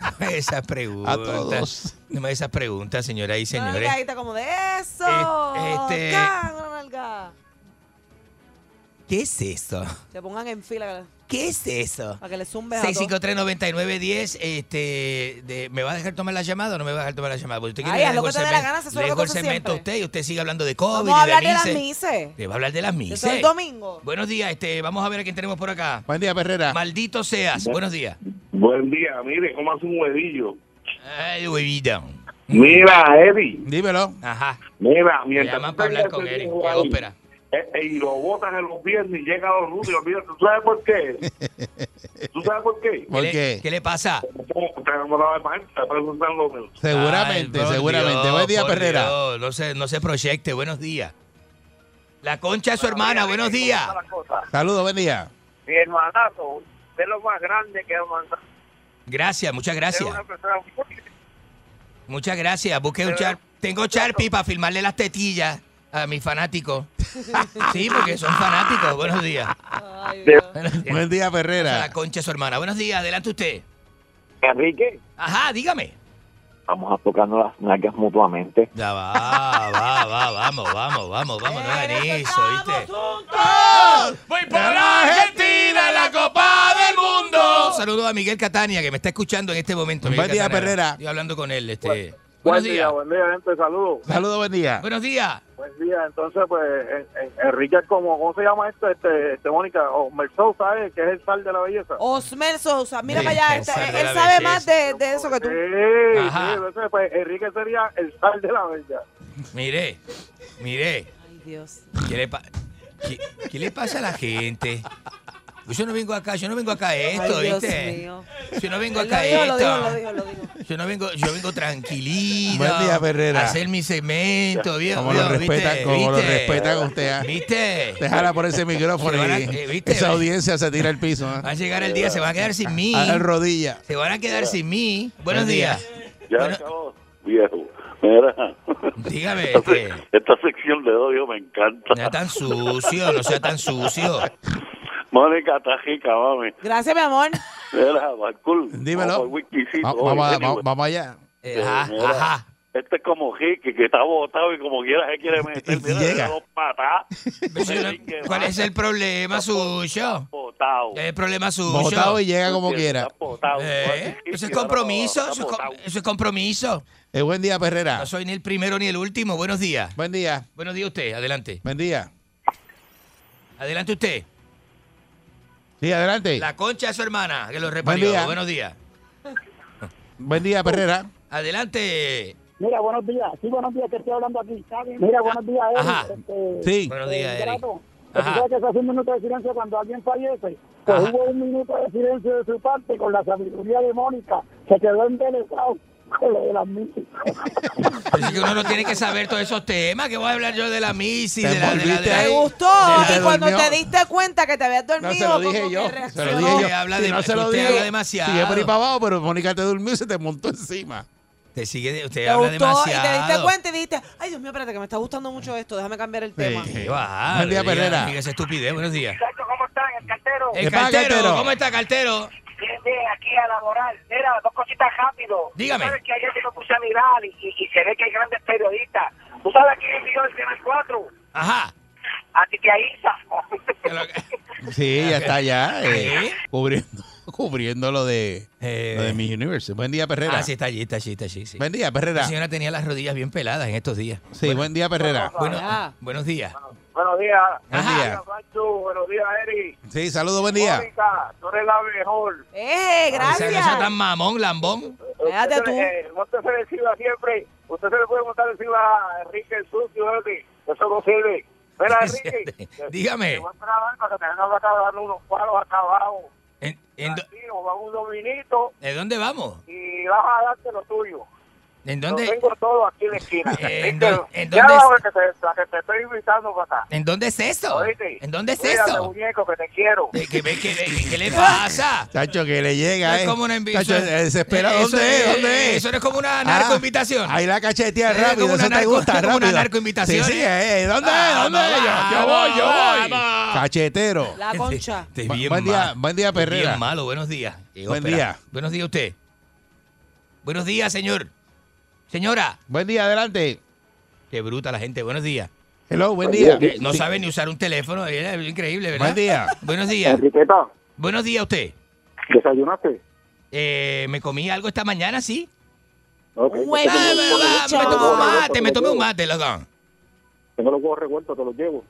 Speaker 5: No me haga esas preguntas.
Speaker 3: A todos.
Speaker 5: No me haga esas preguntas, señoras y
Speaker 4: Una
Speaker 5: señores.
Speaker 4: nalgadita como de eso.
Speaker 5: este-
Speaker 4: acá, una nalgada.
Speaker 5: ¿Qué es eso?
Speaker 4: Se pongan en fila.
Speaker 5: ¿Qué es eso?
Speaker 4: Para que le zumbe a todos.
Speaker 5: 653-9910, este, de- ¿me va a dejar tomar la llamada o no me va a dejar tomar la llamada? Porque usted
Speaker 4: Ay,
Speaker 5: quiere
Speaker 4: haz lo
Speaker 5: le
Speaker 4: que te dé la gana, eso es lo
Speaker 5: le
Speaker 4: que
Speaker 5: dejo el
Speaker 4: pasa
Speaker 5: segmento a
Speaker 4: siempre.
Speaker 5: usted y usted sigue hablando de COVID
Speaker 4: Vamos a
Speaker 5: y
Speaker 4: hablar de
Speaker 5: de,
Speaker 4: las
Speaker 5: mises.
Speaker 4: mises.
Speaker 5: Le va a hablar de las
Speaker 4: Eso es
Speaker 5: mises.
Speaker 4: el domingo.
Speaker 5: Buenos días, este, vamos a ver a quién tenemos por acá.
Speaker 3: Buen día, Perrera.
Speaker 5: Maldito seas, buenos días.
Speaker 11: Buen día, mire, ¿cómo hace un huevillo?
Speaker 5: Ay, huevita.
Speaker 11: Mira, Eddie.
Speaker 3: Dímelo.
Speaker 5: Ajá.
Speaker 11: Mira, mientras.
Speaker 5: llaman
Speaker 11: tú
Speaker 5: para hablar
Speaker 11: tengas
Speaker 5: con
Speaker 11: ese
Speaker 5: Eric,
Speaker 11: hijo
Speaker 5: de
Speaker 11: ahí,
Speaker 5: ópera.
Speaker 11: eh, eh, y lo botas en los viernes y llega a los lunes. Mira, ¿tú sabes por qué? ¿Tú sabes por qué?
Speaker 3: ¿Por qué?
Speaker 5: ¿Qué le pasa?
Speaker 11: Te enamoraba de Marta, te preguntan lo mismo.
Speaker 3: Seguramente,
Speaker 5: Ay, por
Speaker 3: seguramente.
Speaker 5: Dios,
Speaker 3: Buen día,
Speaker 5: por
Speaker 3: Perrera.
Speaker 5: Dios, no, se, no se proyecte, buenos días. La concha de su hermana, buenos días.
Speaker 3: Saludos, buen día.
Speaker 19: Mi hermanazo, usted es lo más grande que ha mandado.
Speaker 5: Gracias, muchas
Speaker 19: Usted
Speaker 5: gracias.
Speaker 19: es una persona muy-
Speaker 5: Muchas gracias. Busqué un char... Tengo Charpi para filmarle las tetillas a mis fanáticos. Sí, porque son fanáticos. Buenos días.
Speaker 3: Buen día, Perrera.
Speaker 5: La concha de su hermana. Buenos días, adelante usted.
Speaker 20: Enrique,
Speaker 5: Ajá, dígame.
Speaker 20: vamos a tocarnos las nalgas mutuamente.
Speaker 5: Ya va, Ah, va, va, vamos, vamos, vamos, vamos, no hagan eso, ¿viste? Voy por Argentina, la Copa del Mundo. Saludos a Miguel Catania, que me está escuchando en este momento. Miguel
Speaker 3: Buen día,
Speaker 5: Catania.
Speaker 3: Perrera.
Speaker 5: Estoy hablando con él, este.
Speaker 20: Buen
Speaker 5: Buenos
Speaker 20: día,
Speaker 5: días.
Speaker 20: buen día, gente, saludos.
Speaker 3: Saludos, buen día.
Speaker 5: Buenos días.
Speaker 20: Buen día, entonces, pues, en- en- Enrique, es como, ¿cómo se llama esto? Este, este Mónica, o Merzou, ¿sabes? Que es el sal de la belleza.
Speaker 4: Osmer Sosa, mira
Speaker 20: Sí,
Speaker 4: para allá,
Speaker 20: el
Speaker 4: este-
Speaker 20: sal de
Speaker 4: él
Speaker 20: la
Speaker 4: sabe
Speaker 20: belleza.
Speaker 4: más de, de eso que tú.
Speaker 20: Sí,
Speaker 5: Ajá.
Speaker 20: sí, entonces, pues, Enrique sería el sal de la belleza.
Speaker 5: Mire, mire.
Speaker 4: Ay, Dios.
Speaker 5: ¿Qué le, pa- qué- qué le pasa a la gente? Yo no vengo acá, yo no vengo acá a esto,
Speaker 4: Ay, Dios
Speaker 5: ¿viste?
Speaker 4: mío.
Speaker 5: Yo no vengo
Speaker 4: Él
Speaker 5: acá a
Speaker 4: Lo
Speaker 5: esto.
Speaker 4: dijo, lo dijo, lo dijo, lo dijo.
Speaker 5: Yo no vengo, yo vengo tranquilito.
Speaker 3: Buen día, Ferrera.
Speaker 5: a Hacer mi segmento, bien.
Speaker 3: Como lo
Speaker 5: bien,
Speaker 3: respetan,
Speaker 5: ¿viste?
Speaker 3: como lo
Speaker 5: ¿viste?
Speaker 3: respetan usted. ah.
Speaker 5: ¿Viste?
Speaker 3: Déjala por ese micrófono
Speaker 5: Se van a-
Speaker 3: y
Speaker 5: eh, ¿viste?
Speaker 3: esa audiencia se tira al piso. ah.
Speaker 5: Va a llegar el día, se van a quedar sin mí.
Speaker 3: A- a rodilla.
Speaker 5: Se van a quedar sin mí. Buenos
Speaker 3: Buen día.
Speaker 5: días.
Speaker 11: Ya
Speaker 5: Bueno.
Speaker 11: acabó, viejo. Mira.
Speaker 5: Dígame,
Speaker 11: Esta,
Speaker 5: ¿qué?
Speaker 11: esta sección de odio me encanta.
Speaker 5: No sea tan sucio, no sea tan sucio.
Speaker 11: Mónica Tajica, mami.
Speaker 4: Gracias, mi amor.
Speaker 11: Mira, Barcul.
Speaker 3: Dímelo.
Speaker 11: Vamos, whiskycito,
Speaker 3: Va- vamos, a-
Speaker 11: anyway.
Speaker 3: va- vamos allá.
Speaker 11: Eh, mira, Este es como Jique, que está botado y como quiera se quiere meter. Mira,
Speaker 3: llega.
Speaker 11: le da dos patas.
Speaker 5: ¿Cuál es el problema suyo?
Speaker 11: Botado.
Speaker 5: Es el problema suyo.
Speaker 3: Botado y llega como quiera.
Speaker 5: Eh, Eso es compromiso, eso es, com- eso es compromiso.
Speaker 3: Eh, buen día, Perrera.
Speaker 5: No soy ni el primero ni el último. Buenos días.
Speaker 3: Buen día.
Speaker 5: Buenos días usted, adelante.
Speaker 3: Buen día.
Speaker 5: Adelante usted.
Speaker 3: Sí, adelante.
Speaker 5: La concha de su hermana, que lo reparió.
Speaker 3: día.
Speaker 5: Buenos días.
Speaker 3: Buen día, Perrera.
Speaker 5: Adelante.
Speaker 21: Mira, buenos días. Sí, buenos días, que estoy hablando aquí. Mira, buenos días, Eric.
Speaker 5: Ajá.
Speaker 21: Este,
Speaker 3: Sí.
Speaker 5: Buenos días,
Speaker 21: este,
Speaker 5: Eric.
Speaker 21: grato. Pues tú
Speaker 5: Ajá.
Speaker 21: sabes que se hace un minuto de silencio cuando alguien fallece. Pues
Speaker 5: Ajá.
Speaker 21: hubo un minuto de silencio de su parte y con la sabiduría de Mónica. Se quedó embelesado con lo de las misas.
Speaker 5: Así que uno no tiene que saber todos esos temas. Que voy a hablar yo de la misi,
Speaker 3: Te
Speaker 5: de la. De la, de
Speaker 3: envolviste
Speaker 5: la-
Speaker 3: ahí.
Speaker 4: Me gustó.
Speaker 5: de la-
Speaker 4: y cuando
Speaker 3: durmió.
Speaker 4: te diste cuenta que te habías dormido,
Speaker 3: No se lo dije
Speaker 4: como
Speaker 3: yo.
Speaker 4: que
Speaker 3: Se lo
Speaker 4: reaccionó.
Speaker 3: dije yo.
Speaker 5: Usted habla
Speaker 3: Si
Speaker 5: de-
Speaker 3: no se lo
Speaker 5: usted
Speaker 3: dije.
Speaker 5: habla demasiado.
Speaker 3: Sigue por ahí para abajo, pero Mónica te durmió y se te montó encima.
Speaker 5: Te sigue, usted
Speaker 4: Te
Speaker 5: habla
Speaker 4: gustó
Speaker 5: demasiado.
Speaker 4: y te diste cuenta y dijiste, ay Dios mío, espérate que me está gustando mucho esto, déjame cambiar el tema.
Speaker 5: Qué va,
Speaker 3: Buen día,
Speaker 5: diga-
Speaker 3: Perrera.
Speaker 5: diga esa estupidez. Buenos días.
Speaker 3: ¿Qué
Speaker 5: El
Speaker 3: pasa,
Speaker 5: cartero,
Speaker 3: cartero?
Speaker 5: ¿cómo está, cartero?
Speaker 19: Bien, bien, aquí a laboral. Mira, dos cositas rápido.
Speaker 5: Dígame.
Speaker 19: Tú sabes que ayer yo me puse a mirar y, y- y se ve que hay grandes periodistas. ¿Tú sabes quién envió el Canal 4?
Speaker 5: Ajá.
Speaker 19: A Titia Isa.
Speaker 3: Sí, ya está ya. eh,
Speaker 5: ¿Eh?
Speaker 3: cubriendo, cubriendo lo de, lo de Miss Universe. Buen día, Perrera.
Speaker 5: Ah, sí, está allí, está allí, está allí. sí.
Speaker 3: Buen día, Perrera.
Speaker 5: La señora tenía las rodillas bien peladas en estos días.
Speaker 3: Sí, buen día, Perrera.
Speaker 5: Bueno,
Speaker 4: Ah.
Speaker 5: buenos días.
Speaker 20: Buenos días.
Speaker 5: Ah.
Speaker 3: Buen día.
Speaker 20: Pancho. Buenos días, Eric.
Speaker 3: Sí, saludos, buen día.
Speaker 20: Mónica, tú eres la mejor.
Speaker 4: ¡Eh,
Speaker 5: O sea, no sea
Speaker 4: gracias!
Speaker 5: tan mamón, lambón.
Speaker 4: Espérate tú.
Speaker 20: Eh, usted se le encima siempre. Usted se le puede montar encima a Enrique el sucio, Eric. Eso no sirve.
Speaker 6: Mira,
Speaker 5: Siete.
Speaker 6: Enrique. te-
Speaker 5: Dígame.
Speaker 6: Te voy a esperar a para que tenemos que acabar darle unos palos acá abajo.
Speaker 5: ¿En, en do-
Speaker 6: Sí, nos vamos un dominito
Speaker 5: ¿de dónde vamos?
Speaker 6: y vas a darte lo tuyo.
Speaker 5: ¿En
Speaker 6: Lo
Speaker 5: dónde,
Speaker 6: tengo todo aquí en la esquina.
Speaker 5: ¿En
Speaker 6: ¿Viste?
Speaker 5: dó- en
Speaker 6: Ya
Speaker 5: dónde
Speaker 6: sabes que te, la que te estoy invitando para acá.
Speaker 5: ¿en dónde es eso?
Speaker 6: ¿Oíste?
Speaker 5: ¿En dónde es
Speaker 6: Cuídate,
Speaker 5: eso?
Speaker 6: muñeco, que te quiero.
Speaker 5: ¿Qué, qué, qué- qué- qué le pasa?
Speaker 3: Chacho, que le llega,
Speaker 5: Es
Speaker 3: Ah. eh.
Speaker 5: como una envi-
Speaker 3: Chacho,
Speaker 5: eso es-
Speaker 3: desespera.
Speaker 5: eso
Speaker 3: ¿Dónde
Speaker 5: es-
Speaker 3: es? ¿Dónde es?
Speaker 5: eso no es como una
Speaker 3: Ah,
Speaker 5: narcoinvitación.
Speaker 3: Ahí la cachetea
Speaker 5: Eso es
Speaker 3: rápido.
Speaker 5: como una
Speaker 3: Eso te
Speaker 5: narco-
Speaker 3: gusta
Speaker 5: como
Speaker 3: rápido.
Speaker 5: una narcoinvitación,
Speaker 3: Sí, sí,
Speaker 5: ¿eh?
Speaker 3: eh, ¿Dónde es? ¿Dónde es? Yo,
Speaker 5: Ah,
Speaker 3: yo voy, yo voy. eh, Cachetero.
Speaker 4: La concha.
Speaker 5: Este es
Speaker 3: Bu-
Speaker 5: bien
Speaker 3: buen día,
Speaker 5: malo.
Speaker 3: buen día,
Speaker 5: Este es
Speaker 3: Perrera.
Speaker 5: Bien malo, buenos días. Eh,
Speaker 3: Buen
Speaker 5: espera.
Speaker 3: día.
Speaker 5: Buenos días a usted. Buenos días, señor. Señora.
Speaker 3: Buen día, adelante.
Speaker 5: Qué bruta la gente, buenos días.
Speaker 3: Hello, buen día.
Speaker 5: Eh, No
Speaker 3: Sí.
Speaker 5: sabe ni usar un teléfono, eh, es increíble, ¿verdad?
Speaker 3: Buen día.
Speaker 5: Buenos días.
Speaker 6: Enriqueta,
Speaker 5: Buenos días a usted.
Speaker 6: ¿desayunaste?
Speaker 5: Eh, me comí algo esta mañana, sí.
Speaker 6: Okay,
Speaker 5: Ah, ah, me tomé un mate, me tomé un mate, lo dan.
Speaker 6: Tengo los huevos revueltos, te los llevo.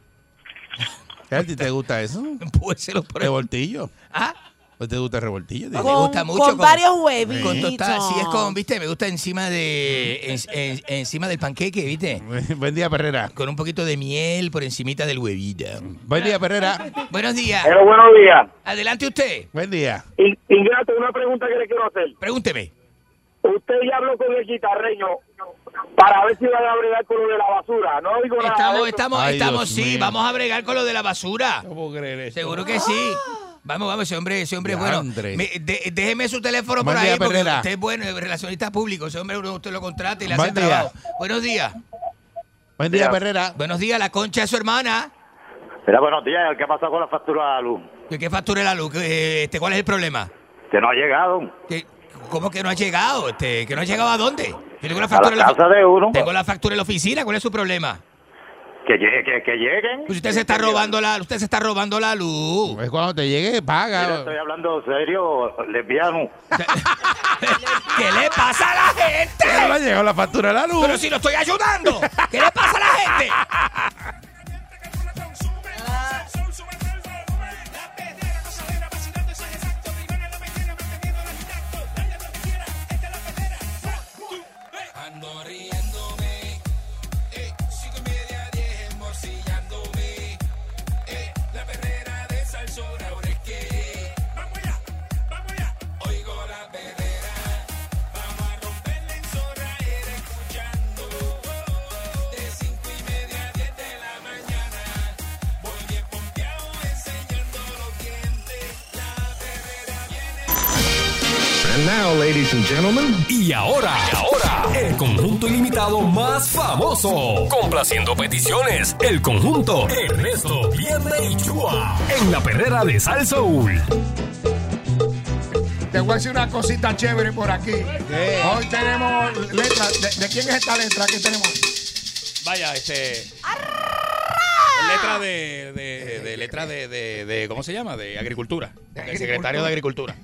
Speaker 3: ¿A ti te gusta eso?
Speaker 5: Pues se lo
Speaker 3: Revoltillo.
Speaker 5: ¿Ah?
Speaker 3: ¿No te gusta el revoltillo?
Speaker 5: Me
Speaker 3: Dice.
Speaker 5: gusta mucho.
Speaker 4: con varios
Speaker 5: huevos. Con
Speaker 4: huevitos.
Speaker 5: tostada, sí, es con, viste, me gusta encima de en- en- encima del panqueque, viste.
Speaker 3: Buen día, Perrera.
Speaker 5: Con un poquito de miel por encimita del huevito.
Speaker 3: Buen día, Perrera.
Speaker 5: Buenos días.
Speaker 3: Pero buenos días.
Speaker 5: Adelante usted.
Speaker 3: Buen día.
Speaker 6: Ingrato, una pregunta que le quiero hacer.
Speaker 5: Pregúnteme.
Speaker 6: Usted ya habló con el guitarreño para ver si van a bregar con lo de la basura. No digo nada. de
Speaker 5: Estamos,
Speaker 6: eso.
Speaker 5: estamos, estamos, sí, vamos a bregar con lo de la basura.
Speaker 3: ¿Cómo creer esto?
Speaker 5: Seguro que sí. Vamos, vamos, ese hombre, ese hombre es bueno.
Speaker 3: Diandre.
Speaker 5: Me- de- déjeme su teléfono
Speaker 3: Buen
Speaker 5: por
Speaker 3: día,
Speaker 5: ahí, porque
Speaker 3: Perrera.
Speaker 5: usted es bueno, es relacionista público. Ese hombre uno- usted lo contrata y le
Speaker 3: Buen
Speaker 5: hace
Speaker 3: día.
Speaker 5: trabajo. Buenos días.
Speaker 3: Buen día, Perrera.
Speaker 5: Buenos días, la concha de su hermana.
Speaker 22: Mira, buenos días. ¿Qué ha pasado con la factura de la luz?
Speaker 5: ¿Qué, qué factura de la luz? ¿Qué- Este, ¿Cuál es el problema?
Speaker 22: Que no ha llegado.
Speaker 5: ¿Qué- ¿Cómo que no ha llegado? Este, ¿Que no ha llegado a dónde? Yo tengo la
Speaker 22: A
Speaker 5: factura
Speaker 22: la
Speaker 5: en la
Speaker 22: casa de uno.
Speaker 5: Tengo la factura en la oficina. ¿Cuál es su problema?
Speaker 22: Que, llegue, que, que lleguen.
Speaker 5: Pues usted se está robando la, usted se está robando la luz.
Speaker 3: Pues cuando te llegue, paga.
Speaker 22: Mira, estoy hablando serio, lesbiano.
Speaker 5: ¿Qué le pasa a la gente?
Speaker 3: Pero no ha llegado la factura de la luz.
Speaker 5: Pero si lo estoy ayudando. ¿Qué le pasa a la gente?
Speaker 2: Ando riéndome, eh, cinco y media, diez emborcillándome, eh, la perrera de Salsón ahora es que, vamos allá, vamos allá, oigo la perrera, vamos a romperla en zorra, era escuchando, de cinco y media a diez de la mañana, voy bien pompeado enseñando los dientes, la perrera
Speaker 1: And now, ladies and gentlemen. Y ahora, y ahora, el conjunto ilimitado más famoso. Complaciendo peticiones, el conjunto Ernesto, Vierne y Chua. En la perrera de Sal Soul.
Speaker 13: Te voy a decir una cosita chévere por aquí. Hoy tenemos letra. ¿De, de quién es esta letra? Aquí tenemos.
Speaker 5: Vaya, este. Letra de, de, de letra de, de, de- ¿cómo se llama? De agricultura. El secretario de agricultura.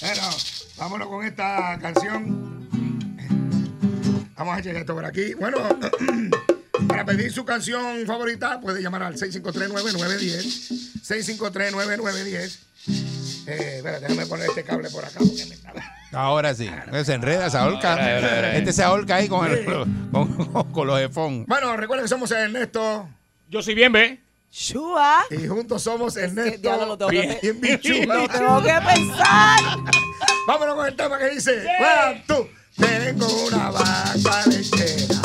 Speaker 13: Bueno, vámonos con esta canción. Vamos a echar esto por aquí. Bueno, para pedir su canción favorita, puede llamar al 653-9910. 653-9910. Eh, espera, déjame poner este cable por acá. porque me está-
Speaker 3: Ahora sí. Se enreda, se ahorca.
Speaker 13: Ahora, ahora, ahora.
Speaker 3: Este se ahorca ahí con, el- con, con- con los headphones.
Speaker 13: Bueno, recuerden que somos Ernesto.
Speaker 16: Yo soy bien, ¿ve?
Speaker 13: Shua. Y juntos somos Ernesto.
Speaker 16: Bien.
Speaker 13: y Bichua.
Speaker 16: Lo tengo que
Speaker 13: pensar. Vámonos con el tema que dice. Juan, tú. Tengo una vaca lechera.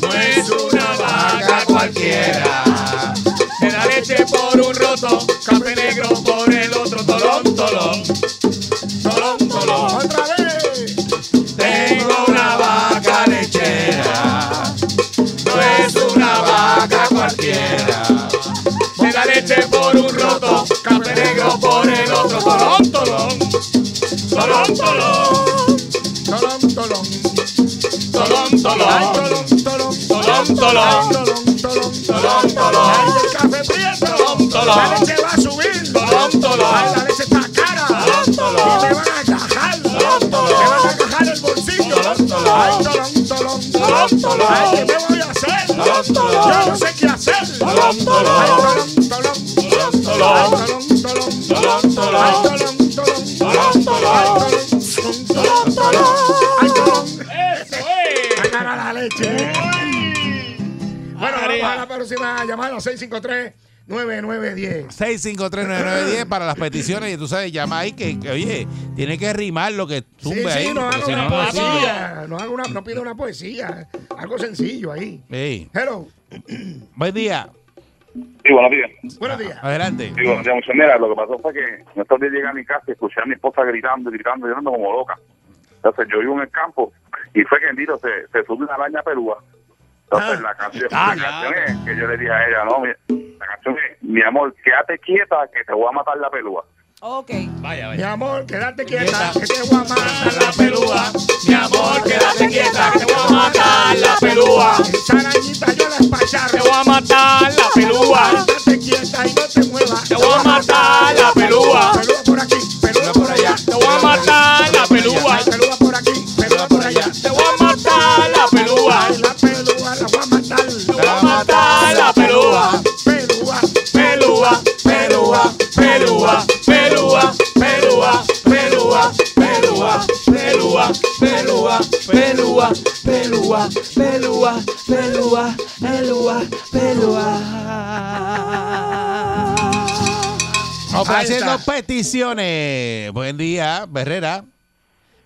Speaker 13: No es una vaca cualquiera.
Speaker 16: Me da leche por un roto, café negro por el otro, tolón, tolón. Tolón, tolón.
Speaker 13: Otra vez.
Speaker 16: Tengo una vaca lechera, no es una vaca cualquiera. Me da leche por un roto, café negro por el otro, tolón, tolón. Tolón, tolón.
Speaker 13: Tolón, tolón.
Speaker 16: Tolón, tolón. Tolón, tolón. Tolón, tolón. Tolón, tolón.
Speaker 13: La leche va a subir.
Speaker 16: Tolón, tolón.
Speaker 13: Ay, la leche está cara.
Speaker 16: Tolón, tolón.
Speaker 13: Y me van a encajar. Me van a encajar el bolsillo. Ay, tolón, tolón. Ay, ¿qué me voy a hacer? Yo no sé qué hacer. Ay, tolón, tolón. Ay, tolón, tolón. Ay, tolón, tolón. Ay, tolón, tolón. Ay, tolón. Está cara la leche. Bueno, vamos a la próxima llamada, 653-9910.
Speaker 3: 6539910 para las peticiones y tú sabes, llama ahí que, que, oye, tiene que rimar lo que
Speaker 13: Sí,
Speaker 3: tumbe ahí.
Speaker 13: sí, nos
Speaker 3: porque
Speaker 13: haga
Speaker 3: si no,
Speaker 13: una
Speaker 3: no
Speaker 13: poesía. Nos haga una, nos pide una poesía. Algo sencillo ahí.
Speaker 3: sirve. Sí.
Speaker 13: Hello.
Speaker 3: Buen día.
Speaker 11: Sí, buenos días.
Speaker 13: Buenos días.
Speaker 3: Adelante.
Speaker 11: Sí, buenos días, muchachos. Mira, lo que pasó fue que no estos días llegué a mi casa y escuché a mi esposa gritando, gritando, llorando como loca. Entonces yo vivo en el campo y fue que Nilo se, se sube una araña pelúa.
Speaker 3: Ah.
Speaker 11: Entonces la canción, la canción es que yo le dije a ella, no, mi, la canción es, mi amor, quédate quieta que te voy a matar la pelúa.
Speaker 4: Ok.
Speaker 5: Vaya,
Speaker 13: Mi amor, quédate quieta, que te voy a matar
Speaker 16: la pelúa. Mi amor, quédate quieta, que te voy a matar la pelúa.
Speaker 13: Esa arañita yo la espacharro.
Speaker 16: Te voy a matar la pelúa.
Speaker 13: Quédate quieta y no te muevas.
Speaker 16: Te voy a matar la pelúa. Pelúa
Speaker 13: por aquí, pelúa
Speaker 16: por allá. Te voy a matar la pelúa.
Speaker 13: Pelúa por aquí, pelúa por allá.
Speaker 16: Te voy a matar la pelúa.
Speaker 13: La pelúa la voy a matar. Te
Speaker 16: voy a matar la pelúa. Pelúa, pelúa, pelúa, pelúa, pelúa, pelúa, pelúa, pelúa, pelúa, pelúa, pelúa, pelúa, pelúa, pelúa,
Speaker 3: Ofreciendo peticiones. Buen día, Berrera.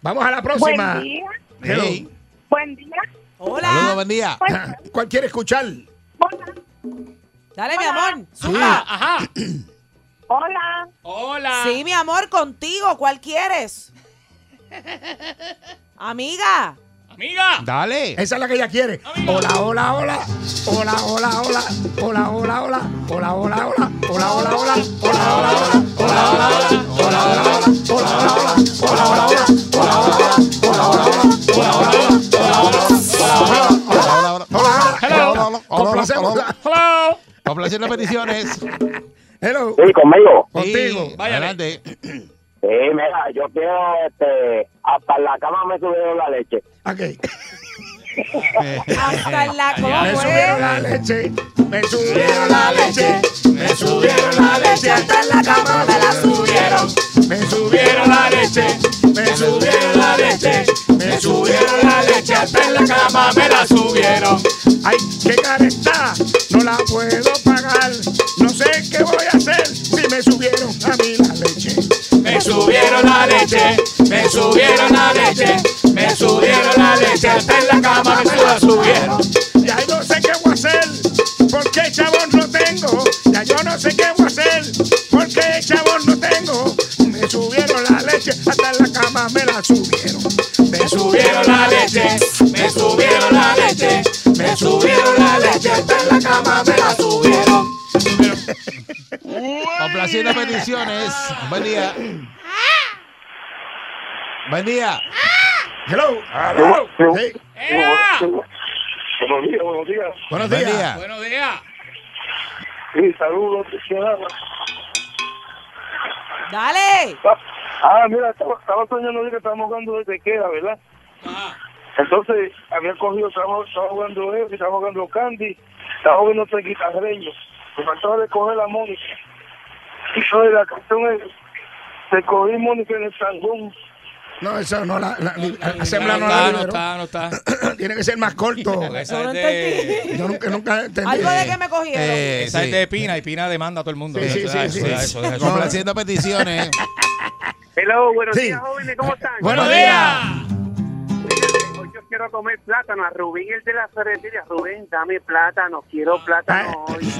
Speaker 13: Vamos a la
Speaker 3: próxima.
Speaker 13: Buen día.
Speaker 3: Hey.
Speaker 13: Buen día.
Speaker 4: Hola.
Speaker 3: Saludos, buen día.
Speaker 13: ¿Cuál quiere escuchar?
Speaker 4: Dale, mi amor.
Speaker 13: Zumba.
Speaker 4: Ajá. Hola.
Speaker 5: Hola.
Speaker 4: Sí, mi amor, contigo. ¿Cuál quieres? Amiga.
Speaker 5: Amiga.
Speaker 3: Dale.
Speaker 13: Esa es la que ella quiere. Hola, hola, hola. Hola, hola, hola. Hola, hola, hola. Hola, hola, hola. Hola, hola, hola.
Speaker 3: Hola. Complaciendo peticiones.
Speaker 13: Hello.
Speaker 23: Sí, conmigo.
Speaker 3: Contigo. Adelante.
Speaker 23: Sí, mira, yo quiero, este, hasta la cama me subieron la leche.
Speaker 4: Hasta en la cómo
Speaker 13: Me subieron la leche. Me subieron
Speaker 16: la
Speaker 13: la leche. Me subieron la leche. Hasta en la cama me la subieron. Me subieron la leche. Me subieron la leche. Me subieron la leche. Hasta en la cama me la subieron. Ay, qué cara está. No la puedo pagar. No sé qué voy a hacer si me subieron a mí la leche.
Speaker 16: Me subieron la leche, me subieron la leche, me subieron la leche, hasta en la cama me la subieron.
Speaker 13: Ya yo no sé qué voy a hacer, porque chabón no tengo. Ya yo no sé qué voy a hacer, porque chabón no tengo. Me subieron la leche, hasta en la cama me la subieron. Me
Speaker 16: subieron la leche, me subieron la leche, me subieron la leche, hasta en la cama me la subieron.
Speaker 3: Complaciendo peticiones. Buen día. Buen día.
Speaker 13: Hello.
Speaker 24: Buenos días, buenos días.
Speaker 3: Buenos Buen días. día.
Speaker 24: Buenos días. Sí, saludos, ciudadana.
Speaker 4: Dale.
Speaker 24: Ah, mira, estaba, estaba soñando yo que estábamos jugando desde que era, ¿verdad? Entonces, había cogido, estaba, estaba jugando él, estaba jugando Candy, estaba jugando tres guitarreños. Me faltaba de coger a Mónica. Y sobre la canción es, te cogí Mónica en el sangón.
Speaker 13: No, eso no la. la, la- la sembla
Speaker 5: no
Speaker 13: no la
Speaker 5: está, no
Speaker 13: liberó.
Speaker 5: está, no está.
Speaker 13: Tiene que ser más corto.
Speaker 5: Esa es de-
Speaker 13: Yo nunca, nunca entendí.
Speaker 5: Eh, Esa es de Pina y Pina demanda a todo el mundo.
Speaker 13: Sí, sí,
Speaker 5: Deja
Speaker 13: sí,
Speaker 5: eso, deja
Speaker 13: sí.
Speaker 5: eso, deja eso.
Speaker 3: Complaciendo peticiones.
Speaker 24: Hello, buenos
Speaker 3: Sí.
Speaker 24: días, jóvenes, ¿cómo están?
Speaker 3: Buenos días.
Speaker 24: Hoy yo quiero comer plátano a Rubén, el de la ferretería. Rubén, dame plátano,
Speaker 3: Ah.
Speaker 24: quiero plátano hoy.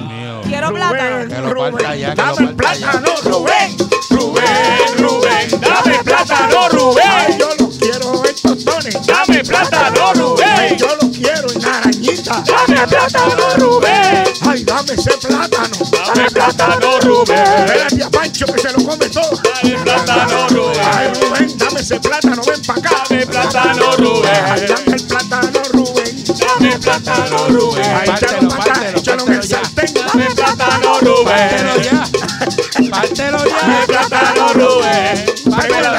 Speaker 4: Quiero plátano.
Speaker 3: Que lo parta ya, que lo
Speaker 13: Dame el
Speaker 3: parta ya.
Speaker 13: plátano, Rubén. Rubén, Rubén. Dame
Speaker 16: plátano, Rubén.
Speaker 13: yo lo quiero en tostones.
Speaker 16: Dame plátano, Rubén.
Speaker 13: Ay, yo lo quiero en arañita.
Speaker 16: Dame plátano, Rubén.
Speaker 13: Ay, dame ese plátano.
Speaker 16: Dame plátano, Rubén.
Speaker 13: Espérate a Pancho que se lo come todo. Dame
Speaker 16: plátano, Rubén.
Speaker 13: Ay, Rubén, dame ese plátano, ven pa' acá. Dame
Speaker 16: plátano, Rubén.
Speaker 13: Ay, dame el plátano, Rubén.
Speaker 16: Dame plátano, Rubén.
Speaker 13: Ay, échalo pa' acá, échalo en el sartén.
Speaker 16: Dame plátano, Rubén.
Speaker 3: Pártelo ya.
Speaker 16: Dame plátano, Rubén.
Speaker 13: Pregúntale a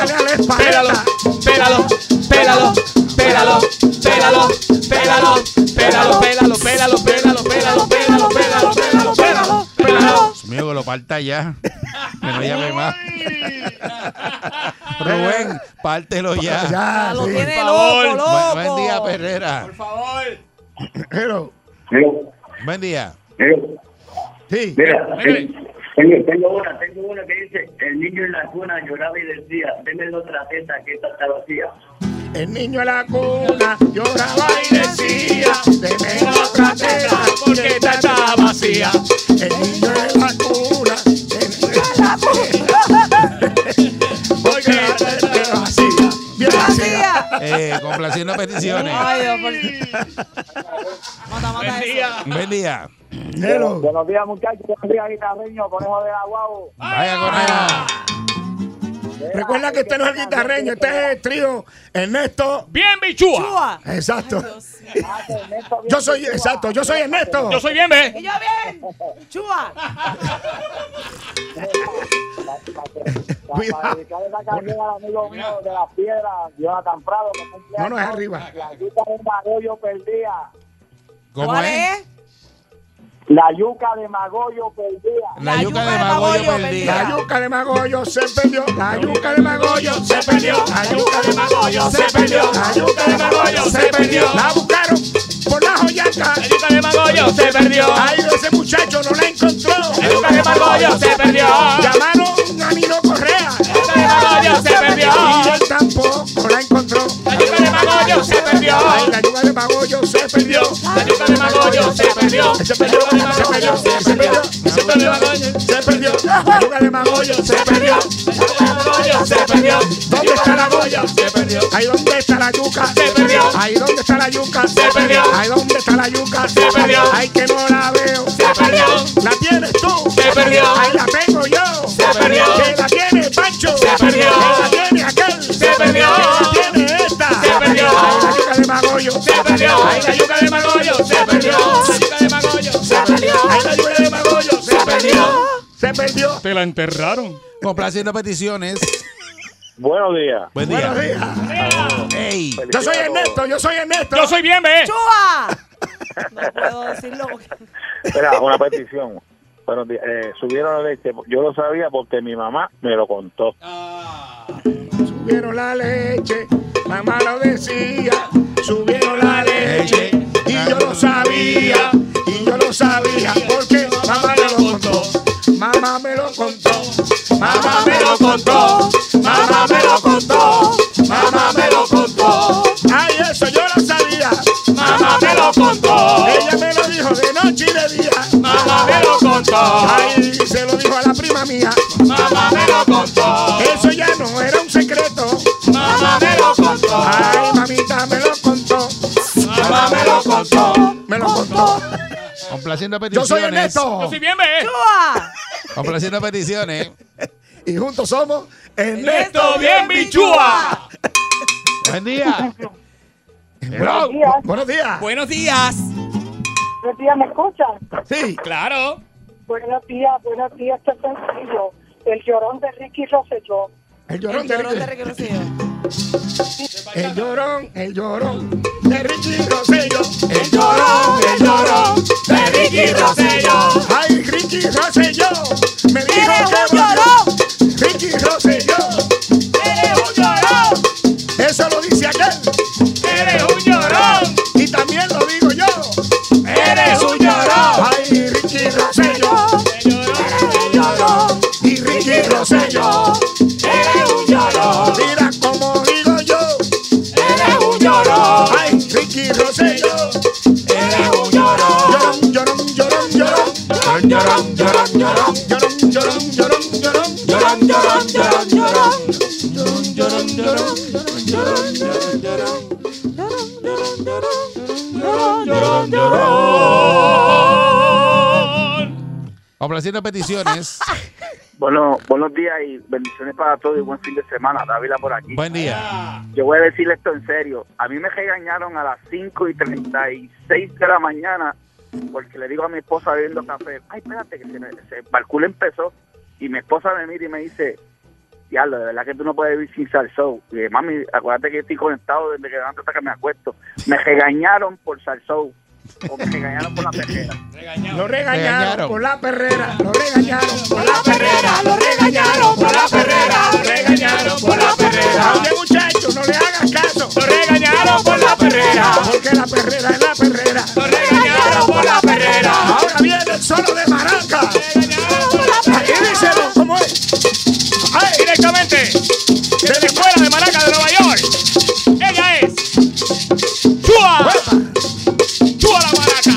Speaker 13: la
Speaker 16: Pélalo, pélalo, pélalo, pélalo, pélalo, pélalo, pélalo, pélalo, pélalo, pélalo, pélalo, pélalo, pélalo, pélalo, pélalo, pélalo.
Speaker 3: Dios mío, que lo parta ya. Que no llame más. Rubén, pártelo ya.
Speaker 13: Ya, Lo sí. tiene
Speaker 3: Por favor.
Speaker 13: loco, loco.
Speaker 3: Buen, buen día, Perrera.
Speaker 13: Hello.
Speaker 3: Buen día.
Speaker 11: Sí. Mira, tengo, tengo una, tengo una que dice, el niño en la cuna lloraba y decía, denme otra teta que esta está vacía.
Speaker 16: El niño en la cuna lloraba y decía, deme otra teta porque esta está vacía. El niño en la cuna, la porque esta está vacía. Bien vacía.
Speaker 3: Eh, complaciendo peticiones.
Speaker 25: Ay, Dios, por-
Speaker 16: Buen día.
Speaker 3: Buen día.
Speaker 13: Buenos días, muchachos. Buenos días, guitarreño, conejo de la guau.
Speaker 3: Vaya con ella.
Speaker 16: ah. Recuerda que este no es el guitarreño, este es el trío Ernesto. Bien,
Speaker 13: bichúa.
Speaker 16: Exacto. Yo soy, exacto, yo soy Ernesto.
Speaker 13: Yo soy
Speaker 16: bien,
Speaker 25: Y yo bien. Chua.
Speaker 13: Para dedicarle esa canción al amigo mío de las piedras, Jonathan Prado, que cumple
Speaker 16: No, no, es
Speaker 13: años.
Speaker 16: arriba.
Speaker 13: La yuca de Magollo perdía.
Speaker 3: ¿Cómo ¿Cuál es?
Speaker 13: La yuca de Magollo perdía.
Speaker 3: La, yuca, de Magollo perdida.
Speaker 16: La yuca de Magollo se perdió. La yuca de Magollo se perdió. La yuca de Magollo se perdió. La yuca de Magollo se perdió. La buscaron por la joyaca. La yuca de
Speaker 26: Magollo se perdió.
Speaker 16: Ay, ese muchacho no la encontró. La
Speaker 26: yuca de Magollo se perdió.
Speaker 16: Llamaron a Nino Correa. La yuca de
Speaker 26: Magollo se perdió.
Speaker 16: Y él tampoco la encontró. La yuca de Magollo se perdió. Ay, la yuca de Magollo se perdió. La yuca de Magollo se perdió. Se perdió, se perdió, se perdió. Se perdió, se perdió. La yuca de Magollo se perdió. Se perdió. ¿Dónde está la goya? Se perdió. Ahí dónde está la yuca? Se perdió. Ahí dónde está la yuca? Se perdió. Ahí dónde está la yuca? Se perdió. Ay que no la veo. Se perdió. La tienes tú. Se perdió. Ahí la tengo yo. Se perdió. Que la tiene Pancho. Se perdió. Que la tiene aquel. Se perdió. Que la tiene esta. Se perdió. Ahí la yuca de Magollo. Se perdió. Ahí la yuca de Magollo. Se perdió. La yuca de Magollo. Se perdió. Ahí la yuca de Magollo. Se perdió. Se perdió.
Speaker 3: Te la enterraron. Complaciendo peticiones.
Speaker 6: Buenos días.
Speaker 3: Buen día.
Speaker 16: Buenos
Speaker 3: días. Ey.
Speaker 16: Yo soy Ernesto, yo soy Ernesto.
Speaker 6: Yo soy bien, ve.
Speaker 25: ¡Chua! No puedo decirlo.
Speaker 6: Espera, una petición. Buenos días. Eh, subieron la leche. Yo lo sabía porque mi mamá me lo contó.
Speaker 16: Ah, Subieron la leche, mamá lo decía. Subieron la leche y yo lo sabía. Y yo lo sabía porque mamá me lo contó. Mamá me lo contó. Mamá me lo contó. Mamá me lo contó. Mamá me lo contó. Ay, eso yo lo sabía. Mamá me lo contó. Ella me lo dijo de noche y de día. Mamá me lo contó. Ay, se lo dijo a la prima mía. Mamá me lo contó. Eso ya no era un secreto. Mamá me lo contó. Ay, mamita me lo contó. Mamá me lo contó. Me lo contó.
Speaker 3: Complaciendo
Speaker 16: Yo
Speaker 3: peticiones.
Speaker 16: soy Ernesto. bien,
Speaker 25: ¡Chua!
Speaker 3: Complaciendo peticiones.
Speaker 16: Y juntos somos
Speaker 3: Ernesto
Speaker 16: Ernesto
Speaker 3: Bien
Speaker 16: Bien
Speaker 3: Bichúa.
Speaker 16: Bichúa.
Speaker 3: Buen día.
Speaker 16: Buenos días. Buenos días.
Speaker 27: Buenos días.
Speaker 13: Buenos días, ¿me escuchan?
Speaker 16: Sí.
Speaker 27: Claro.
Speaker 13: Buenos días, buenos días, qué sencillo. El llorón de Ricky Rosselló.
Speaker 16: El llorón de Ricky El llorón, el llorón de Ricky Rosselló. El llorón, el llorón de Ricky Rosselló. Ay, Ricky Rosselló. Me dijo que lloró. Ricky Rosselló. Eres un llorón. Eso lo dice aquel. Eres un llorón. Y también lo digo yo. Eres un llorón. Ay, Ricky Rosselló. El llorón. Y Ricky Rosselló. Eres un llorón. Mira como digo yo. Eres un llorón. Ay, Ricky Rosselló. Eres un llorón. Llorón, llorón, llorón, llorón. Llorón, llorón, llorón, llorón. Llorón, llorón, llorón, llorón. Llorón, llorón, llorón, llorón. Llorón, llorón, llorón, llorón. Llorón, llorón.
Speaker 3: Complaciendo peticiones.
Speaker 6: Bueno, buenos días y bendiciones para todos y buen fin de semana. Dávila por aquí.
Speaker 3: Buen día.
Speaker 6: Yo voy a decirle esto en serio. A mí me regañaron a las 5 y 36 de la mañana porque le digo a mi esposa bebiendo café, ay, espérate, que se me, se, el culo empezó. Y mi esposa me mira y me dice, diablo, de verdad que tú no puedes vivir sin salsón. Y yo, mami, acuérdate que yo estoy conectado desde que levanto hasta que me acuesto. Me regañaron por salsón. O me regañaron por la perrera.
Speaker 16: Lo
Speaker 6: Regañaron.
Speaker 16: regañaron por la perrera, lo regañaron por la perrera, lo regañaron por la perrera, lo regañaron por la perrera. Oye muchacho, no le hagas caso, lo regañaron por la perrera, porque la perrera es la perrera, lo regañaron por la perrera,
Speaker 13: solo de maraca. Aquí díselo, ¿cómo es?
Speaker 9: ¡Ay! Directamente desde la escuela de Maraca de Nueva York. Ella es. ¡Chua! ¡Chua la Maraca!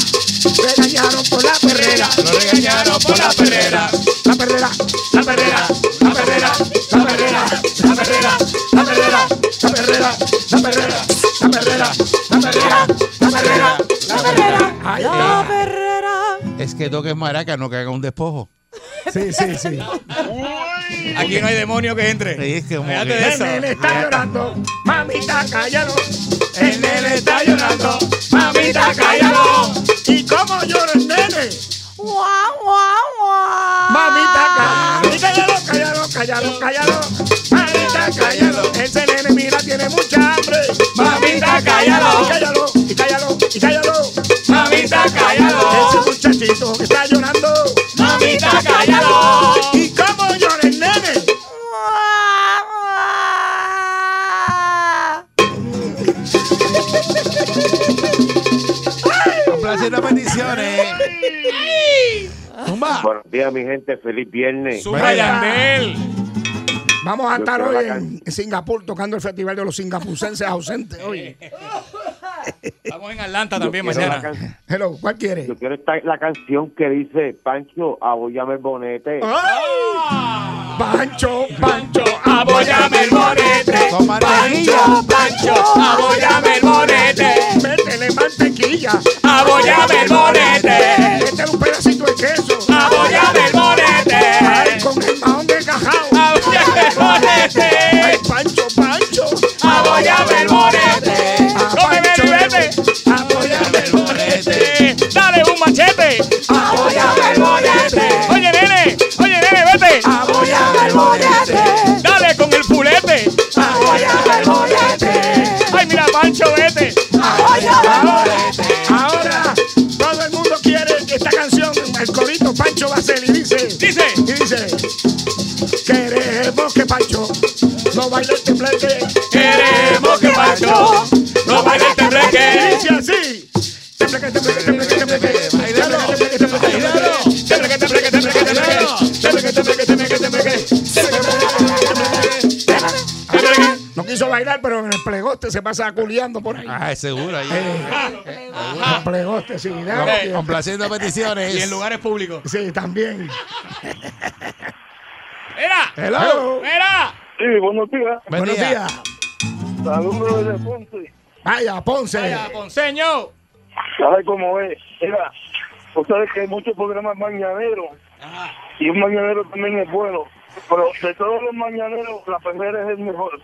Speaker 13: Regañaron por la perrera.
Speaker 16: Lo regañaron por la perrera.
Speaker 13: La perrera,
Speaker 16: la perrera, la perrera, la perrera, la perrera, la perrera, la perrera, la perrera, la perrera, la perrera, la perrera, la perrera.
Speaker 13: Ay,
Speaker 4: La perrera.
Speaker 3: Es que toques maraca, no que haga un despojo.
Speaker 13: Sí, sí, sí.
Speaker 5: Aquí no hay demonio que entre.
Speaker 3: Sí, es que como
Speaker 5: Fíjate
Speaker 3: que-
Speaker 5: de eso.
Speaker 13: El nene está llorando, mamita cállalo.
Speaker 16: El nene está llorando, mamita cállalo.
Speaker 13: ¿Y cómo llora el nene?
Speaker 4: ¡Guau, guau, guau!
Speaker 13: Mamita cállalo, cállalo, cállalo, cállalo. Mamita cállalo, ese nene mira tiene mucha hambre.
Speaker 16: Mamita, cállalo.
Speaker 13: Y cállalo, y cállalo, y cállalo.
Speaker 16: Mamita, cállalo.
Speaker 13: Ese muchachito que está llorando.
Speaker 16: Mamita, cállalo.
Speaker 13: ¿Y cómo llora el nene?
Speaker 3: Complaciendo bendiciones.
Speaker 22: Buenos días, mi gente. Feliz viernes.
Speaker 13: Zumba, Yandel. Vamos a
Speaker 22: Yo
Speaker 13: estar
Speaker 22: quiero
Speaker 13: hoy
Speaker 22: la
Speaker 13: en, en Singapur tocando el Festival de los Singapurenses Ausentes. Oye,
Speaker 5: Estamos en Atlanta también
Speaker 22: Yo quiero la
Speaker 5: mañana.
Speaker 22: can-
Speaker 13: hello, ¿cuál quiere?
Speaker 22: Yo quiero esta, la canción que dice Pancho, abollame el bonete.
Speaker 5: ¡Ah!
Speaker 13: ¡Ay! Pancho, Pancho,
Speaker 16: Abóyame el bonete. Pancho, Pancho, abóyame el bonete.
Speaker 13: métele mantequilla.
Speaker 16: Abóyame el bonete.
Speaker 13: Métele un pedacito de queso.
Speaker 16: Abóyame el
Speaker 13: Ay,
Speaker 16: bonete.
Speaker 13: con el mahón de cajao.
Speaker 16: Abóyame el bonete.
Speaker 13: Ay, Pancho, Pancho,
Speaker 16: Abóyame el bonete.
Speaker 13: a
Speaker 16: Come,
Speaker 13: Pancho,
Speaker 16: bebe, bebe.
Speaker 13: abóyame el bonete.
Speaker 16: Eh,
Speaker 9: Dale un machete.
Speaker 16: Abóyame el bonete.
Speaker 9: Oye, nene. Oye, nene, vete.
Speaker 16: Abóyame el bonete.
Speaker 9: Dale con el pulete.
Speaker 16: Abóyame el bonete.
Speaker 9: Ay, mira, Pancho, vete.
Speaker 16: Abóyame el bonete.
Speaker 13: Ahora todo el mundo quiere esta canción, el corito Pancho va a hacer y dice,
Speaker 9: Dice.
Speaker 13: y dice, queremos que Pancho no baile el tembleque.
Speaker 16: Queremos que Pancho no baile el tembleque.
Speaker 13: Dice así. Tembleque, tembleque, tembleque, tembleque. Tembleque, tembleque, tembleque, tembleque. Tembleque, tembleque, tembleque, tembleque. Tembleque, tembleque, tembleque, tembleque. No quiso bailar, pero en el plegoste se pasa culiando por ahí.
Speaker 3: Ah, seguro. ahí.
Speaker 13: El plegoste, sí. nada,
Speaker 3: Vamos,
Speaker 13: tío.
Speaker 3: Complaciendo peticiones.
Speaker 5: Eh, Y en lugares públicos.
Speaker 13: Sí, también.
Speaker 9: Mira.
Speaker 13: Hello.
Speaker 9: Mira.
Speaker 24: Sí, buenos días.
Speaker 3: Buen
Speaker 13: Buenos
Speaker 3: día.
Speaker 13: días.
Speaker 24: Saludos desde Ponce.
Speaker 13: Vaya, Ponce.
Speaker 9: Vaya, Ponceño.
Speaker 24: ¿Sabe cómo es? Mira, ustedes que hay muchos programas mañaneros. Y un mañanero también es bueno. Pero de todos los mañaneros, la perrera es el mejor.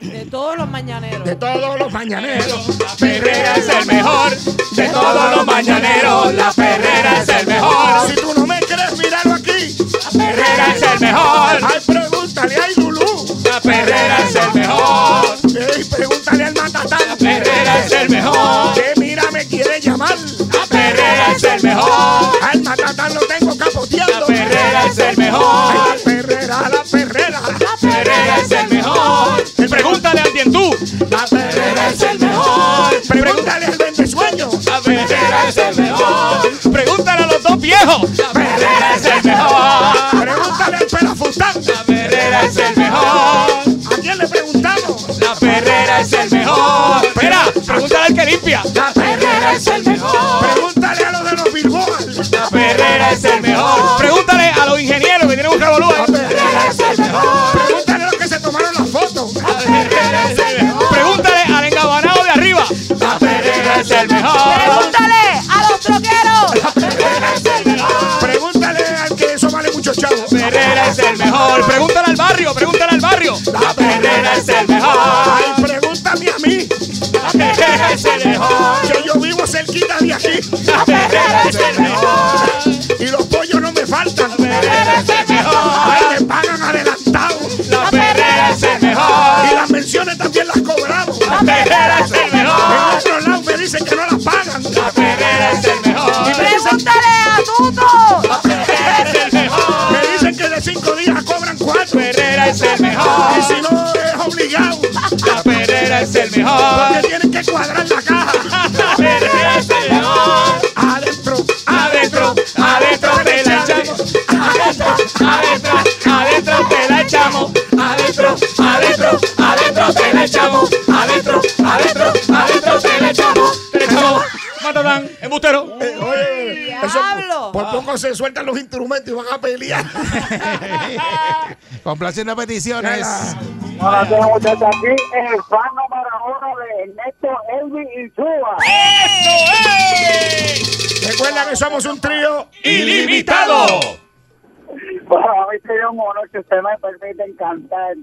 Speaker 4: De todos los mañaneros.
Speaker 13: De todos los mañaneros.
Speaker 16: Perrera es el mejor de todos los mañaneros. La perrera es el mejor.
Speaker 13: Si tú no me crees, míralo aquí.
Speaker 16: Perrera es el mejor.
Speaker 13: Ay, pregúntale, ay, Lulú.
Speaker 16: La perrera es el mejor.
Speaker 13: Ey, pregúntale al matatán.
Speaker 16: Perrera es el mejor.
Speaker 13: Que mira, me quiere llamar.
Speaker 16: La perrera es el mejor.
Speaker 13: Al matatán lo tengo capoteando.
Speaker 16: La perrera es el mejor.
Speaker 13: Ay, la perrera, la perrera.
Speaker 16: La perrera es el mejor.
Speaker 9: Pregúntale a alguien tú.
Speaker 13: La
Speaker 16: Perrera es el mejor.
Speaker 13: Pregúntale al ventesueño.
Speaker 16: La perrera es el mejor.
Speaker 9: Pregúntale a los dos viejos.
Speaker 16: La perrera es el mejor.
Speaker 13: Pregúntale al pelafustán.
Speaker 16: La perrera es el mejor.
Speaker 13: ¿A quién le preguntamos?
Speaker 16: La perrera es el mejor.
Speaker 9: Espera, pregúntale al que limpia.
Speaker 13: La
Speaker 16: perrera es el mejor.
Speaker 13: Pregúntale a los de los Billboard.
Speaker 16: La perrera es el mejor.
Speaker 9: Pregúntale a los ingenieros que tienen un revolú. ahí.
Speaker 13: La perrera
Speaker 16: es el mejor.
Speaker 13: Pregúntale a los que se tomaron las fotos.
Speaker 16: La perrera es el mejor.
Speaker 9: Pregúntale al engabanado de arriba.
Speaker 16: La perrera es el mejor.
Speaker 4: a los troqueros.
Speaker 16: Perrera es el mejor.
Speaker 13: Pregúntale al que eso vale mucho chavo.
Speaker 16: Perrera es el mejor.
Speaker 9: Pregúntale al barrio, pregúntale al barrio.
Speaker 16: La perrera es el mejor.
Speaker 13: Ay, pregúntame a mí,
Speaker 16: La perrera es el mejor.
Speaker 13: que yo vivo cerquita de aquí
Speaker 16: La perrera es el mejor.
Speaker 13: y los pollos no me faltan.
Speaker 16: perrera es el
Speaker 13: Ay,
Speaker 16: mejor.
Speaker 13: me pagan adelantado
Speaker 16: La perrera es el
Speaker 13: y
Speaker 16: mejor.
Speaker 13: las menciones también las cobramos.
Speaker 16: La perrera es el
Speaker 13: En
Speaker 16: mejor.
Speaker 13: otro lado me dicen que no las pagan.
Speaker 16: La perrera es el mejor.
Speaker 4: Pregúntale a Tuto.
Speaker 16: La perrera es el mejor.
Speaker 13: Me dicen que de cinco días cobran cuatro.
Speaker 16: Perrera es el mejor.
Speaker 13: Y si no es obligado,
Speaker 16: La perrera es el mejor.
Speaker 13: porque tienen que cuadrar la caja.
Speaker 16: La perrera es el mejor.
Speaker 13: Adentro,
Speaker 16: Adentro,
Speaker 4: ¡Diablo!
Speaker 13: Uh, Por poco se sueltan los instrumentos y van a pelear.
Speaker 3: Complaciendo peticiones.
Speaker 23: Ahora tengo
Speaker 3: Ah,
Speaker 23: desde aquí el fan número uno de Ernesto Elvis y Suba.
Speaker 13: Recuerda que somos un trío
Speaker 16: ilimitado.
Speaker 23: Bueno, a mí sería un honor que usted me permiten cantar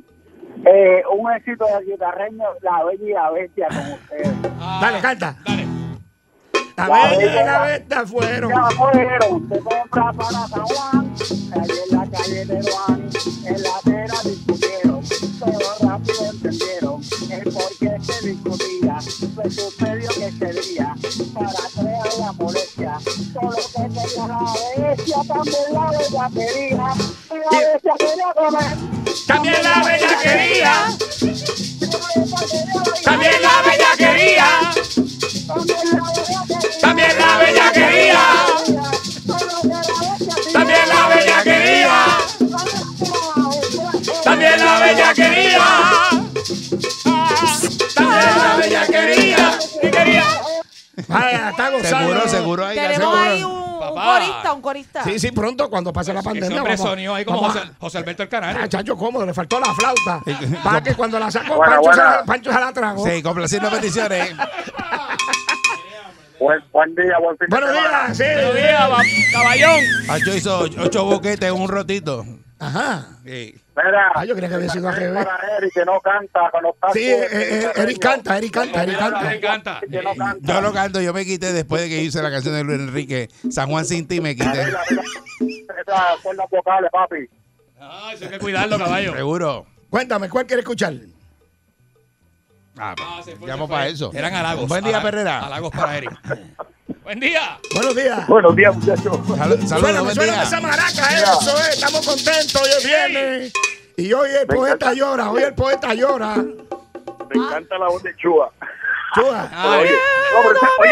Speaker 23: eh, un éxito de guitarreño, La Bella y la Bestia, con ustedes.
Speaker 5: Ah,
Speaker 13: Dale, canta. La bella y la bestia fueron.
Speaker 23: Ya fueron, se compra para San Juan, allí en la calle de Juan, en la acera discutieron, pero rápido entendieron el por qué se discutía, se sucedió que sería para crear la molestia, solo que tenía la bestia, también la bella quería, y la bestia quería comer,
Speaker 16: También la bellaquería. También la bellaquería. También la bellaquería. También la bellaquería. También la bellaquería. También la bellaquería. Y quería.
Speaker 13: Vaya, está gozando.
Speaker 3: Seguro, seguro, ahí,
Speaker 4: Tenemos
Speaker 13: seguro.
Speaker 4: ahí un, un corista, un corista.
Speaker 13: Sí, sí, pronto, cuando pase la pandemia.
Speaker 5: hombre
Speaker 13: vamos a-
Speaker 5: sonió ahí como
Speaker 13: vamos
Speaker 5: José, José Alberto el Canario.
Speaker 13: a- Ah, chacho, cómodo, le faltó la flauta. Para que cuando la sacó,
Speaker 5: Buena,
Speaker 13: Pancho,
Speaker 5: buena.
Speaker 13: Se la, Pancho se la tragó.
Speaker 3: Sí, complaciendo peticiones.
Speaker 11: Buen, buen día, buen fin de
Speaker 13: Buenos
Speaker 11: semana.
Speaker 13: días, sí.
Speaker 5: Buenos días, va- caballón.
Speaker 3: Pacho hizo ocho boquetes en un rotito.
Speaker 13: Ajá.
Speaker 11: Mira,
Speaker 13: yo creía que había sido al revés.
Speaker 11: Para Eric, que no canta con los tacos.
Speaker 13: Sí, eh, eh, Eric canta, Eric canta, Eric canta.
Speaker 5: canta.
Speaker 3: Yo lo canto, yo me quité después de que hice la canción de Luis Enrique. San Juan sin ti me quité.
Speaker 11: Esas cuerdas vocales, papi.
Speaker 5: Ah, eso hay que cuidarlo, caballo.
Speaker 3: Seguro.
Speaker 13: Cuéntame, ¿cuál quiere escuchar?
Speaker 3: Ah,
Speaker 5: se
Speaker 3: llamo
Speaker 5: fue.
Speaker 3: para eso.
Speaker 5: Eran halagos.
Speaker 3: Buen día,
Speaker 5: Hala-
Speaker 3: Perrera.
Speaker 5: Halagos para Eric. Buen día.
Speaker 13: Buenos días.
Speaker 3: Buenos días, muchachos. Saludos,
Speaker 13: Suéltame,
Speaker 3: buen
Speaker 13: suéltame
Speaker 3: día.
Speaker 13: esa maraca, eh, eso es, estamos contentos, hoy es viernes. Y hoy el poeta llora, hoy el poeta llora.
Speaker 6: Me encanta la voz de Chua.
Speaker 13: Chua.
Speaker 6: Oye, no, pero ese- oye.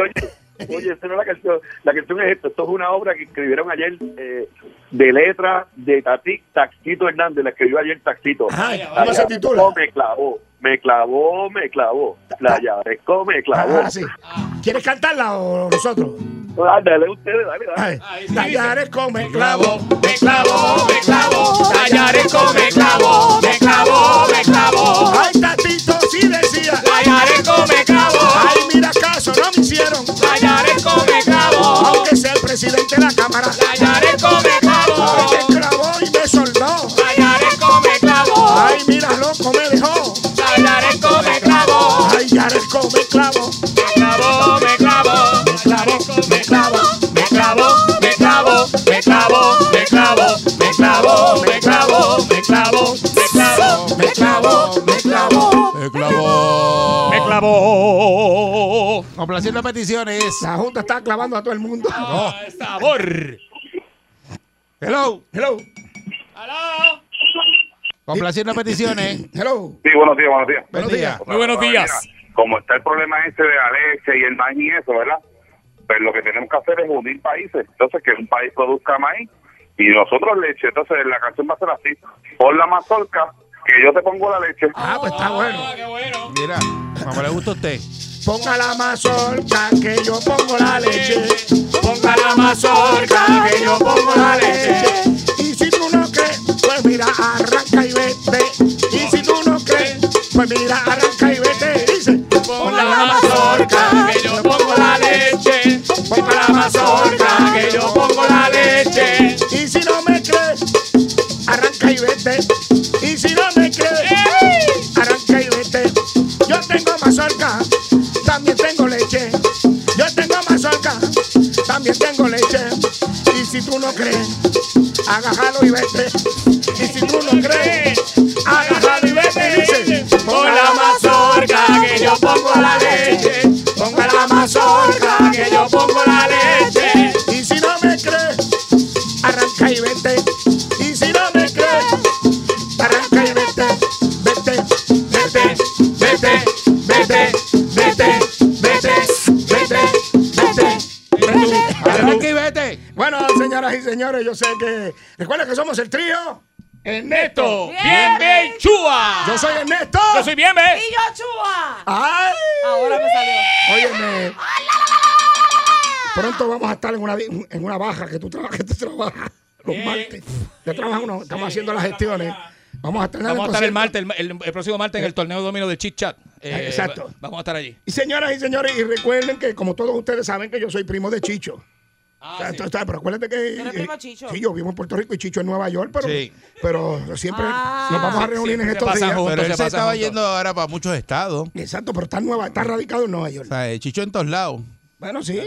Speaker 6: oye, oye, esa no es la canción. La canción es esto. Esto es una obra que escribieron ayer eh, de letra de Tati, Taxito Hernández. La escribió ayer Taxito.
Speaker 13: Ay,
Speaker 6: La
Speaker 13: ¿cómo se
Speaker 6: Yaresco
Speaker 13: titula?
Speaker 6: Me clavó, me clavó, me clavó. La Yaresco me clavó.
Speaker 13: Ah, sí. ¿Quieres cantarla o nosotros?
Speaker 6: Dale, ustedes, dale, dale.
Speaker 13: Dayares come clavo, me
Speaker 16: clavo, me clavo. Dayareco me clavo, me clavo, me clavo.
Speaker 13: Ay, tatito, sí decía.
Speaker 16: Dayareco me clavo.
Speaker 13: Ay, mira caso, no me hicieron.
Speaker 16: Dayareco me clavo.
Speaker 13: Aunque sea el presidente de la cámara.
Speaker 16: Dayareco me clavo.
Speaker 13: Me clavó y me soldó.
Speaker 16: Dayareco me clavo.
Speaker 13: Ay, mira, loco, me dejó.
Speaker 16: Dayareco me clavo.
Speaker 13: Ay, Yaresco me clavo.
Speaker 16: Me clavo, me clavo.
Speaker 13: Me clavo, me clavo.
Speaker 16: Me clavo, me clavo, me clavo, me clavo, me clavo, me clavo, me clavo, me clavo, me clavo, me clavo,
Speaker 3: Me clavó.
Speaker 16: me clavo.
Speaker 3: Complaciendo peticiones.
Speaker 13: La Junta está clavando a todo el mundo.
Speaker 5: Sabor.
Speaker 3: Hello.
Speaker 13: Hello.
Speaker 3: Complaciendo peticiones.
Speaker 13: Hello.
Speaker 11: Sí, buenos días, buenos días.
Speaker 3: Buenos días.
Speaker 11: Muy buenos días. Como está el problema ese de la leche y el maíz y eso, ¿verdad? Pues lo que tenemos que hacer es unir países. Entonces, que un país produzca maíz y nosotros leche. Entonces, la canción va a ser así. Pon la mazorca, que yo te pongo la leche.
Speaker 13: Ah, pues está bueno.
Speaker 3: Mira, como le gusta a usted.
Speaker 13: Ponga la mazorca que yo pongo la leche.
Speaker 16: Ponga la mazorca que yo pongo la leche.
Speaker 13: Y si tú no crees, pues mira, arranca y vete. Y si tú no crees, pues mira, arranca y vete. Dice,
Speaker 16: Ponga la mazorca que yo pongo la leche. Ponga la mazorca que yo pongo la leche.
Speaker 13: y si no me crees, arranca y vete. Y si no me crees, arranca y vete. Yo tengo mazorca, también tengo leche. Yo tengo mazorca, también tengo leche. Y si tú no crees, agájalo y vete. Y si tú no crees, agájalo y vete. Dice,
Speaker 16: Ponga la mazorca que yo pongo la leche. Ponga la mazorca que yo pongo la leche.
Speaker 13: Y si no me crees, arranca y vete. Y si no me crees, arranca y vete, vete, vete, vete, vete, vete, vete, vete, vete.
Speaker 3: Arranca y vete.
Speaker 13: Bueno, señoras y señores, yo sé que. Recuerden que somos el trío. Ernesto.
Speaker 5: Bien, bien, chua.
Speaker 13: Yo soy Ernesto.
Speaker 5: Yo soy bien, ¿eh?
Speaker 4: Y yo, Chua.
Speaker 13: ¡Ay!
Speaker 4: Ahora me salió.
Speaker 13: Óyeme. Pronto vamos a estar en una, en una baja que tú, traba- que tú trabajas los martes. Yo trabajo, uno, estamos haciendo las gestiones. Vamos a estar en el
Speaker 16: Vamos a estar el
Speaker 13: concierto. Eh,
Speaker 16: martes, el, el- el próximo martes en el torneo domino del Chit Chat. Eh,
Speaker 13: Exacto.
Speaker 16: Vamos a estar allí.
Speaker 13: Y señoras y señores, y recuerden que como todos ustedes saben que yo soy primo de Chicho. O sea, tú sabes, pero acuérdate que.
Speaker 4: Ah, eres primo de Chicho?
Speaker 13: Sí, yo vivo en Puerto Rico y Chicho en Nueva York, pero,
Speaker 3: Sí.
Speaker 13: pero siempre
Speaker 4: Ah.
Speaker 13: nos vamos a
Speaker 3: Ah, Sí,
Speaker 13: reunir en
Speaker 3: siempre
Speaker 13: estos
Speaker 3: pasan
Speaker 13: días.
Speaker 3: juntos,
Speaker 13: pero
Speaker 3: se pasan juntos. ahora para muchos estados.
Speaker 13: Exacto, pero está, en Nueva, está radicado en Nueva
Speaker 3: O
Speaker 13: York.
Speaker 3: sea, eh, Chicho en todos lados.
Speaker 13: Bueno, sí.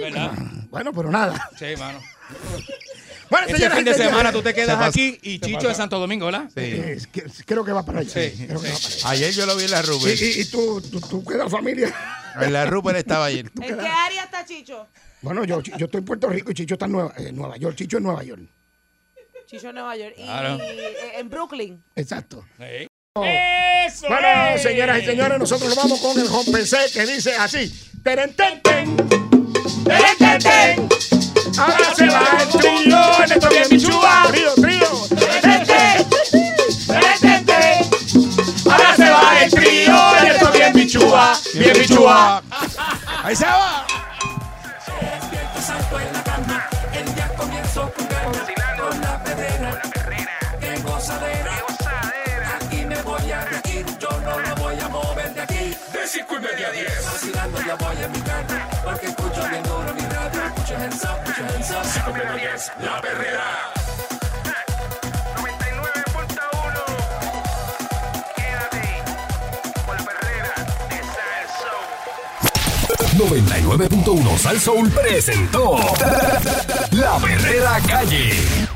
Speaker 13: Bueno, pero nada.
Speaker 16: Sí, mano.
Speaker 13: Bueno,
Speaker 16: este
Speaker 13: señoras y
Speaker 16: fin de
Speaker 13: señores.
Speaker 16: semana tú te quedas
Speaker 13: Se pasa-
Speaker 16: aquí y
Speaker 13: se
Speaker 16: Chicho
Speaker 13: pasa.
Speaker 16: en Santo Domingo, ¿verdad?
Speaker 13: Eh, es que- creo que va para allá. creo que va para allá.
Speaker 3: Ayer yo lo vi en la Rupert.
Speaker 13: Y, y- y tú, tú, tú quedas familia.
Speaker 3: En la Rupert estaba ayer.
Speaker 4: ¿En qué área está Chicho?
Speaker 13: Bueno, yo, yo estoy en Puerto Rico y Chicho está en Nueva, eh, Nueva York. Chicho en Nueva York.
Speaker 4: Chicho en Nueva York. Y,
Speaker 13: Claro.
Speaker 4: y, eh, en Brooklyn.
Speaker 13: Exacto.
Speaker 4: ¡Eh!
Speaker 28: ¡Eso!
Speaker 13: Bueno,
Speaker 28: es!
Speaker 13: señoras y señores, nosotros nos vamos con el JPC que dice así. Teren, ten, ten. Teren, ten, ten. Ahora se va el trío en esto bien bichúa. Trío, trío. Teren, ten, ten. Teren, ten, ten. Ahora se va el trío en esto bien bichúa. Bien bichúa. Ahí se va.
Speaker 2: Despierto, salto en la cama. El día comienzo con ganas. Con la perrera. Qué gozadera. Aquí me voy a reír. Yo no me voy a mover de aquí. De cinco y media a diez. Vacilando ya voy en mi cama. Porque escucho bien duro mi radio. Escucho hands up, escucho hands up. Cinco y media a diez. La perrera.
Speaker 1: 99.1 Sal Soul presentó La Verdadera Calle.